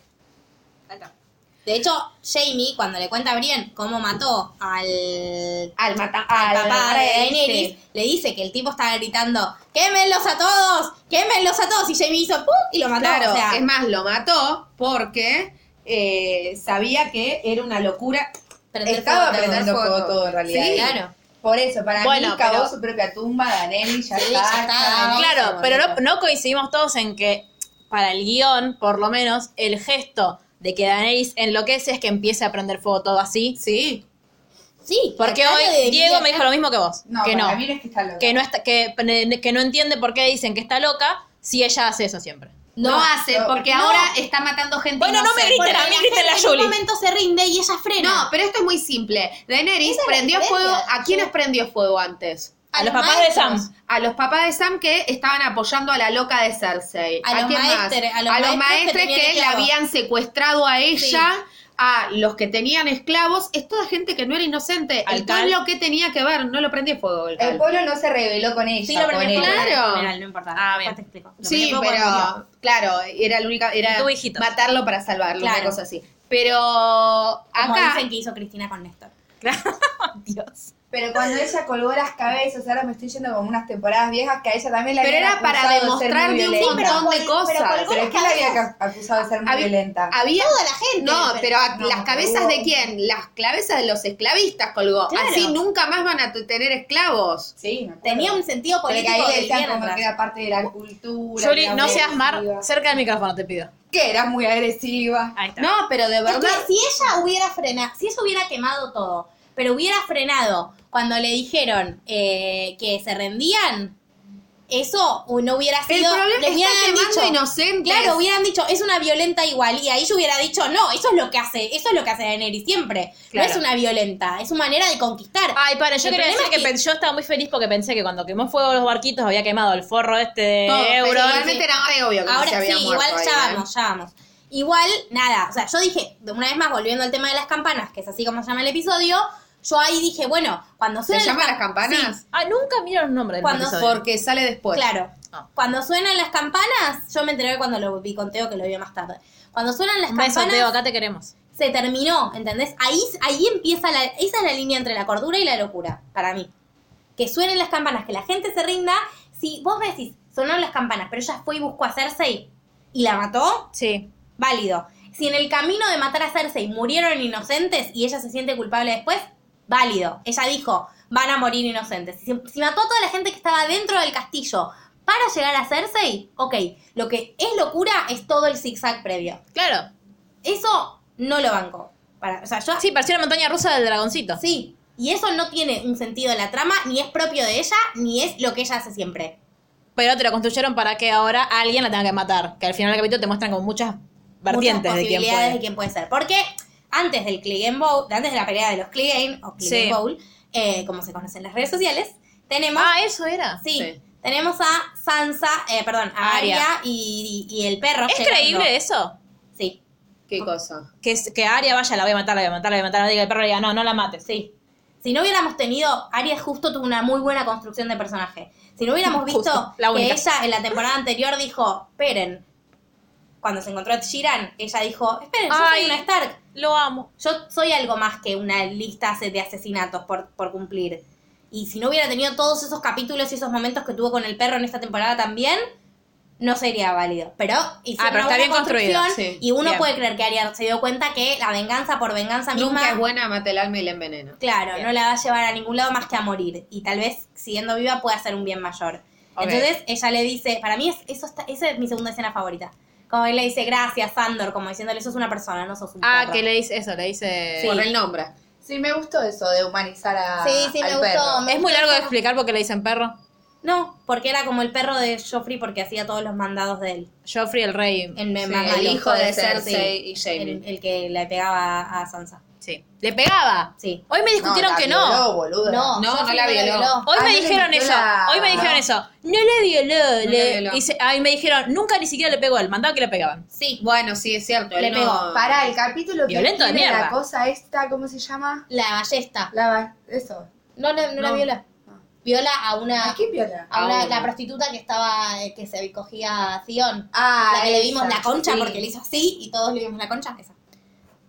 S2: De hecho, Jamie, cuando le cuenta a Brienne cómo mató al,
S3: Al mata-
S2: al
S3: al-
S2: papá de
S3: al-
S2: Daenerys,
S3: sí.
S2: le dice que el tipo estaba gritando, ¡quémenlos a todos! ¡Quémenlos a todos! Y Jamie hizo ¡pum! y lo mató.
S3: Claro,
S2: o sea,
S3: es más, lo mató porque eh, sabía que era una locura.
S2: prender fuego a
S4: Estaba
S2: todos.
S4: aprendiendo
S3: fuego.
S4: fuego todo en realidad.
S2: Sí, claro.
S4: Por eso, para
S1: Bueno,
S4: mí cavó
S1: pero-
S4: su propia tumba, Danelli, ya
S2: Sí,
S4: está.
S2: ya está,
S4: chao.
S2: Danelli.
S1: Claro, pero no, no coincidimos todos en que, para el guión, por lo menos, el gesto de que Daenerys enloquece es que empiece a prender fuego todo así.
S3: Sí.
S2: Sí,
S1: Porque
S2: acá lo
S1: hoy
S2: de
S1: Diego
S2: Lidia-
S1: me dijo lo mismo que vos.
S4: No,
S1: que
S4: para
S1: no.
S4: mí no es que está loca.
S1: Que no, está, que, que no entiende por qué dicen que está loca si ella hace eso siempre.
S5: No,
S4: No,
S5: hace,
S4: no.
S5: porque
S4: No.
S5: ahora está matando gente.
S1: Bueno, no me
S5: inocente.
S1: griten
S2: Porque
S1: a mí, griten
S2: gente
S1: a
S2: En un
S1: Julie.
S2: momento se rinde y ella frena.
S3: No, pero esto es muy simple.
S2: Esa
S3: Daenerys
S2: es la
S3: prendió
S2: diferencia.
S3: fuego. ¿A quiénes prendió fuego antes?
S1: A los papás de
S2: maestros.
S1: Sam.
S3: A los papás de Sam que estaban apoyando a la loca de Cersei.
S2: A los
S3: quién más?
S2: maestres- a los maestres que
S3: maestres
S2: tenían
S3: que, la
S2: esclavos.
S3: habían secuestrado a ella, a los que tenían esclavos. Es toda gente que no era inocente.
S1: Al
S3: el
S1: Cal.
S3: pueblo que tenía que ver, no lo prendió fuego el
S4: El
S3: Cal.
S4: pueblo no se reveló con ella.
S2: Sí, lo
S4: con
S2: prendió
S4: él.
S2: fuego.
S3: Claro.
S2: General, no importa.
S3: Ah, bien.
S2: Después te explico. Lo
S3: Sí,
S2: prendió fuego porque-
S3: pero claro, era la única, era
S1: Tuvo hijitos.
S3: matarlo para salvarlo,
S2: Claro.
S3: una cosa así. Pero
S2: Como
S3: acá
S2: dicen que hizo Cristina con Néstor.
S1: Dios.
S4: Pero cuando ella colgó las cabezas, ahora me estoy yendo como unas temporadas viejas que a ella también la
S3: Pero
S4: habían
S3: era para
S4: acusado de ser
S3: demostrar
S4: muy
S3: de un
S4: violenta.
S3: montón de
S4: Pero colgó-
S3: cosas.
S4: Pero,
S2: Pero
S4: ¿quién la había ca- acusado de ser muy
S3: Había-
S4: violenta?
S3: había
S2: Toda la gente.
S3: No,
S2: pero-
S3: pero a-
S4: no,
S3: las
S4: pero
S3: cabezas
S4: hubo-
S3: de quién? Las cabezas de los esclavistas colgó.
S2: Claro.
S3: Así nunca más van a t- tener esclavos.
S4: Sí, me acuerdo.
S2: Tenía un sentido
S4: Porque
S2: político
S4: ahí
S2: que
S4: le decían
S2: vivían
S4: como que
S2: atrás.
S4: era parte de la cultura. que
S1: Julie,
S4: era
S1: no
S4: muy
S1: seas Mar,
S4: agresiva.
S1: cerca del micrófono te pido.
S4: Que era muy agresiva.
S1: Ahí está.
S3: No, pero de
S2: Es que
S3: verdad.
S2: si ella hubiera frenado, si ella hubiera quemado todo, pero hubiera frenado cuando le dijeron eh, que se rendían, eso no hubiera
S3: El
S2: sido.
S3: problema
S2: le
S3: es que
S2: hubieran
S3: está quemando
S2: dicho-
S3: inocentes.
S2: Claro, hubieran dicho, es una violenta igual, y ahí yo hubiera dicho, no, eso es lo que hace, eso es lo que hace Daenerys siempre.
S1: Claro.
S2: No es una violenta, es su manera de conquistar.
S1: Ay, para, yo
S2: El
S1: quería decir
S2: problema
S1: que,
S2: es que-
S1: pen- yo estaba muy feliz porque pensé que cuando quemó fuego los barquitos había quemado el forro este de
S3: Todo, pero
S1: euros.
S3: igualmente era re obvio que no se
S2: Ahora sí,
S3: había muerto
S2: igual
S3: ahí,
S2: ya
S3: ¿eh?
S2: vamos, ya vamos. Igual, nada, o sea, yo dije, de una vez más, volviendo al tema de las campanas, que es así como se llama el episodio, yo ahí dije, bueno, cuando
S3: ¿Se
S2: suenan
S3: llaman las
S2: cam-
S3: campanas?
S2: Sí,
S1: Ah, nunca miro los nombres del
S2: Cuando
S1: episodio.
S3: Porque sale después.
S2: claro.
S1: Ah.
S2: Cuando suenan las campanas, yo me enteré cuando lo vi con Teo, que lo vio más tarde. Cuando suenan las
S1: Un beso,
S2: campanas,
S1: Teo, acá te queremos.
S2: se terminó, ¿entendés? Ahí, ahí empieza la, esa es la línea entre la cordura y la locura, para mí. Que suenen las campanas, que la gente se rinda. Si vos me decís, sonaron las campanas, pero ella fue y buscó a Cersei y la mató,
S1: Sí.
S2: válido. Si en el camino de matar a Cersei murieron inocentes y ella se siente culpable después, válido. Ella dijo, van a morir inocentes. Si, si mató a toda la gente que estaba dentro del castillo para llegar a Cersei, ok. Lo que es locura es todo el zigzag previo.
S1: Claro.
S2: Eso no lo banco. Para, o sea, yo
S1: Sí, parecía una montaña rusa del dragoncito.
S2: Sí, y eso no tiene un sentido en la trama, ni es propio de ella, ni es lo que ella hace siempre.
S1: Pero te lo construyeron para que ahora alguien la tenga que matar. Que al final del capítulo te muestran como muchas vertientes
S2: Muchas
S1: de quién
S2: posibilidades
S1: puede.
S2: de quién puede ser. Porque antes del Clegane Bowl, antes de la pelea de los Clegane o Clegane
S1: Sí.
S2: Bowl, eh, como se conocen en las redes sociales, tenemos
S1: Ah, eso era.
S2: sí,
S3: sí.
S2: tenemos a Sansa, eh, perdón, a
S1: Arya.
S2: Arya y, y- y el perro.
S1: ¿Es
S2: llegando.
S1: creíble ¿eh? eso?
S2: Sí.
S3: ¿Qué cosa?
S1: Que, es- que Aria vaya, la voy a matar, la voy a matar, la voy a matar. Y el perro le diga, no, no la mates. Sí.
S2: Si no hubiéramos tenido, Aria justo tuvo una muy buena construcción de personaje. Si no hubiéramos visto
S1: Justo, la
S2: que
S1: única.
S2: ella en la temporada anterior dijo, esperen, cuando se encontró a Shiran, ella dijo, esperen, yo
S1: Ay.
S2: soy una Stark.
S1: Lo amo.
S2: Yo soy algo más que una lista ase- de asesinatos por, por cumplir. Y si no hubiera tenido todos esos capítulos y esos momentos que tuvo con el perro en esta temporada también, no sería válido. Pero, hicieron
S1: Ah, pero está
S2: una buena
S1: bien construido,
S2: construcción
S3: sí.
S2: Y uno
S1: Bien.
S2: puede creer que Aria se dio cuenta que la venganza por venganza misma...
S3: Nunca es buena, mate el alma y la envenena.
S2: Claro,
S1: Bien.
S2: no la va a llevar a ningún lado más que a morir. Y tal vez, siguiendo viva, pueda hacer un bien mayor.
S1: Ok.
S2: Entonces, ella le dice, para mí es, eso está- esa es mi segunda escena favorita. Como él le dice, gracias, Sandor, como diciéndole, sos una persona, no sos un
S1: Ah,
S2: perro".
S1: que le dice eso, le dice...
S3: Por el nombre.
S4: Sí, me gustó eso de humanizar a,
S2: Sí, sí, me
S4: al
S2: gustó.
S4: perro.
S2: me
S1: Es muy largo de
S2: gustó.
S1: explicar porque le dicen perro.
S2: No, porque era como el perro de Joffrey porque hacía todos los mandados de él.
S1: Joffrey el rey.
S2: En
S3: Sí,
S2: Mad Men,
S3: el hijo de
S2: Cersei,
S3: Cersei y Jaime.
S2: El, el que le pegaba a Sansa.
S1: Sí. Le pegaba.
S2: Sí.
S1: Hoy me discutieron
S4: la
S1: que no.
S4: violó, boluda.
S2: No,
S3: no
S2: Joffrey
S3: la
S2: no
S3: violó.
S1: Hoy
S4: Ah,
S1: me
S4: no le
S1: dijeron
S4: metió
S1: eso.
S4: la-
S1: Hoy me dijeron
S4: No.
S1: eso. No le violó.
S3: No
S1: le-
S3: le violó.
S1: y se- ah, y me dijeron, nunca ni siquiera le pegó él. Mandaba que le pegaban.
S2: Sí,
S3: Bueno, sí, es cierto. él
S2: Le
S3: no-
S2: pegó.
S4: Para el capítulo que
S1: Violento de
S4: tiene
S1: mierda.
S4: la cosa esta, ¿cómo se llama?
S2: la ballesta.
S4: La va- eso.
S2: No, la- no, la
S4: No.
S2: viola. Viola a una...
S4: ¿A qué viola?
S2: A una- la
S3: Ah, bueno.
S2: prostituta que estaba, eh, que se cogía a Sion.
S4: Ah,
S2: la que le
S4: esa,
S2: vimos la concha
S4: sí.
S2: porque le hizo así y todos le vimos la concha. Esa.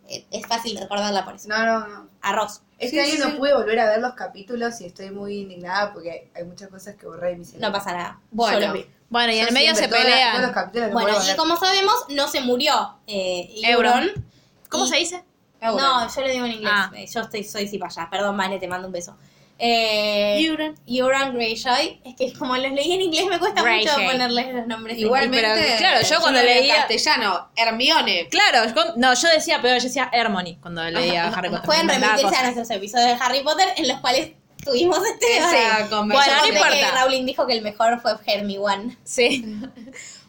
S2: eh, es fácil recordarla por eso.
S4: No, no, no.
S2: Arroz.
S4: Este
S3: Sí,
S4: año
S3: sí,
S4: no
S3: sí.
S4: pude volver a ver los capítulos y estoy muy indignada porque hay muchas cosas que borré de mi
S2: No
S4: celular.
S2: pasa nada.
S3: Bueno.
S2: Yo lo vi.
S1: Bueno, y en
S4: Yo
S1: el medio se
S4: siempre todas las- todos los
S1: pelean.
S4: capítulos los
S2: Bueno,
S4: vuelvo a
S2: y
S4: ver. [LAUGHS]
S2: como sabemos, no se murió eh,
S1: Euron.
S2: Euron.
S1: ¿Cómo
S2: Y-
S1: se dice?
S2: No, yo lo digo en inglés.
S1: Ah.
S2: Eh, Yo estoy, soy cipaya. Perdón, Vale, te mando un beso. Eh, Euron. Euron Greyjoy. Es que como los leí en inglés me cuesta
S1: Greyjoy.
S2: mucho ponerles los nombres. en
S3: Igualmente,
S2: inglés.
S1: claro, yo cuando
S3: lo leo en
S1: leía-
S3: castellano, Hermione.
S1: Claro, yo- no, yo decía peor, yo decía Hermione cuando leía a Harry Potter.
S2: Pueden
S1: Me inventaba
S2: remitirse a
S1: cosas.
S2: nuestros episodios de Harry Potter en los cuales tuvimos este.
S3: Esa
S1: Bueno, no
S3: conversación.
S2: Yo sé que
S1: importa.
S2: Rowling dijo que el mejor fue Hermione.
S1: Sí.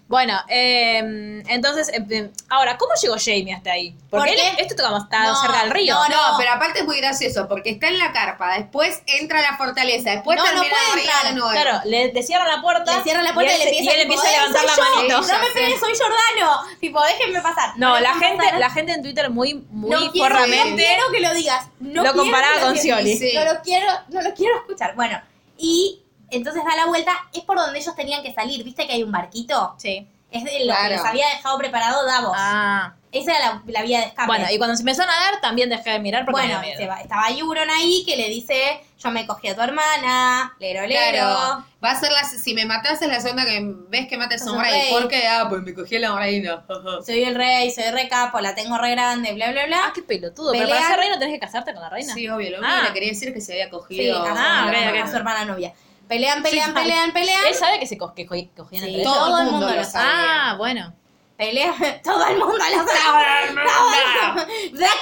S1: Bueno, eh, entonces, eh, ahora, ¿cómo llegó Jamie hasta ahí?
S2: ¿Por
S1: Porque
S2: qué?
S1: él- esto como está
S2: No,
S1: cerca del río.
S2: no,
S3: No, pero aparte es muy gracioso porque está en la carpa, después entra a la fortaleza, después
S2: No, no
S3: termina
S2: puede
S3: arriba
S2: entrar,
S3: de nuevo.
S1: Claro, le, le cierran la puerta.
S2: Le cierran la puerta y,
S1: él
S2: le
S1: se-
S2: empieza,
S1: él
S2: tipo,
S1: empieza a
S2: "Eh,
S1: levantar la
S2: soy yo,
S1: manito.
S2: No me peguen, soy Jordano. Tipo, déjenme pasar.
S1: No, la
S2: déjenme pasar.
S1: gente, la gente en Twitter muy, muy
S2: no quiero, no
S1: porramente.
S2: quiero que lo digas.
S1: Lo
S2: No quiero
S1: comparaba
S2: que lo
S1: con
S2: digas.
S1: Scioli.
S3: Sí.
S2: No lo quiero, no lo quiero escuchar. Bueno, y entonces da la vuelta, es por donde ellos tenían que salir. ¿Viste que hay un barquito?
S1: Sí.
S2: Es de lo que
S3: Claro.
S2: les había dejado preparado Davos.
S1: Ah.
S2: Esa era la, la vía de escape.
S1: Bueno, y cuando se empezó a nadar también dejé de mirar porque
S2: Ah, Bueno,
S1: me dio
S2: se
S1: miedo.
S2: va- estaba Euron ahí que le dice, yo me cogí a tu hermana, lero, lero.
S3: Claro. Va a ser la, si me matas es la segunda que ves que mates a
S2: Es
S3: un
S2: un
S3: rey.
S2: rey.
S3: ¿Por qué? Ah, pues me cogí a la reina.
S2: Soy el rey, soy re capo, la tengo re grande, bla, bla, bla.
S1: Ah, qué pelotudo. Pero
S2: Pelean.
S1: para ser reina tenés que casarte con la reina.
S3: sí, obvio. Lo único
S1: Ah.
S3: que quería decir es que se había cogido.
S2: Sí, a, su-
S1: Ah,
S2: a
S1: ok,
S2: su-
S1: ok.
S2: a su hermana novia. Pelean, pelean,
S1: Sí,
S2: pelean, pelean.
S1: Él sabe que se co- que co- cogían
S2: Sí,
S1: entre ellos.
S3: todo el mundo lo
S2: sabe.
S1: Ah, bueno.
S2: Pelea, [LAUGHS] todo el mundo lo sabe. Todo el mundo.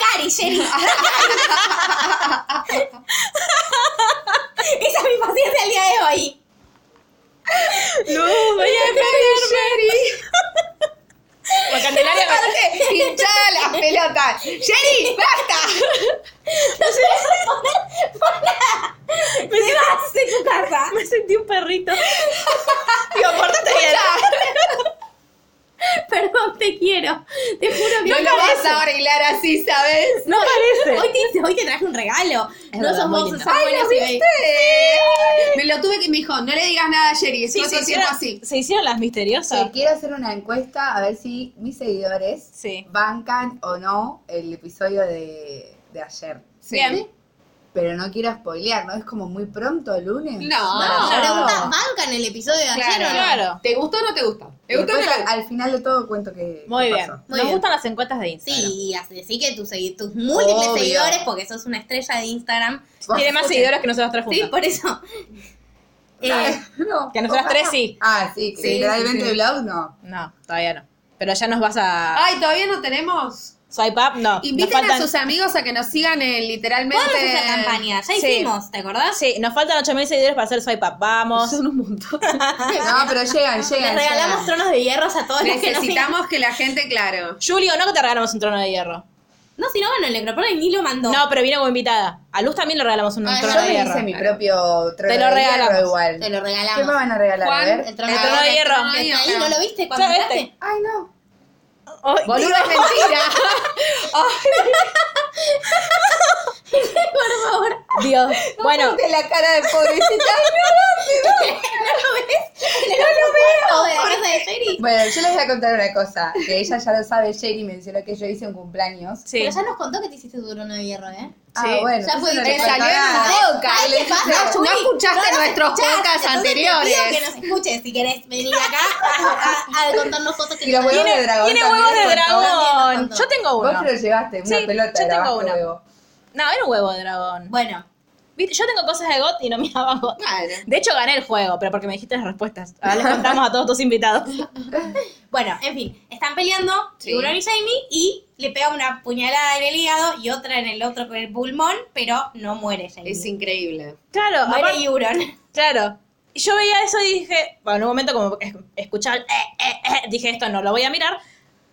S2: Dracarys, [LAUGHS] Jenny. Dracarys. Esa es mi paciencia el día de hoy.
S1: No, voy a
S2: [LAUGHS]
S1: Porque Candelaria me-
S3: Hinchada las pelotas. ¡Jenny, basta!
S2: No se va a responder por nada. Te vas de tu casa.
S1: me sentí un perrito. Digo, pórtate bien.
S2: [LAUGHS] Perdón, te quiero. Te juro que
S3: No lo vas a arreglar así, ¿sabes?
S2: No parece. [LAUGHS] Hoy te, hoy te traje un regalo. no
S1: verdad,
S2: sos
S1: muy
S2: vos,
S1: lindo.
S2: sos buenos y bellos.
S3: Me lo tuve que me dijo, no le digas nada a Jerry, es
S1: Sí,
S3: todo
S1: se
S3: el tiempo
S1: hicieron,
S3: así.
S1: se hicieron las misteriosas.
S4: Che, quiero hacer una encuesta a ver si mis seguidores
S1: Sí.
S4: bancan o no el episodio de, de ayer.
S3: Sí.
S1: Bien.
S4: Pero no quiero spoilear, ¿no? Es como muy pronto el lunes.
S3: No,
S2: No,
S1: no.
S2: pregunta, banca en el episodio de ayer o no?
S1: claro.
S3: ¿Te gustó o no te gustó? ¿Te gustó o no
S4: Después,
S3: te gustó?
S4: al final de todo cuento que
S1: Muy
S4: qué
S1: bien.
S4: pasó.
S2: Muy
S1: Nos
S2: bien.
S1: gustan las encuestas de Instagram.
S2: Sí, así así que tus, segui- tus múltiples
S4: Obvio.
S2: seguidores, porque sos una estrella de Instagram.
S1: Tiene más seguidores que nosotros tres
S2: Sí,
S1: juntas.
S2: por eso. Eh,
S4: [LAUGHS] No.
S1: que a nosotras tres sí.
S4: Ah, sí, que
S2: Sí,
S4: literalmente
S2: sí, sí.
S1: [LAUGHS]
S4: blog no.
S1: No, todavía no. Pero ya nos vas a.
S3: Ay, ¿todavía no tenemos?
S1: Swipe up, no. nos
S3: Inviten
S1: faltan...
S3: a sus amigos a que nos sigan eh, literalmente.
S2: Podemos hacer campaña, ya
S1: Sí.
S2: hicimos, ¿te acordás?
S1: Sí, nos faltan 8.000 seguidores para hacer swipe up. Vamos.
S3: Son un montón.
S4: No, pero llegan,
S2: Les
S4: llegan.
S2: regalamos
S4: llegan.
S2: tronos de hierros a todos los que nos sigan.
S3: Necesitamos que la gente, claro.
S1: Julio, no que te regalamos un trono de hierro.
S2: No, si no ganó el Necropoli ni lo mandó.
S1: No, pero vino como invitada. A Luz también le regalamos un
S2: Ah,
S1: trono
S4: Yo
S1: de
S4: me
S1: hierro.
S4: hice mi propio trono
S1: Te lo
S4: de
S1: regalamos.
S4: hierro igual.
S2: Te lo
S4: ¿Qué me
S2: regalamos.
S4: van a regalar? A
S3: Juan,
S4: ver.
S2: trono
S1: El trono de hierro.
S2: que está ahí,
S3: Ahí
S2: ¿no lo viste cuando
S1: Ya, este.
S2: entraste?
S1: [LAUGHS]
S4: Ay, no.
S1: Ay,
S3: Boludo, es
S4: [LAUGHS]
S3: mentira.
S1: Dios. [LAUGHS] Bueno,
S4: De la cara de pobrecita.
S2: [LAUGHS] Todo de la casa de Sherry.
S4: Bueno, yo les voy a contar una cosa, que ella ya lo sabe, Sherry mencionó que yo hice un cumpleaños.
S1: sí.
S2: Pero ya nos contó que te hiciste tu trono de hierro, ¿eh?
S4: Ah, bueno.
S2: Ya fue
S4: entonces no
S2: dicho,
S4: le
S2: salió en
S4: cuento nada.
S2: la Ay, ¿qué pasa,
S3: No, no
S2: Juli?
S3: escuchaste
S2: No nos
S3: nuestros
S2: escuchaste,
S3: podcasts
S2: entonces te pido
S3: anteriores.
S2: que nos escuches si querés venir acá a, a- a contarnos cosas que
S4: Y los
S2: no
S4: huevos
S2: sabías.
S4: de dragón.
S1: Tiene
S4: también
S1: huevos de
S4: le contó.
S1: dragón.
S2: contó.
S1: Yo tengo
S4: Vos
S1: uno.
S4: te lo llevaste, una
S1: Sí,
S4: pelota.
S1: yo tengo
S4: grabaste
S1: una.
S4: huevo.
S1: No, era un huevo de dragón.
S2: Bueno,
S1: Viste, Yo tengo cosas de GOT y no miraba GOT.
S3: Claro.
S1: De hecho, gané el juego, pero porque me dijiste las respuestas. Ahora les contamos a todos tus invitados.
S2: bueno, en fin, están peleando
S3: Sí.
S2: Euron y Jamie y le pega una puñalada en el hígado y otra en el otro con el pulmón, pero no muere Jamie.
S3: Es increíble.
S1: Claro, aparte-
S2: muere Euron.
S1: Claro. Y yo veía eso y dije, bueno, en un momento como es- escuchaba, el eh, eh, eh, dije esto no lo voy a mirar.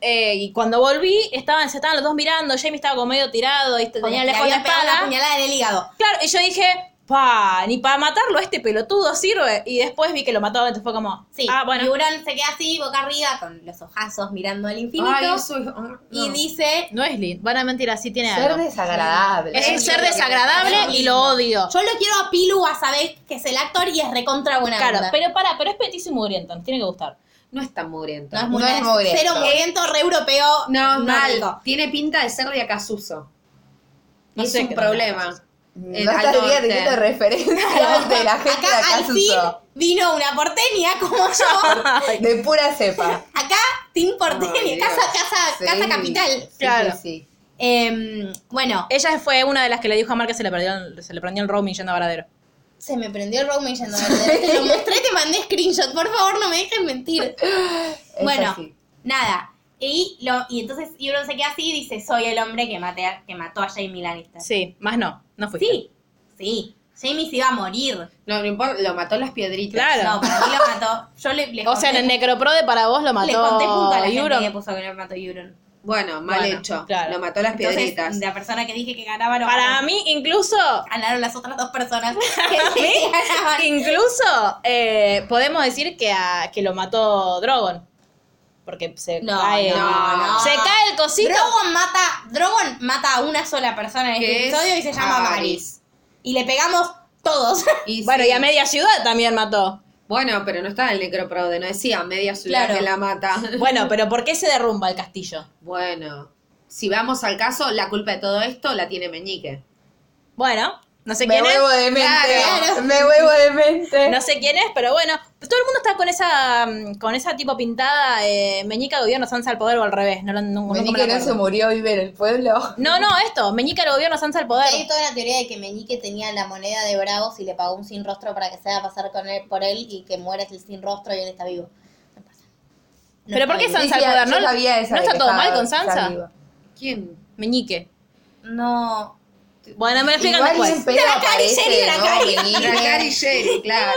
S1: Eh, y cuando volví, estaban, se estaban los dos mirando, Jamie estaba como medio tirado y
S2: Porque
S1: tenía
S2: le
S1: lejos la
S2: había pegado una
S1: espada.
S2: puñalada en el hígado.
S1: Claro, y yo dije, pa, ni para matarlo este pelotudo sirve. Y después vi que lo mató, entonces fue como,
S2: Sí,
S1: ah, bueno.
S2: y Euron se queda así, boca arriba, con los ojazos mirando al infinito
S3: Ay, eso es- ah,
S2: y
S3: no.
S2: dice...
S1: No es lindo, van a mentir así, tiene
S4: Ser
S1: algo.
S4: desagradable.
S1: Es un ser desagradable y lo odio.
S2: Yo lo quiero a Pilu a saber que es el actor y es recontra buena
S1: Claro,
S2: onda".
S1: pero para, pero es petísimo Grienton, tiene que gustar.
S3: no es tan mugriento.
S2: No es muy
S4: No es mugriento.
S2: Cero mugriento, re europeo.
S3: No, es mal.
S2: nórdico.
S3: Tiene pinta de ser de Acasuso.
S1: No
S3: es
S1: sé
S3: un
S1: qué
S3: problema. El-
S4: no
S3: al
S4: estaría
S3: norte.
S4: teniendo referencias de la gente de
S2: Acá al fin
S4: Acasuso.
S2: vino una porteña como yo.
S4: De pura cepa.
S2: Acá, Team Porteña,
S3: Ay,
S2: casa,
S3: Dios.
S2: casa,
S4: Sí,
S2: casa capital.
S4: sí,
S1: Claro.
S4: sí,
S2: Em, bueno,
S1: Ella fue una de las que le dijo a Mar que se le, perdió, se le prendió el roaming yendo a Varadero.
S2: se me prendió el roaming yendo a ver. Te lo mostré, te mandé screenshot. Por favor, no me dejen mentir.
S4: sí. Es
S2: Bueno,
S4: así.
S2: nada. Y, lo, y entonces y uno se queda así y dice, soy el hombre que, maté a- que mató a Jamie Lannister.
S1: Sí, más no, no fuiste.
S2: Sí, sí. Jamie se iba a morir.
S3: No, no importa, lo mató las piedritas.
S1: Claro.
S2: No, para mí lo mató. Yo le,
S1: [LAUGHS]
S2: les
S1: O sea, en
S2: conté-
S1: el Necroprode para vos lo mató.
S2: les conté junto a la
S1: Euron.
S2: gente que puso que lo mató Euron.
S3: Bueno, mal
S1: Bueno,
S3: hecho.
S1: claro.
S3: Lo mató las
S2: Entonces,
S3: piedritas.
S2: la persona que dije que ganaba no
S1: Para
S2: ganó.
S1: mí,
S2: [LAUGHS]
S1: incluso,
S2: ganaron las otras dos
S1: [LAUGHS]
S2: personas
S1: Para
S2: [LAUGHS] que
S1: mí,
S2: que ganaban.
S1: incluso eh, podemos decir que, a- que lo mató Drogon. Porque se
S2: No,
S1: cae.
S2: no, no.
S1: Se cae el cosito.
S2: Drogon mata, Drogon mata a una sola persona en
S3: Que
S2: este
S3: es
S2: episodio y se llama
S3: Varys.
S2: Varys. Y le pegamos
S1: [LAUGHS]
S2: todos.
S1: bueno,
S3: sí.
S1: y a media ciudad también
S2: [LAUGHS]
S1: mató.
S3: Bueno, pero no estaba en el necroprode, no decía media ciudad
S2: Claro.
S3: que la mata. [LAUGHS]
S1: Bueno, pero ¿por qué se derrumba el castillo?
S3: Bueno, si vamos al caso, la culpa de todo esto la tiene Meñique.
S1: Bueno, no sé
S4: Me
S1: quién es.
S4: huevo de mente.
S2: Claro.
S4: Me huevo de mente.
S1: No sé quién es, pero bueno, todo el mundo está con esa mm, con esa tipo pintada eh, meñica gobierno Sansa al poder o al revés. No, lo- no, nunca me
S4: Meñique no
S1: acuerdo.
S4: se murió, vive en el pueblo.
S1: no, no, esto, meñica al gobierno Sansa al poder.
S2: Hay toda la teoría de que Meñique tenía la moneda de Bravos y le pagó un sin rostro para que se haga pasar con él, por él y que muera el sin rostro y él está vivo. No pasa. No
S1: pero ¿por qué
S2: está
S1: Sansa
S4: Sí, sí,
S1: al poder?
S4: yo
S1: ¿No,
S4: sabía esa
S1: no
S4: de
S1: está
S4: que
S1: todo
S4: estaba-
S1: mal con Sansa?
S4: está viva.
S3: ¿Quién?
S1: Meñique.
S2: vivo. No.
S1: Bueno, me lo explican
S4: Igual
S1: después.
S4: ni en pedo
S2: Dracari,
S4: aparece
S2: Sherry
S4: de
S2: Dracari.
S4: nuevo Meñique.
S3: Dracari Sherry, claro.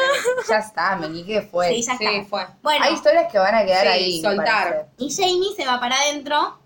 S4: Ya está, Meñique fue.
S2: Sí, ya está.
S3: Sí, fue.
S2: Bueno,
S4: Hay historias que van a quedar
S3: Sí,
S4: ahí. me
S3: soltar.
S4: parece.
S2: y Jamie se va para adentro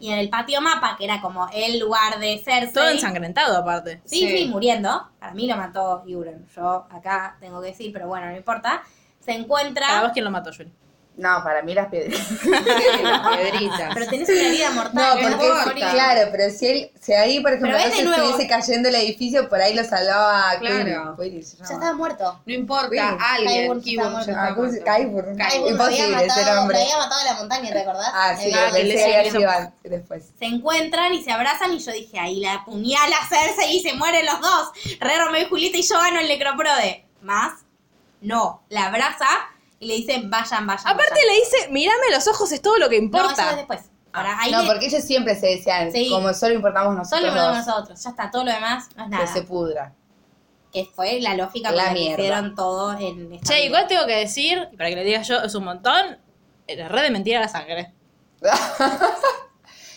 S2: y en el patio mapa, que era como el lugar de Cersei.
S1: Todo ensangrentado aparte.
S2: Sí, sí,
S3: Sí.
S2: muriendo. Para mí lo mató Euron. Yo acá tengo que decir, pero bueno, no importa. Se
S1: Para vos
S2: encuentra.
S1: quién lo mató, Juli.
S4: No, para mí las piedras.
S3: Las
S2: [LAUGHS]
S3: piedritas.
S2: Pero tenés una herida
S4: No,
S2: mortal.
S4: porque
S2: podés
S4: es-
S2: morir.
S4: claro, pero si él, si ahí, por ejemplo,
S2: Pero
S4: no
S2: es
S4: se
S2: de nuevo.
S4: estuviese cayendo el edificio, por ahí lo salvaba Queen.
S3: Claro.
S4: Queen, se
S2: Ya
S4: llama.
S2: estaba muerto.
S3: No importa,
S4: Sí.
S3: alguien.
S2: Qyburn
S3: Qyburn
S2: está
S3: ya
S4: Ah,
S3: está
S4: ¿cómo se-
S3: muerto.
S4: Qyburn.
S2: Ay,
S3: Qyburn.
S2: lo había
S4: Imposible ese
S2: matado-
S4: nombre.
S2: Lo había matado en la montaña, ¿recordás?
S4: Ah, sí,
S2: El-
S1: Ah, que
S4: pensé
S1: le
S4: que
S1: sigue,
S4: así
S1: hizo-
S4: iban después.
S2: Se encuentran y se abrazan y yo dije, ahí la puñala Cersei y se mueren los dos. Re Romeo y Julieta y yo gano el necroprode. Más, no. La abraza y le dice, vayan, vayan.
S1: Aparte
S2: vayan.
S1: le dice, mirame los ojos, es todo lo que
S2: No, eso
S1: importa.
S2: es después. Ahora, ahí
S4: No,
S2: le-
S4: porque ellos siempre se decían,
S2: Sí.
S4: como solo importamos nosotros.
S2: solo lo damos
S4: dos,
S2: nosotros. Ya está, todo lo demás no es nada.
S4: Que se pudra.
S2: que fue la lógica
S4: La
S2: con la que
S4: mierda.
S2: hicieron todo en esta
S1: Che,
S2: vida.
S1: igual tengo que decir, y para que le diga yo, es un montón, la red de mentira a la sangre.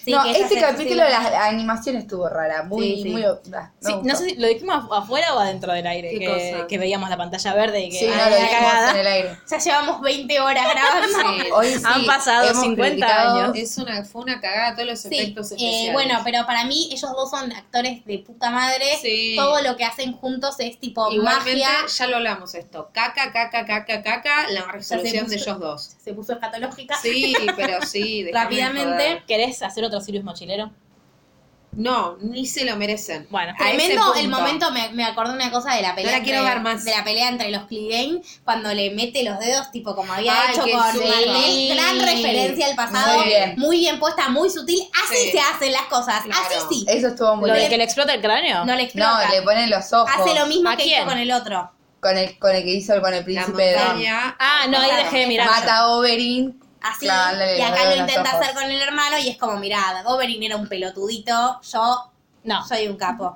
S2: Sí,
S4: no,
S2: que ella
S4: este
S2: se-
S4: capítulo,
S2: sí.
S4: la, la animación estuvo rara. Muy,
S2: Sí, sí.
S4: muy. ah, me
S1: Sí, no
S4: gustó.
S1: sé si lo dijimos afu- afuera o adentro del aire,
S3: ¿Qué
S1: que,
S3: cosa?
S1: que veíamos la pantalla verde y que
S4: Sí, no,
S1: ay,
S4: lo
S1: la cagada.
S4: dijimos en el aire.
S2: Ya llevamos 20 horas [LAUGHS] grabando.
S3: Sí.
S4: Hoy sí,
S1: Han pasado
S4: hemos
S1: 50
S4: criticado-
S1: años.
S3: Es una, fue una cagada todos [LAUGHS] los
S2: Sí,
S3: efectos
S2: eh,
S3: especiales.
S2: bueno, pero para mí ellos dos son actores de puta madre.
S3: Sí.
S2: Todo lo que hacen juntos es tipo
S3: Igualmente,
S2: magia.
S3: ya lo hablamos esto. Caca, caca, caca, caca, la resolución de
S2: puso-
S3: ellos dos.
S2: Se puso escatológica.
S3: Sí, pero
S2: [LAUGHS]
S3: sí. déjame
S2: Rápidamente.
S3: joder.
S1: ¿Querés hacer otro Sirius mochilero?
S3: No, ni se lo merecen.
S1: Bueno.
S3: A ese
S2: Tremendo el
S3: punto.
S2: momento, me, me acordé una cosa de la pelea.
S3: No la quiero
S2: entre-
S3: ver más.
S2: De la pelea entre los Clegane, cuando le mete los dedos, tipo como había
S3: Ay,
S2: hecho
S3: qué
S2: con
S3: susto.
S2: Marlene. Gran referencia al pasado.
S3: Muy bien.
S2: Muy bien puesta, muy sutil. Así
S3: Sí.
S2: se hacen las cosas.
S3: Claro. Eh,
S2: Así sí.
S4: Eso estuvo muy
S1: ¿Lo de
S4: bien.
S1: que le explota el cráneo?
S2: Pues No le
S4: No,
S2: explota.
S4: le ponen los ojos.
S2: Hace lo mismo
S1: ¿A
S2: que
S1: quién?
S2: hizo con el otro.
S4: Con el, con el que hizo con el
S3: La
S4: príncipe de Don.
S3: montaña.
S1: Ah, no, ahí
S2: Claro.
S1: dejé de mirar.
S4: Mata a Oberyn.
S2: Así.
S4: clavándole
S2: y
S4: los
S2: acá
S4: dedos
S2: lo
S4: en los
S2: intenta
S4: ojos.
S2: hacer con el hermano y es como, mirá, Goberin era un pelotudito. Yo
S1: No.
S2: soy un capo.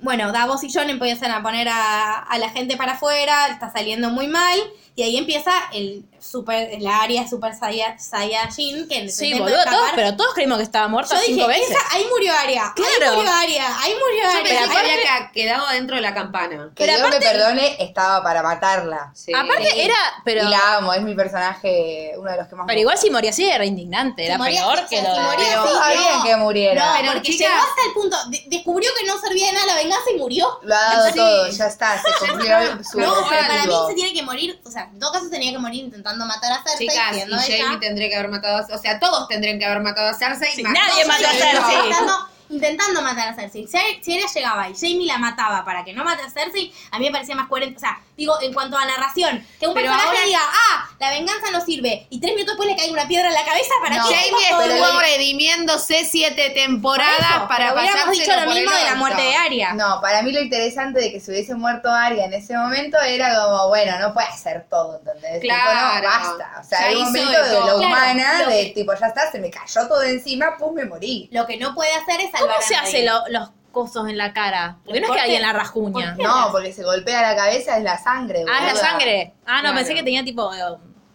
S2: Bueno, Davos y John empiezan a poner a, a la gente para afuera, está saliendo muy mal, y ahí empieza el super, la área super Saiya- Saiyajin, que se
S1: Sí,
S2: intenta
S1: boludo, todos,
S2: escapar.
S1: pero todos creímos que estaba muerta
S2: Yo dije,
S1: cinco veces.
S2: "Esa- ahí murió Aria, ahí
S1: Claro.
S2: murió Aria, ahí murió
S3: Yo
S2: Aria.
S3: pensé que había ca- quedado dentro de la campana.
S4: Que
S1: Pero
S4: Dios me
S1: aparte-
S4: perdone, estaba para matarla. Ah,
S3: Sí.
S1: Aparte era, pero
S4: Y la amo, es mi personaje, uno de los que más
S1: pero
S4: me
S1: igual si moría así era indignante,
S2: Si
S1: era
S2: moría
S1: peor
S2: así,
S1: que lo
S2: si
S1: de-
S2: moría
S4: Pero
S2: así,
S4: está bien
S2: no.
S4: que muriera.
S2: No,
S3: Pero,
S2: porque
S3: chicas-
S2: llegó hasta el punto, de- descubrió que no servía de nada la venganza y murió.
S4: Lo ha dado
S3: Sí.
S4: todo, ya está,
S2: [LAUGHS]
S4: se cumplió su
S2: No, pero para mí
S4: objetivo.
S2: se tiene que morir, o sea, en todo caso tenía que morir intentando matar a Cersei,
S3: Chicas, y
S2: siendo
S3: Jamie
S2: ella-
S3: tendría que haber matado a O sea, todos tendrían que haber matado a Cersei.
S1: Sí,
S3: más-
S1: nadie
S3: no,
S1: mató a
S3: sí,
S1: Cersei.
S3: no.
S2: Intentando, intentando matar a Cersei. Si, si ella llegaba y Jamie la mataba para que no mate a Cersei, a mí me parecía más coherente. O sea, digo, en cuanto a narración, que un
S3: Pero
S2: personaje
S3: ahora-
S2: diga, ah, la venganza no sirve. Y tres minutos después le cae una piedra en la cabeza para
S3: No,
S2: que
S3: Jamie
S2: todo el-
S3: estuvo redimiéndose siete temporadas
S2: Por eso,
S3: para
S2: pero
S3: pasar
S2: hubiéramos dicho lo mismo de la muerte de Aria.
S4: No, para mí lo interesante de que se hubiese muerto Aria en ese momento era como, bueno, no puede hacer todo, ¿entendés? Tipo,
S3: Claro.
S4: no, basta. O sea,
S3: Ya
S4: hay
S3: hizo
S4: un momento
S3: de
S4: de, la
S3: todo.
S4: humana,
S2: Claro, lo
S4: de
S2: que-
S4: tipo, ya está, se me cayó todo encima, pum, me morí.
S2: Lo que no puede hacer es salvar
S5: ¿Cómo
S2: a
S5: se hace
S2: nadie.
S5: lo- los cosos en la cara? Porque no es
S2: Corte-
S5: que alguien la rajuña.
S4: No, porque se golpea la cabeza, es la sangre,
S5: Ah, es la
S4: boluda.
S5: sangre. Ah, no,
S3: Claro.
S5: pensé que tenía tipo eh,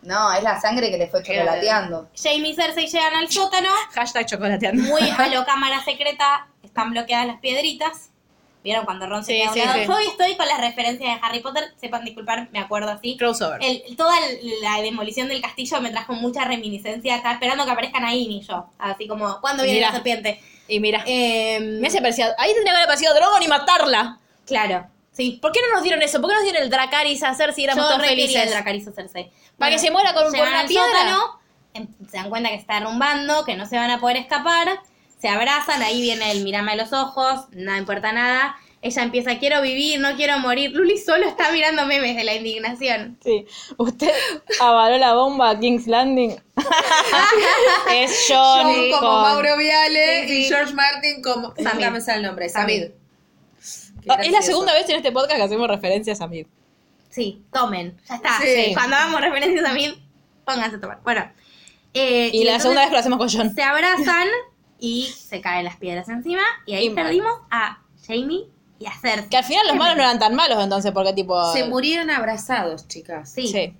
S4: No, es la sangre que le fue chocolateando.
S2: Jamie y Cersei llegan al sótano,
S5: hashtag chocolateando.
S2: muy a lo cámara secreta, están bloqueadas las piedritas. ¿Vieron cuando Ron se
S5: Sí,
S2: queda a un
S5: sí,
S2: lado?
S5: sí.
S2: Yo hoy estoy con las referencias de Harry Potter, sepan disculpar, me acuerdo así.
S5: Crossover.
S2: El- toda la demolición del castillo me trajo mucha reminiscencia, estaba esperando que aparezcan ahí y yo, así como, ¿cuándo viene
S5: Mirá.
S2: la serpiente?
S5: Y mira.
S2: Eh,
S5: me hace parecido. Ahí tendría que haber aparecido Drogon y matarla.
S2: Claro, sí.
S5: ¿Por qué no nos dieron eso? ¿Por qué nos dieron el Dracaris a hacer si éramos
S2: Yo
S5: tan
S2: re quería el
S5: felices?
S2: Dracarizo Cersei.
S5: Para que se muera con- con
S2: llegan
S5: una
S2: al
S5: piedra.
S2: sótano, em- se dan cuenta que está derrumbando, que no se van a poder escapar. Se abrazan, ahí viene el mirama de los ojos, no importa nada. Ella empieza, quiero vivir, no quiero morir. Luli solo está mirando memes de la indignación.
S1: Sí. ¿Usted avaló la bomba a King's Landing? [LAUGHS] es John,
S3: John como
S1: con-
S3: Mauro Viale
S2: Sí, sí.
S3: y George Martin como.
S2: Samid.
S3: Nunca me sale el nombre, Samid. Qué
S1: Ah, Es la
S3: gracioso.
S1: segunda vez en este podcast que hacemos referencias a mí.
S2: Sí, tomen, ya está.
S3: Sí.
S2: Cuando hagamos referencias a mí, pónganse a tomar. Bueno. eh,
S1: Y, la
S2: entonces
S1: segunda vez que lo hacemos con John.
S2: Se abrazan y se caen las piedras encima. Y ahí
S1: Y mueren.
S2: perdimos a Jamie y a Cersei.
S1: Que al final los malos no eran tan malos entonces, porque tipo...
S3: Se murieron abrazados, chicas.
S2: Sí.
S1: Sí.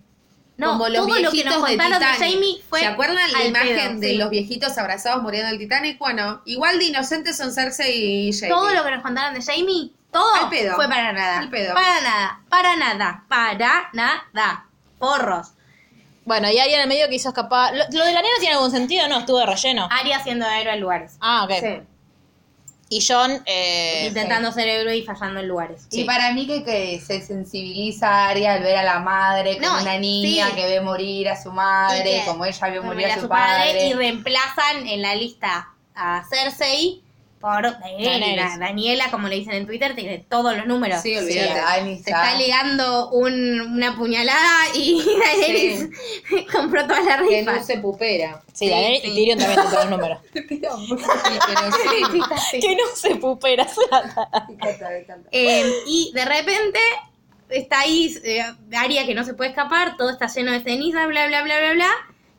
S2: No,
S3: Como los
S2: todo lo que
S3: viejitos
S2: nos contaron de,
S3: Titanic.
S2: Jamie fue.
S3: ¿Se acuerdan la
S2: al
S3: imagen
S2: pedo,
S3: de
S2: sí.
S3: los viejitos abrazados muriendo en el Titanic? Bueno, igual de inocentes son Cersei y Jamie.
S2: Todo lo que nos contaron de Jamie, todo
S3: Al pedo.
S2: fue para nada.
S3: Al pedo.
S2: Para nada, para nada, para nada. Porros.
S1: Bueno, y ahí en el medio quiso escapar... Lo, lo de la nena tiene algún sentido, ¿no? Estuvo de relleno.
S2: Aria siendo héroe en lugares.
S1: Ah, ok. Y John... eh,
S2: Intentando ser héroe y fallando en lugares.
S4: Y para mí que, que se sensibiliza a Aria al ver a la madre como
S2: No,
S4: una niña
S2: sí.
S4: que ve morir a su
S2: Y
S4: madre,
S2: que-
S4: como ella vio
S2: Bueno,
S4: morir a su,
S2: padre,
S4: padre.
S2: y reemplazan en la lista a Cersei por Daniela.
S1: Daenerys.
S2: Daniela, como le dicen en Twitter, tiene todos los números.
S3: Sí,
S4: Sí,
S3: olvídate.
S4: Dani
S2: Se está ligando un- una puñalada y [LAUGHS] Daenerys [LAUGHS] compró todas las
S3: que
S2: rifas.
S3: no se pupera.
S1: Sí, Daniel y Tyrion también tienen todos
S5: [LAUGHS]
S1: los números.
S3: Sí, [LAUGHS] pero sí.
S1: Que no se pupera.
S2: Eh, y de repente está ahí eh, Aria que no se puede escapar, todo está lleno de ceniza, bla, bla, bla, bla, bla,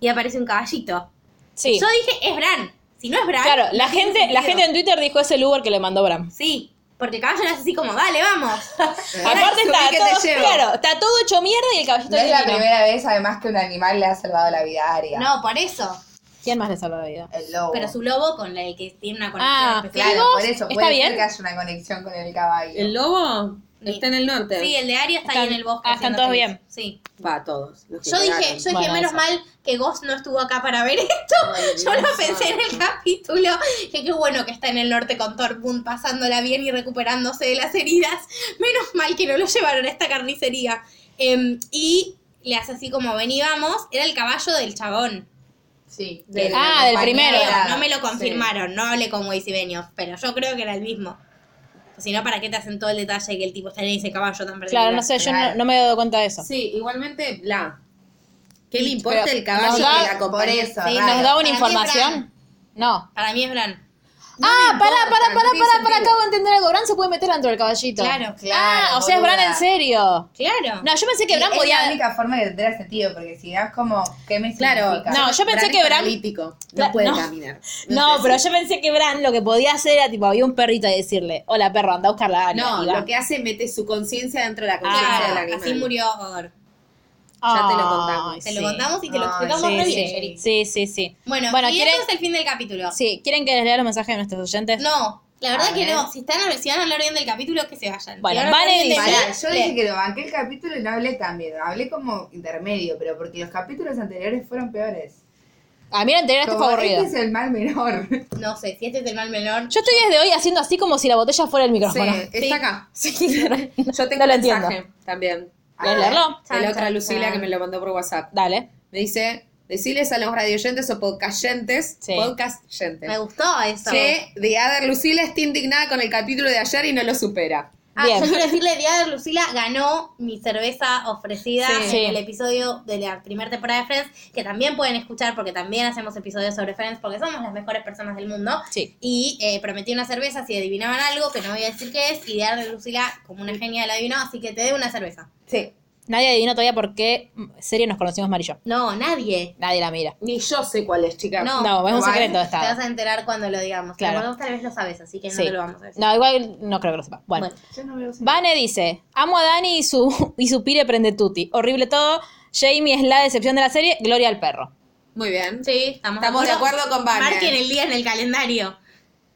S2: y aparece un caballito.
S1: Sí.
S2: Yo dije, es Bran. Si no es Bran.
S1: Claro, la
S2: no tiene
S1: gente, la gente
S2: sentido.
S1: en Twitter dijo es el Uber que le mandó Bram.
S2: Sí, porque el caballo no es así como, dale, vamos.
S1: Aparte
S3: subí
S1: está
S3: que
S1: todo,
S3: te llevo.
S1: claro, está todo hecho mierda y el caballito
S4: No es la
S1: divino.
S4: primera vez, además, que un animal le ha salvado la vida a Aria.
S2: No, por eso.
S1: ¿Quién más le salvó la vida?
S4: El lobo.
S2: Pero su lobo con el que tiene una conexión
S1: Ah,
S2: especial.
S4: Claro,
S1: ¿Y vos?
S4: por eso
S1: ¿Está
S4: puede ser
S1: bien?
S4: que haya una conexión con el caballo.
S3: ¿El lobo? Está en el norte.
S2: Sí, el de Aria está ahí
S1: Están-
S2: en el bosque.
S1: ah, están
S2: haciendo
S1: todos
S2: ceniza.
S1: bien.
S2: Sí.
S3: Va, todos. los que
S2: Yo dije, yo
S3: quedaron.
S2: dije,
S1: Bueno,
S2: menos
S1: eso.
S2: mal que Ghost no estuvo acá para ver esto. yo lo pensé en el capítulo. Que qué bueno que está en el norte con Tormund pasándola bien y recuperándose de las heridas. Menos mal que no lo llevaron a esta carnicería. Em, y le hace así como ven y vamos. Era el caballo del chabón.
S4: Sí.
S3: de la
S1: Ah, del primero.
S2: Creo, no me lo confirmaron, no hablé con Weiss y Benioff, pero yo creo que era el mismo. Si no, ¿para qué te hacen todo el detalle que el tipo está en ese caballo tan perdido?
S1: Claro, no sé, yo no, no me he dado cuenta de eso.
S3: Sí, igualmente, bla. ¿Qué
S1: Sí,
S3: le importa
S1: pero
S3: el caballo
S1: nos da-
S3: que la
S4: Por
S3: acompañe?
S4: eso,
S2: Sí,
S4: raro.
S1: ¿Nos da
S2: Para
S1: una
S2: mí
S1: información? No.
S2: Para mí es Bran.
S1: ah,
S3: me
S1: pará,
S3: importa,
S1: pará,
S3: no
S1: pará,
S3: tiene
S1: pará, pará,
S3: sentido.
S1: acabo de entender algo. Bran se puede meter dentro del caballito.
S2: Claro,
S4: claro,
S1: Ah, o sea, es Bran
S4: boluda.
S1: en serio.
S2: Claro.
S1: No, yo pensé que
S4: Sí,
S1: Bran
S4: es la
S1: podía.
S4: única forma que tendría sentido, porque si no es como, ¿qué me
S3: Claro.
S4: significa?
S1: No, yo pensé
S3: es
S1: que Bran-
S3: paralítico,
S1: Claro,
S3: No puede
S1: no. [LAUGHS]
S3: caminar.
S1: No,
S3: sé
S1: pero
S3: si-
S1: yo pensé que Bran lo que podía hacer era tipo, había un perrito y decirle, hola perro, anda a buscar la Ah, Aria",
S3: No,
S1: y va.
S3: lo que hace es meter su conciencia dentro de la
S2: Claro,
S3: conciencia del animal.
S2: así murió Odor.
S3: ya te lo
S1: Ay,
S3: contamos.
S2: Te
S1: sí.
S2: lo contamos y te lo
S4: Ay,
S2: explicamos
S1: sí,
S2: re
S1: sí.
S2: bien, Yeri.
S1: Sí, sí, sí.
S2: Bueno,
S1: Bueno,
S2: y
S1: ¿quieren-
S2: eso es el fin del capítulo.
S1: Sí, ¿quieren que les lea los mensajes de nuestros oyentes?
S2: No, la verdad
S4: A
S2: que
S4: ver.
S2: no. Si, están, si van a hablar bien del capítulo, que se vayan.
S1: Bueno,
S2: Si van a hablar
S1: Vane
S2: bien de
S1: dice-
S4: Pará,
S2: mí,
S4: yo dije que lo banqué el capítulo y no hablé también. Hablé como intermedio, pero porque los capítulos anteriores fueron peores.
S1: A mí el anterior este
S4: Como,
S1: fue aburrido.
S4: Este es el mal menor. [LAUGHS]
S2: No sé, si este es el mal menor.
S1: Yo estoy desde hoy haciendo así como si la botella fuera el micrófono.
S3: Sí, está acá.
S1: Yo
S3: Yo tengo
S1: no
S3: un
S1: lo entiendo.
S3: mensaje también.
S1: ¿Quieres leerlo?
S3: De la
S2: Chan,
S3: otra
S2: chan,
S3: Lucila
S2: chan.
S3: que me lo mandó por WhatsApp.
S1: Dale.
S3: Me dice, deciles a los radioyentes o podcastentes,
S1: Sí.
S2: Me
S3: podcastentes,
S2: gustó eso.
S3: que The Other Lucila está indignada con el capítulo de ayer y no lo supera.
S2: Ah,
S1: Bien.
S2: yo quiero decirle, Día de Lucila ganó mi cerveza ofrecida
S1: Sí.
S2: en
S1: Sí.
S2: el episodio de la primera temporada de Friends, que también pueden escuchar porque también hacemos episodios sobre Friends porque somos las mejores personas del mundo.
S1: Sí.
S2: Y eh, prometí una cerveza si adivinaban algo, que no voy a decir qué es, y Día de Lucila, como una genia, la adivinó, así que te dé una cerveza.
S3: Sí.
S1: Nadie adivinó todavía por qué serie nos conocimos amarillo.
S2: No, nadie.
S1: Nadie la mira.
S3: Ni yo sé cuál es, chicas.
S2: No,
S1: No, es un
S3: Bueno,
S1: secreto
S2: Te
S1: estaba.
S2: vas a enterar cuando lo digamos.
S1: Claro.
S2: Claro. Tal vez lo sabes, así que no
S1: Sí.
S2: te lo vamos a decir.
S1: No, igual no creo que lo sepa. Bueno.
S2: Bueno.
S1: Vane dice, amo a Dani y su, y su pire prende tutti. Horrible todo. Jamie es la decepción de la serie. Gloria al perro.
S3: Muy bien.
S2: Sí, estamos,
S3: Estamos de acuerdo con Vane.
S2: Marquen el día en el calendario.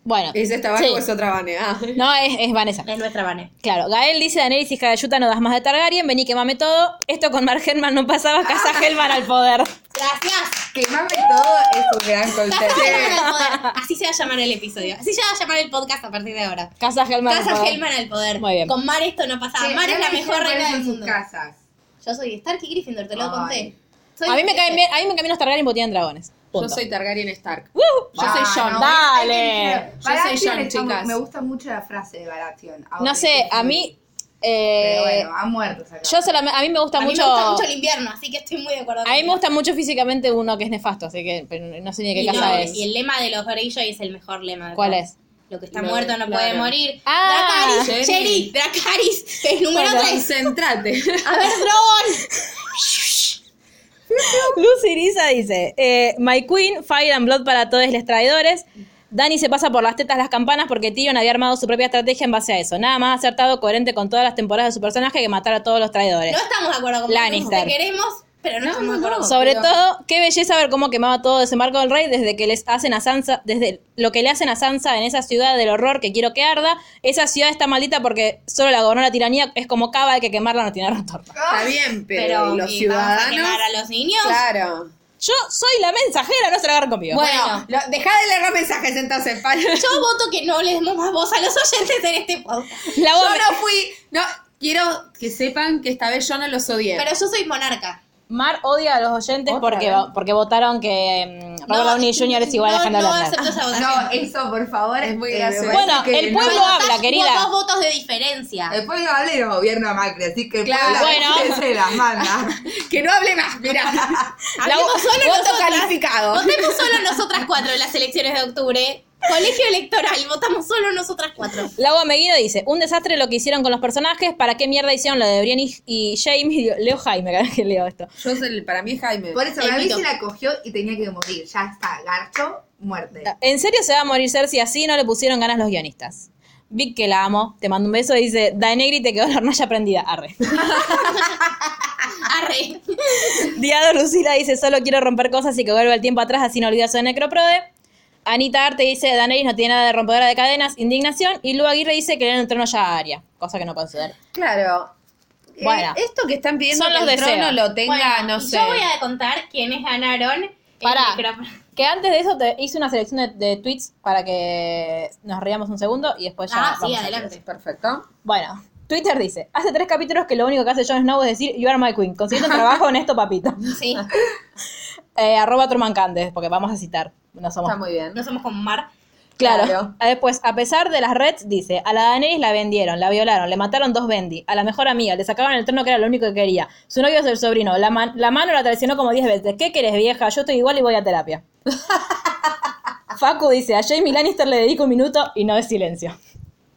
S1: Bueno.
S3: ¿Es esta Vane
S1: Sí.
S3: o es otra Vane? Ah.
S1: No, es, es Vanessa.
S2: Es nuestra Vane.
S1: Claro, Gael dice, Daenerys hija de Yuta, no das más de Targaryen, vení quemame todo. Esto con Mark Helman no pasaba,
S2: [LAUGHS]
S1: casa Helman al poder.
S2: Gracias.
S4: Quemarme todo es un gran concepto.
S2: Helman al
S1: [LAUGHS]
S2: poder. Así se va a llamar el episodio. Así se va a llamar el podcast a partir de ahora.
S1: Casa Helman al
S2: Casa
S1: poder.
S2: Helman al poder.
S1: Muy bien.
S2: Con Mar esto no pasaba.
S4: Che,
S2: Mar es
S4: Dani
S2: la mejor
S4: siempre
S2: reina
S4: hizo
S2: del
S4: en sus
S2: mundo.
S4: casas.
S2: Yo soy Stark y Gryffindor, te lo
S4: Ay.
S2: conté. Soy eh,
S1: A mí me caen
S2: Gryffindor.
S1: bien, a mí me caen bien los Targaryen porque tienen dragones.
S3: Yo
S1: Punto.
S3: soy Targaryen Stark.
S1: Woo.
S3: Yo soy John.
S4: Ah, no,
S1: Dale.
S4: hay que-
S3: Yo soy John,
S4: Baratheon está mu-
S3: chicas.
S4: Me gusta mucho la frase de Baratheon.
S1: No sé, a mí... eh,
S4: Pero bueno, ha muerto. esa
S1: yo solamente, a mí me gusta
S2: A mí
S1: mucho...
S2: me gusta mucho el invierno, así que estoy muy de acuerdo.
S1: A mí me
S2: contigo.
S1: gusta mucho físicamente uno que es nefasto, así que pero no sé ni de qué
S2: y,
S1: casa
S2: no,
S1: es.
S2: y el lema de los Greyjoy es el mejor lema. de
S1: ¿Cuál
S2: todos.
S1: es?
S2: Lo que está
S3: Lo-
S2: muerto no
S3: claro.
S2: puede morir.
S1: Ah,
S2: Dracaris,
S3: Jenny.
S2: Jerry, Dracaris, es número
S1: Bueno.
S2: 3.
S3: Concentrate.
S2: A ver,
S1: [LAUGHS]
S2: Drogon.
S1: Luz Iriza dice, eh, My Queen, Fire and Blood para todos los traidores. Dani se pasa por las tetas las campanas porque Tyrion había armado su propia estrategia en base a eso. Nada más acertado, coherente con todas las temporadas de su personaje que matar a todos los traidores.
S2: No estamos de acuerdo con
S1: Lannister.
S2: Te queremos, pero no, estamos de acuerdo.
S1: Sobre todo, qué belleza ver cómo quemaba todo ese marco del rey desde que les hacen a Sansa, desde lo que le hacen a Sansa en esa ciudad del horror que quiero que arda. Esa ciudad está maldita porque solo la gobernó la tiranía, es como cava, hay que quemarla, no tiene retorno.
S3: Está bien, pero,
S2: pero
S3: ¿y los
S2: ¿y
S3: ciudadanos.
S2: Vamos a quemar a los niños.
S3: Claro.
S1: Yo soy la mensajera, no se la agarren conmigo.
S2: Bueno.
S3: Lo, dejá de leer mensajes entonces, Pali. Yo
S2: Yo voto que no le demos más voz a los oyentes en este podcast.
S1: la voz me-
S3: no fui. No, quiero que sepan que esta vez yo no los odié.
S2: Pero yo soy monarca.
S1: Mar odia a los oyentes
S3: Otra
S1: porque,
S3: vez.
S1: porque votaron que mm, Robert Downey Jr. es igual
S2: no,
S1: a Alejandro
S2: No
S1: Lerner.
S2: acepto esa votación.
S4: No, eso, por favor.
S3: Es muy
S4: eh, me
S3: gracioso.
S4: parece
S1: Bueno,
S4: que
S1: el
S4: no-
S1: pueblo
S2: Votás
S1: habla,
S2: por
S1: querida.
S2: Dos votos de diferencia.
S4: El pueblo habla y lo gobierna Macri, así que el
S3: Claro.
S4: pueblo
S1: Bueno.
S4: se las manda.
S3: [LAUGHS] Que no hable más,
S4: [LAUGHS]
S3: mirá.
S2: Hablemos solo
S3: voto
S2: nosotras.
S3: calificado.
S2: Votemos solo nosotras cuatro en las elecciones de octubre. Colegio electoral, votamos solo nosotras cuatro.
S1: Laura Meguino dice, un desastre lo que hicieron con los personajes, ¿para qué mierda hicieron lo de Brienne y, y Jamie? Leo Jaime, [LAUGHS] cada vez que leo esto.
S3: Yo soy- para mí es Jaime.
S4: Por eso,
S2: El
S4: para mí
S2: mito.
S4: se la cogió y tenía que morir. Ya está, garcho, muerte.
S3: Ah,
S1: ¿En serio se va a morir Cersei así? No le pusieron ganas los guionistas. Vic, que la amo, te mando un beso, dice, Daenegri te quedó la hornalla prendida, arre.
S2: Arre.
S1: Diado Lucila dice, solo quiero romper cosas y que vuelva el tiempo atrás, así no olvidas de Necroprode. Anita Arte dice, Daenerys no tiene nada de rompedora de cadenas, indignación. Y Lu Aguirre dice que le dan el trono ya a Arya, cosa que no considero.
S3: Claro. Eh,
S1: Bueno.
S3: esto que están pidiendo
S1: Son
S3: que
S1: los
S3: el
S1: deseos.
S3: trono lo tenga,
S2: Bueno,
S3: no
S2: y
S3: sé.
S2: Yo voy a contar quiénes ganaron. el
S1: Pará.
S2: micrófono.
S1: Que antes de eso te hice una selección de, de tweets para que nos riamos un segundo y después ya
S2: Ah, sí,
S1: vamos a-
S2: adelante.
S3: Perfecto.
S1: Bueno, Twitter dice, hace tres capítulos que lo único que hace Jon Snow es decir, you are my queen, consiguiendo trabajo en esto,
S3: [LAUGHS]
S1: papito.
S2: Sí,
S1: Eh, arroba Truman Candes, porque vamos a citar, no somos
S3: Está muy bien.
S2: no somos con Mar.
S1: Claro.
S3: Claro.
S1: Ah, Después, a pesar de las reds, dice, a la Daenerys la vendieron, la violaron, le mataron dos Bendy, a la mejor amiga, le sacaron el trono que era lo único que quería, su novio es el sobrino, la, man- la mano la traicionó como diez veces, ¿qué querés vieja? Yo estoy igual y voy a terapia. Facu dice, a Jamie Lannister le dedico un minuto y no es silencio.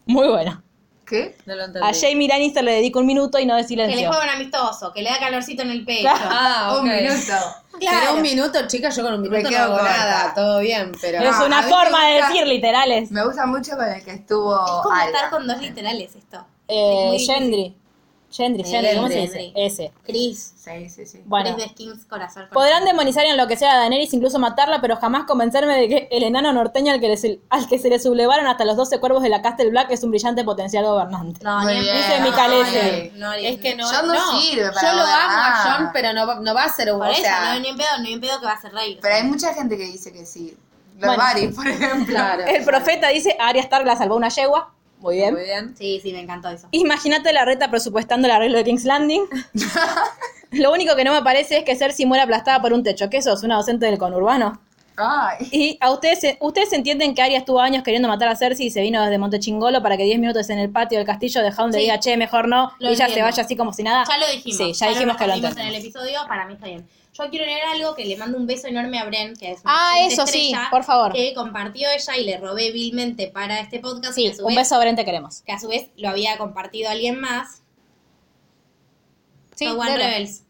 S1: Muy bueno.
S3: ¿Qué? No lo entendí.
S1: A Jamie Lannister le dedico un minuto y no es
S2: Que le
S1: silencio.
S2: juega un amistoso, que le da calorcito en el pecho.
S3: Ah, ok.
S4: Un minuto.
S3: Pero
S2: Claro.
S3: un minuto, chicas, yo con un minuto no
S4: quedo
S3: hago
S4: corta.
S3: nada. Todo bien, pero...
S1: Es
S4: No, Ah, a
S1: una
S4: mí me
S1: forma de
S4: gusta-
S1: decir, literales.
S4: Me gusta mucho con el que estuvo
S2: Es como
S4: Alba.
S2: estar con dos literales esto.
S1: Eh,
S2: Es muy
S1: Gendry. Gendry, Gendry, ¿cómo se dice? Ese.
S2: Chris.
S4: Sí, sí, sí.
S1: Bueno.
S2: Chris de Skins, corazón. corazón.
S1: Podrán demonizar en lo que sea a Daenerys, incluso matarla, pero jamás convencerme de que el enano norteño al que, les- al que se le sublevaron hasta los 12 cuervos de la Castle Black es un brillante potencial gobernante.
S2: No,
S3: Muy
S2: ni en
S3: bien.
S2: pedo.
S1: Dice Micalese.
S2: No, no,
S3: Es que no,
S4: John no sirve para
S3: Yo lo amo a
S4: gobernar.
S3: John, pero no, va- no va a ser un...
S2: Por
S3: o
S2: eso,
S3: sea,
S2: no, ni en pedo, ni en pedo que va a ser rey.
S4: Pero hay mucha gente que dice que sí.
S1: Bueno.
S4: Los Baris, por ejemplo.
S3: Claro.
S1: El profeta dice, a Arya Stark la salvó una yegua. Muy bien.
S3: Muy bien.
S2: Sí, sí, me encantó eso.
S1: Imagínate la reta presupuestando el arreglo de King's
S2: [LAUGHS]
S1: Landing. lo único que no me parece es que Cersei muera aplastada por un techo. ¿Qué sos? ¿Una docente del conurbano?
S4: Ay.
S1: Y a ustedes, ustedes entienden que Arya estuvo años queriendo matar a Cersei y se vino desde Montechingolo para que 10 minutos en el patio del castillo de Hound le
S2: Sí.
S1: diga, che, mejor no, y
S2: Lo
S1: ella se
S2: entiendo.
S1: vaya así como si nada.
S2: Ya lo dijimos.
S1: Sí, ya dijimos que lo
S2: respondimos en el
S1: entendemos.
S2: episodio, para mí está bien. Yo quiero leer algo que le mando un beso enorme a Bren, que es
S1: Ah,
S2: oyente
S1: eso sí, por favor.
S2: Que compartió ella y le robé vilmente para este podcast. que
S1: Sí,
S2: a su
S1: un
S2: vez-
S1: beso, Bren, te queremos.
S2: Que a su vez lo había compartido alguien más.
S1: Sí,
S2: Taiwan
S1: dele.
S2: Rebels.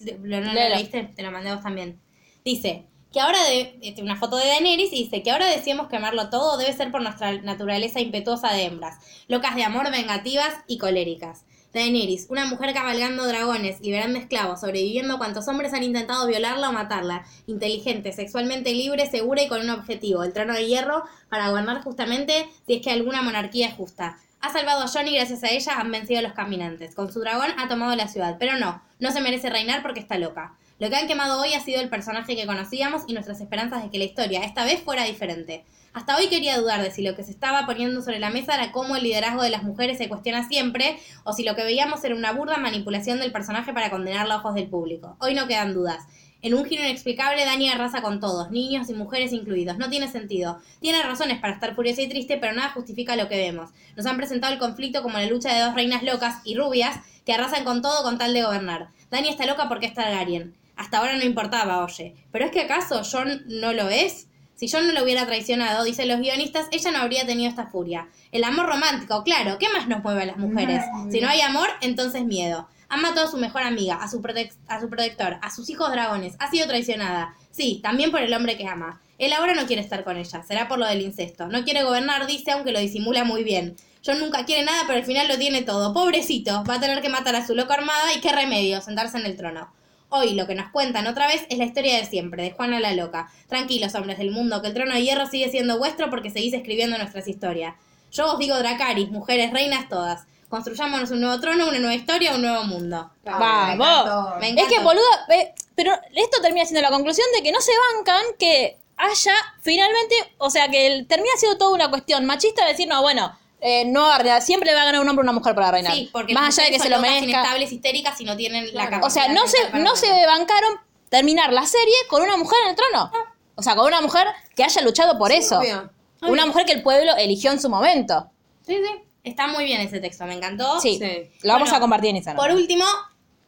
S2: De- ¿Lo, no, lo
S1: Léelo.
S2: leíste? Te lo mandé a vos también. Dice que ahora de este, una foto de Daenerys y dice que ahora decíamos quemarlo todo debe ser por nuestra naturaleza impetuosa de hembras, locas de amor, vengativas y coléricas. Daenerys, una mujer cabalgando dragones, liberando esclavos, sobreviviendo a cuantos hombres han intentado violarla o matarla, inteligente, sexualmente libre, segura y con un objetivo, el trono de hierro, para gobernar justamente si es que alguna monarquía es justa. Ha salvado a John y gracias a ella han vencido a los caminantes. Con su dragón ha tomado la ciudad, pero no, no se merece reinar porque está loca. Lo que han quemado hoy ha sido el personaje que conocíamos y nuestras esperanzas de que la historia esta vez fuera diferente. Hasta hoy quería dudar de si lo que se estaba poniendo sobre la mesa era cómo el liderazgo de las mujeres se cuestiona siempre, o si lo que veíamos era una burda manipulación del personaje para condenarla a ojos del público. Hoy no quedan dudas. En un giro inexplicable, Dani arrasa con todos, niños y mujeres incluidos. No tiene sentido. Tiene razones para estar furiosa y triste, pero nada justifica lo que vemos. Nos han presentado el conflicto como la lucha de dos reinas locas y rubias que arrasan con todo con tal de gobernar. Dani está loca porque es Targaryen. Hasta ahora no importaba, oye. ¿Pero es que acaso John no lo es? Si John no lo hubiera traicionado, dicen los guionistas, ella no habría tenido esta furia. El amor romántico, claro, ¿qué más nos mueve a las mujeres? Si no hay amor, entonces miedo. Ha matado a su mejor amiga, a su, protec- a su protector, a sus hijos dragones. Ha sido traicionada. Sí, también por el hombre que ama. Él ahora no quiere estar con ella, será por lo del incesto. No quiere gobernar, dice, aunque lo disimula muy bien. John nunca quiere nada, pero al final lo tiene todo. Pobrecito, va a tener que matar a su loca armada y qué remedio, sentarse en el trono. Hoy lo que nos cuentan otra vez es la historia de siempre, de Juana la Loca. Tranquilos, hombres del mundo, que el trono de hierro sigue siendo vuestro porque seguís escribiendo nuestras historias. Yo os digo Dracaris, mujeres, reinas todas. Construyámonos un nuevo trono, una nueva historia, un nuevo mundo.
S4: Ay, me
S1: ¡Vamos!
S4: encantó.
S2: Me
S1: Es que,
S2: encantó.
S1: boluda, eh, pero esto termina siendo la conclusión de que no se bancan que haya finalmente, o sea, que el- termina siendo toda una cuestión machista de decir, no, bueno, eh, no, arde- siempre le va a ganar un hombre o una mujer para reinar.
S2: Sí, porque
S1: Más
S2: las
S1: allá de que
S2: mujeres
S1: se
S2: son
S1: lo
S2: locas,
S1: merezca.
S2: inestables, histéricas y no tienen la
S1: O sea, no
S2: mental
S1: se,
S2: para
S1: no
S2: gobernar.
S1: se bancaron terminar la serie con una mujer en el trono. O sea, con una mujer que haya luchado por eso.
S3: obvio.
S1: Una mujer que el pueblo eligió en su momento.
S2: Sí, sí. Está muy bien ese texto, me encantó.
S1: Sí.
S3: sí.
S1: Lo vamos
S2: Bueno,
S1: a compartir en Instagram.
S2: Por último,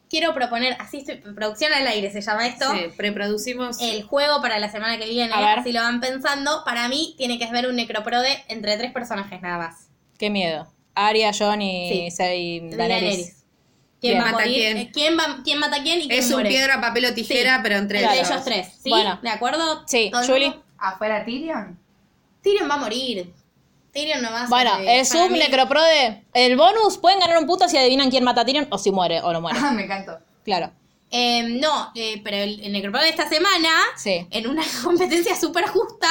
S2: quiero proponer, así estoy- producción al aire se llama esto.
S3: Sí, preproducimos.
S2: El juego para la semana que viene,
S1: A ver.
S2: si lo van pensando, para mí tiene que ver un necroprode entre tres personajes nada más.
S1: Qué miedo. Aria, John y,
S2: Sí.
S1: Ser- y Daenerys.
S2: Daenerys. ¿Quién
S1: Bien.
S2: va a
S3: Mata
S2: morir?
S3: quién.
S2: Eh, ¿Quién, va- quién mata a quién y quién
S3: Es un
S2: muere?
S3: piedra, papel o tijera, pero entre
S2: Entre
S3: ellos.
S2: ellos tres, ¿sí?
S1: Bueno.
S2: ¿De acuerdo?
S1: Sí,
S2: ¿Todo el
S1: Julie.
S2: mundo?
S4: ¿Afuera Tyrion? [LAUGHS]
S2: Tyrion va a morir. Tyrion no va a
S1: Bueno,
S2: sobrevivir.
S1: el
S2: Para
S1: sub
S2: mí-
S1: necroprode. El bonus pueden ganar un punto si adivinan quién mata a Tyrion o si muere o no muere.
S4: Ah, me encantó.
S1: Claro.
S2: Eh, no, eh, pero el, el necroprode de esta semana,
S1: Sí.
S2: en una [LAUGHS] competencia súper justa,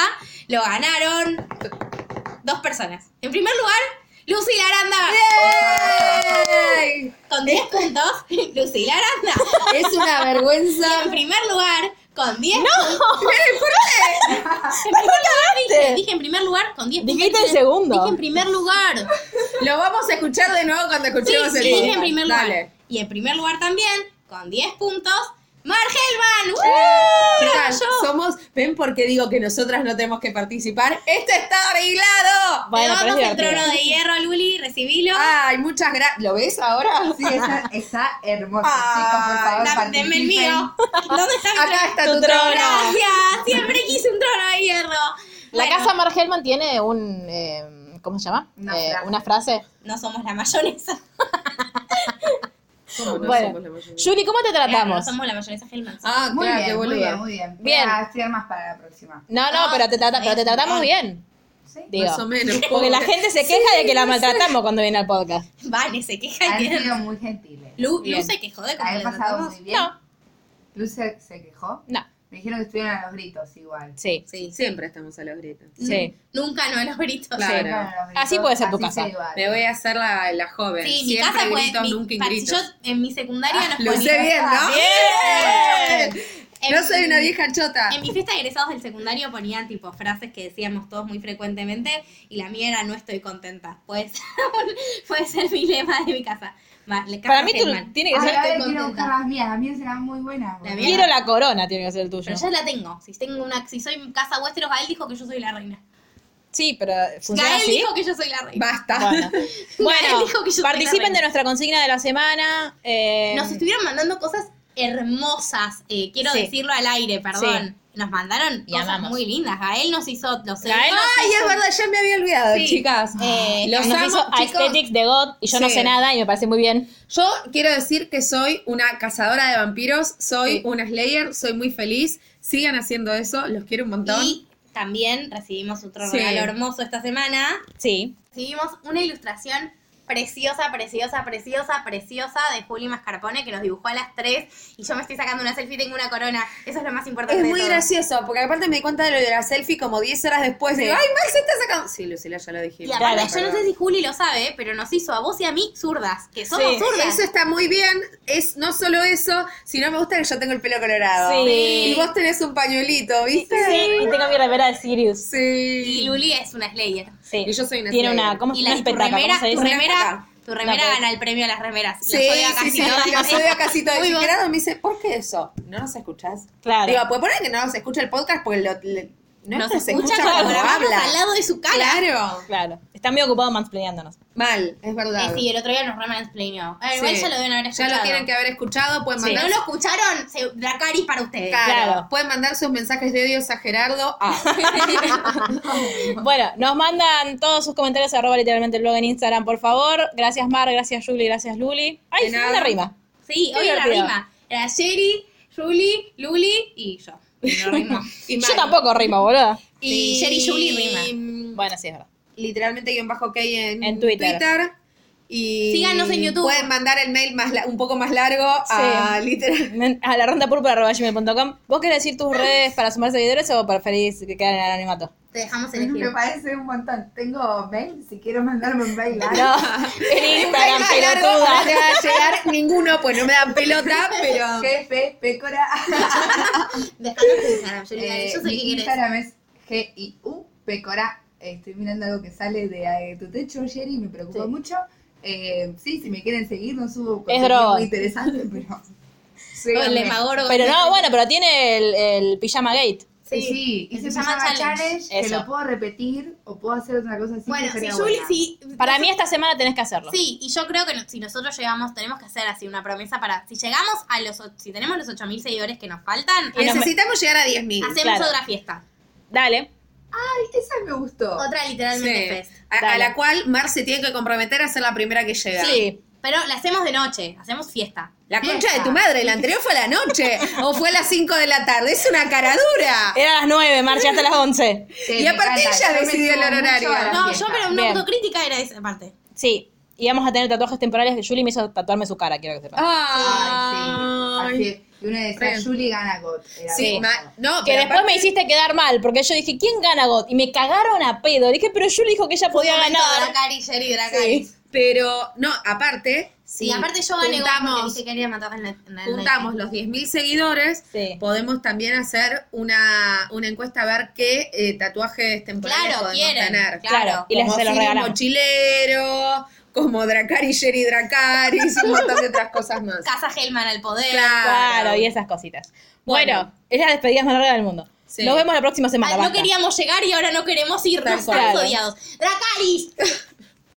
S2: lo ganaron dos personas. En primer lugar, Lucy Laranda. Con 10 puntos, [LAUGHS] Lucy Laranda.
S4: Es una vergüenza.
S2: En primer lugar, con
S1: [LAUGHS]
S2: 10 puntos. En primer lugar, dije, dije en primer lugar con 10 puntos.
S1: Dijiste el segundo.
S2: Dije en primer lugar.
S3: Lo vamos a escuchar de nuevo cuando
S2: Sí,
S3: escuchemos el
S2: sí, dije
S3: podcast.
S2: en primer lugar.
S3: Dale.
S2: Y en primer lugar también, con 10 puntos, Mar Hellman. ¡Uh!
S3: Chicas,
S2: Yo.
S3: somos. ¿Ven por qué digo que nosotras no tenemos que participar? ¡Esto está arreglado!
S1: Bueno,
S2: Te
S1: pero
S2: damos
S1: es
S2: el
S1: divertido. Ah,
S2: trono de hierro, Luli, recibilo.
S3: Ay, muchas gracias. ¿Lo ves ahora?
S4: Sí, esa- está hermosa,
S3: Ah,
S4: chicos,
S2: Dame-
S4: por favor,
S2: Dame el
S4: participen.
S2: mío. ¿Dónde está mi
S3: [LAUGHS] Acá
S2: trono?
S3: está tu [LAUGHS] trono.
S2: Gracias. Siempre quise un trono de hierro.
S1: La
S2: Bueno,
S1: casa Margelman tiene un. eh, ¿Cómo se llama?
S4: Una
S1: Eh,
S4: frase.
S1: Una frase.
S2: No somos la mayonesa.
S3: ¿Cómo no
S1: Bueno.
S3: somos la mayoría?
S1: Julie, ¿cómo te
S2: Claro, no
S1: tratamos?
S2: somos la mayonesa Hellman.
S3: Ah,
S4: Muy
S3: claro, qué
S4: bien, muy
S3: boluda.
S4: bien, muy bien. Voy
S1: Bien.
S4: a hacer más para la próxima.
S1: No, no, pero te, trata- pero
S2: este,
S1: te tratamos bien.
S4: Sí.
S1: Digo.
S3: Más o menos.
S1: Porque
S3: pobre.
S1: la [LAUGHS] gente se queja de que la maltratamos cuando viene al podcast.
S2: Vane se queja
S4: Han
S2: y tiene-
S4: sido muy gentiles.
S2: Lu, Lu
S1: Bien.
S2: se quejó de cómo
S4: Ah, La he
S2: la
S4: pasado
S2: tratamos.
S4: muy bien.
S1: No.
S4: Luz se, se quejó.
S1: No,
S4: Me dijeron que estuvieran a los gritos igual.
S1: sí,
S2: Sí.
S3: Siempre estamos a los gritos.
S2: Mm.
S1: sí.
S2: Nunca no a los gritos.
S3: Claro.
S4: Estuvieron a los gritos,
S1: Así puede ser tu casa.
S4: se igual.
S3: Me voy a hacer la, la joven.
S2: Sí, mi
S3: Siempre
S2: casa fue.
S3: gritos,
S2: mi-
S3: nunca
S2: pa- si
S3: ingritos.
S2: yo en mi secundaria nos
S3: Lo usé
S2: ponían-
S3: bien, ¿no?
S1: Bien.
S2: En-
S3: No soy una vieja chota.
S2: En mi fiesta de egresados del secundario ponían tipo frases que decíamos todos muy [LAUGHS] frecuentemente y la mía era no estoy contenta. Pues puede ser mi lema de mi casa. Ma- le-
S1: Para
S2: Carlos
S1: mí tú-
S2: Feldman.
S1: tiene que
S6: Ahora
S1: ser...
S2: estoy
S6: quiero
S2: contenta.
S6: buscar las mías, las mías serán muy buenas.
S2: La
S4: [LAUGHS]
S6: boludo.
S2: mía.
S1: Quiero la corona, tiene que ser el tuyo.
S2: Pero ya la tengo. Si tengo una, si soy casa Westeros, Gael dijo que yo soy la reina.
S1: Sí, pero funciona
S2: Gael
S1: así.
S2: dijo que yo soy la reina. [LAUGHS]
S3: Basta. [LAUGHS]
S1: Bueno, Bueno,
S2: Gael dijo que yo soy la
S1: participen
S2: reina.
S1: de nuestra consigna de la semana. eh,
S2: Nos estuvieron mandando cosas hermosas. eh, quiero
S1: Sí.
S2: decirlo al aire, perdón. Nos mandaron
S1: Y
S2: cosas
S1: amamos.
S2: muy lindas. Gael nos hizo los
S1: Gael nos
S2: Ay,
S3: es verdad, ya me había olvidado,
S2: Sí.
S3: chicas.
S2: Eh,
S3: Ah, Los
S1: nos
S3: amo,
S1: hizo
S3: chicos.
S1: Aesthetics de God y yo no
S3: Sí.
S1: sé nada y me parece muy bien.
S3: Yo quiero decir que soy una cazadora de vampiros, soy una Slayer, soy muy feliz. Sigan haciendo eso, los quiero un montón.
S2: Y también recibimos otro
S3: Sí.
S2: regalo hermoso esta semana.
S1: Sí.
S2: Recibimos una ilustración preciosa, preciosa, preciosa, preciosa de Juli Mascarpone que nos dibujó a las 3 y yo me estoy sacando una selfie y tengo una corona. Eso es lo más importante.
S3: Es
S2: de
S3: muy
S2: todo.
S3: gracioso, porque aparte me di cuenta de lo de la selfie como 10 horas después. Digo, ay, Max, se está sacando. Sí, Lucila, ya lo dije.
S2: Y aparte,
S3: Claro,
S2: yo no
S3: perdón.
S2: sé si Juli lo sabe, pero nos hizo a vos y a mí zurdas, que somos
S1: Sí,
S2: zurdas.
S3: Eso está muy bien, es no solo eso, sino me gusta que yo tengo el pelo colorado.
S1: Sí.
S3: Y vos tenés un pañuelito, ¿viste?
S1: Y tengo mi remera de Sirius.
S2: Y
S3: Sí.
S2: Luli es una Slayer.
S1: Sí.
S3: Y yo soy una
S1: Tiene
S3: Slayer.
S1: una, ¿cómo,
S2: Y
S1: una
S2: la, tu
S1: espetaca,
S2: remera,
S1: ¿cómo se
S2: tu
S3: Una
S1: dice?
S2: remera,
S3: espetaca.
S2: tu remera
S1: Una
S2: gana el premio a las remeras.
S3: Sí,
S2: la soy a
S3: sí,
S2: casi
S3: sí,
S2: todas.
S3: la soy a casi [LAUGHS] todo
S2: Muy bueno.
S3: me dice, ¿por qué eso? ¿No nos escuchás?
S1: Claro.
S3: Digo, pues poner que no nos escucha el podcast porque lo, le- no
S2: Nos
S3: se escucha
S2: escucha cuando
S3: cuando
S2: grabamos
S3: habla.
S2: al lado de su cara.
S3: Claro.
S1: Claro. Está muy ocupado mansplaneándonos.
S3: Mal, es verdad.
S2: Eh, sí, el otro día nos remansplainó. Eh,
S3: Sí.
S2: Igual ya lo deben haber
S3: Ya
S2: escuchado.
S3: lo tienen que haber escuchado, pueden
S2: Si
S3: mandar...
S2: no lo escucharon, se, la cari para ustedes.
S3: Claro.
S1: Claro.
S3: Pueden mandar sus mensajes de odios a Gerardo a...
S2: Ah.
S1: Bueno, nos mandan todos sus comentarios arroba literalmente el blog en Instagram, por favor. Gracias Mar, gracias Julie, gracias Luli. Ay,
S3: De nada.
S1: una rima.
S2: Sí,
S1: Qué
S2: hoy la
S1: divertido.
S2: rima. Era Sherry, Julie, Luli y yo. Y no [LAUGHS] rimó.
S3: [LAUGHS] y
S1: Yo
S3: Maru.
S1: tampoco rimo,
S3: [LAUGHS]
S1: boluda.
S2: Y
S3: Sí.
S2: Sherry, Julie rima.
S1: Bueno, sí, es verdad.
S3: mm, Literalmente guión bajo K en,
S1: En Twitter.
S3: Y
S2: Síganos en YouTube.
S3: Pueden mandar el mail más la- un poco más largo a literal.
S1: A la ronda púrpura arroba gmail.com. ¿Vos querés decir tus redes para sumarse a seguidores o preferís que queden en el
S3: [LAUGHS]
S1: anonimato?
S2: Te dejamos
S6: Me
S2: elegir.
S6: parece un montón. Tengo mail, si quiero mandarme un mail.
S1: No, en
S3: [LAUGHS]
S1: Instagram,
S3: más largo
S1: pelotuda.
S3: no te va a llegar ninguno, pues no me
S2: [LAUGHS]
S3: dan pelota, pero...
S6: GF Pécora.
S2: Dejanos tu Instagram, Julie. dale,
S6: Eh,
S2: Yo sé
S6: mi
S2: que querés.
S6: Instagram es G-I-U Pécora. Eh, Estoy mirando algo que sale de eh, tu techo, Jerry, me preocupa
S1: Sí.
S6: mucho. Eh, sí, si me quieren seguir, no subo
S1: droga.
S6: muy interesante, [LAUGHS] pero...
S2: El
S6: Síganme.
S2: demagorgo.
S1: Pero no, bueno, pero tiene el, el pijama gate.
S6: Sí,
S2: Sí.
S6: y
S2: se
S6: se,
S2: llama
S6: llama challenge, que
S1: Eso.
S6: lo puedo repetir o puedo hacer otra cosa así. que
S2: Bueno, si
S6: sería
S2: Julie
S6: buena.
S2: sí.
S1: Para mí esta semana tenés que hacerlo.
S2: Sí, y yo creo que no- si nosotros llegamos, tenemos que hacer así una promesa para. Si llegamos a los. o- Si tenemos los 8.000 seguidores que nos faltan,
S1: Y nos-
S3: Necesitamos llegar a 10.000.
S2: hacemos
S1: claro.
S2: otra fiesta.
S1: Dale.
S6: Esa me gustó.
S2: Otra literalmente fest.
S3: Sí. A, a
S1: Dale.
S3: la cual Mar se tiene que comprometer a ser la primera que llega.
S1: Sí.
S2: Pero la hacemos de noche, hacemos fiesta.
S3: La concha
S2: Fiesta.
S3: de tu madre, la anterior fue a la noche o fue a las 5 de la tarde. Es una cara dura.
S1: Era las 9, Mar, hasta las 11.
S6: Sí,
S3: y
S6: me
S3: aparte
S6: encanta,
S3: ella
S6: yo me
S3: decidió el
S6: sumo mucho
S3: horario.
S6: a la
S2: No, yo,
S6: fiesta.
S2: pero una
S1: Bien.
S2: autocrítica era esa parte.
S1: Sí. Y vamos a tener tatuajes temporales que Julie me hizo tatuarme su cara, quiero que sepas.
S2: Ah,
S3: Ay,
S6: Así es. Y una decía,
S3: Re.
S6: Julie gana GOT. Era
S3: Sí,
S6: como-
S3: ma- no,
S1: Que
S3: pero
S1: después
S3: aparte-
S1: me hiciste quedar mal, porque yo dije, ¿quién gana God? Y me cagaron a pedo. Le dije, pero Julie dijo que ella podía
S2: Momento
S1: ganar.
S2: Dracari, Jerry Dracari.
S3: Sí, pero no, aparte, si
S2: Y aparte yo gané vos porque
S3: juntamos,
S2: dije que quería matar en la- en la- en la-
S3: juntamos los 10.000 seguidores,
S1: Sí.
S3: podemos también hacer una, una encuesta a ver qué eh, tatuajes temporales
S2: Claro,
S3: podemos
S2: quieren,
S3: tener.
S2: claro.
S1: Y les
S3: como
S1: se los
S3: Siri
S1: regalamos.
S3: Mochilero, como Dracari, Jerry Dracari, y un montón de otras cosas más.
S2: Casa Hellman al poder.
S3: Claro.
S1: Claro, y esas cositas. Bueno, es la despedida más larga del mundo.
S3: Sí.
S1: Nos vemos la próxima semana.
S2: Ah, no
S1: basta.
S2: queríamos llegar y ahora no queremos irnos,
S1: Tal cual.
S2: estamos odiados. ¡Dracaris!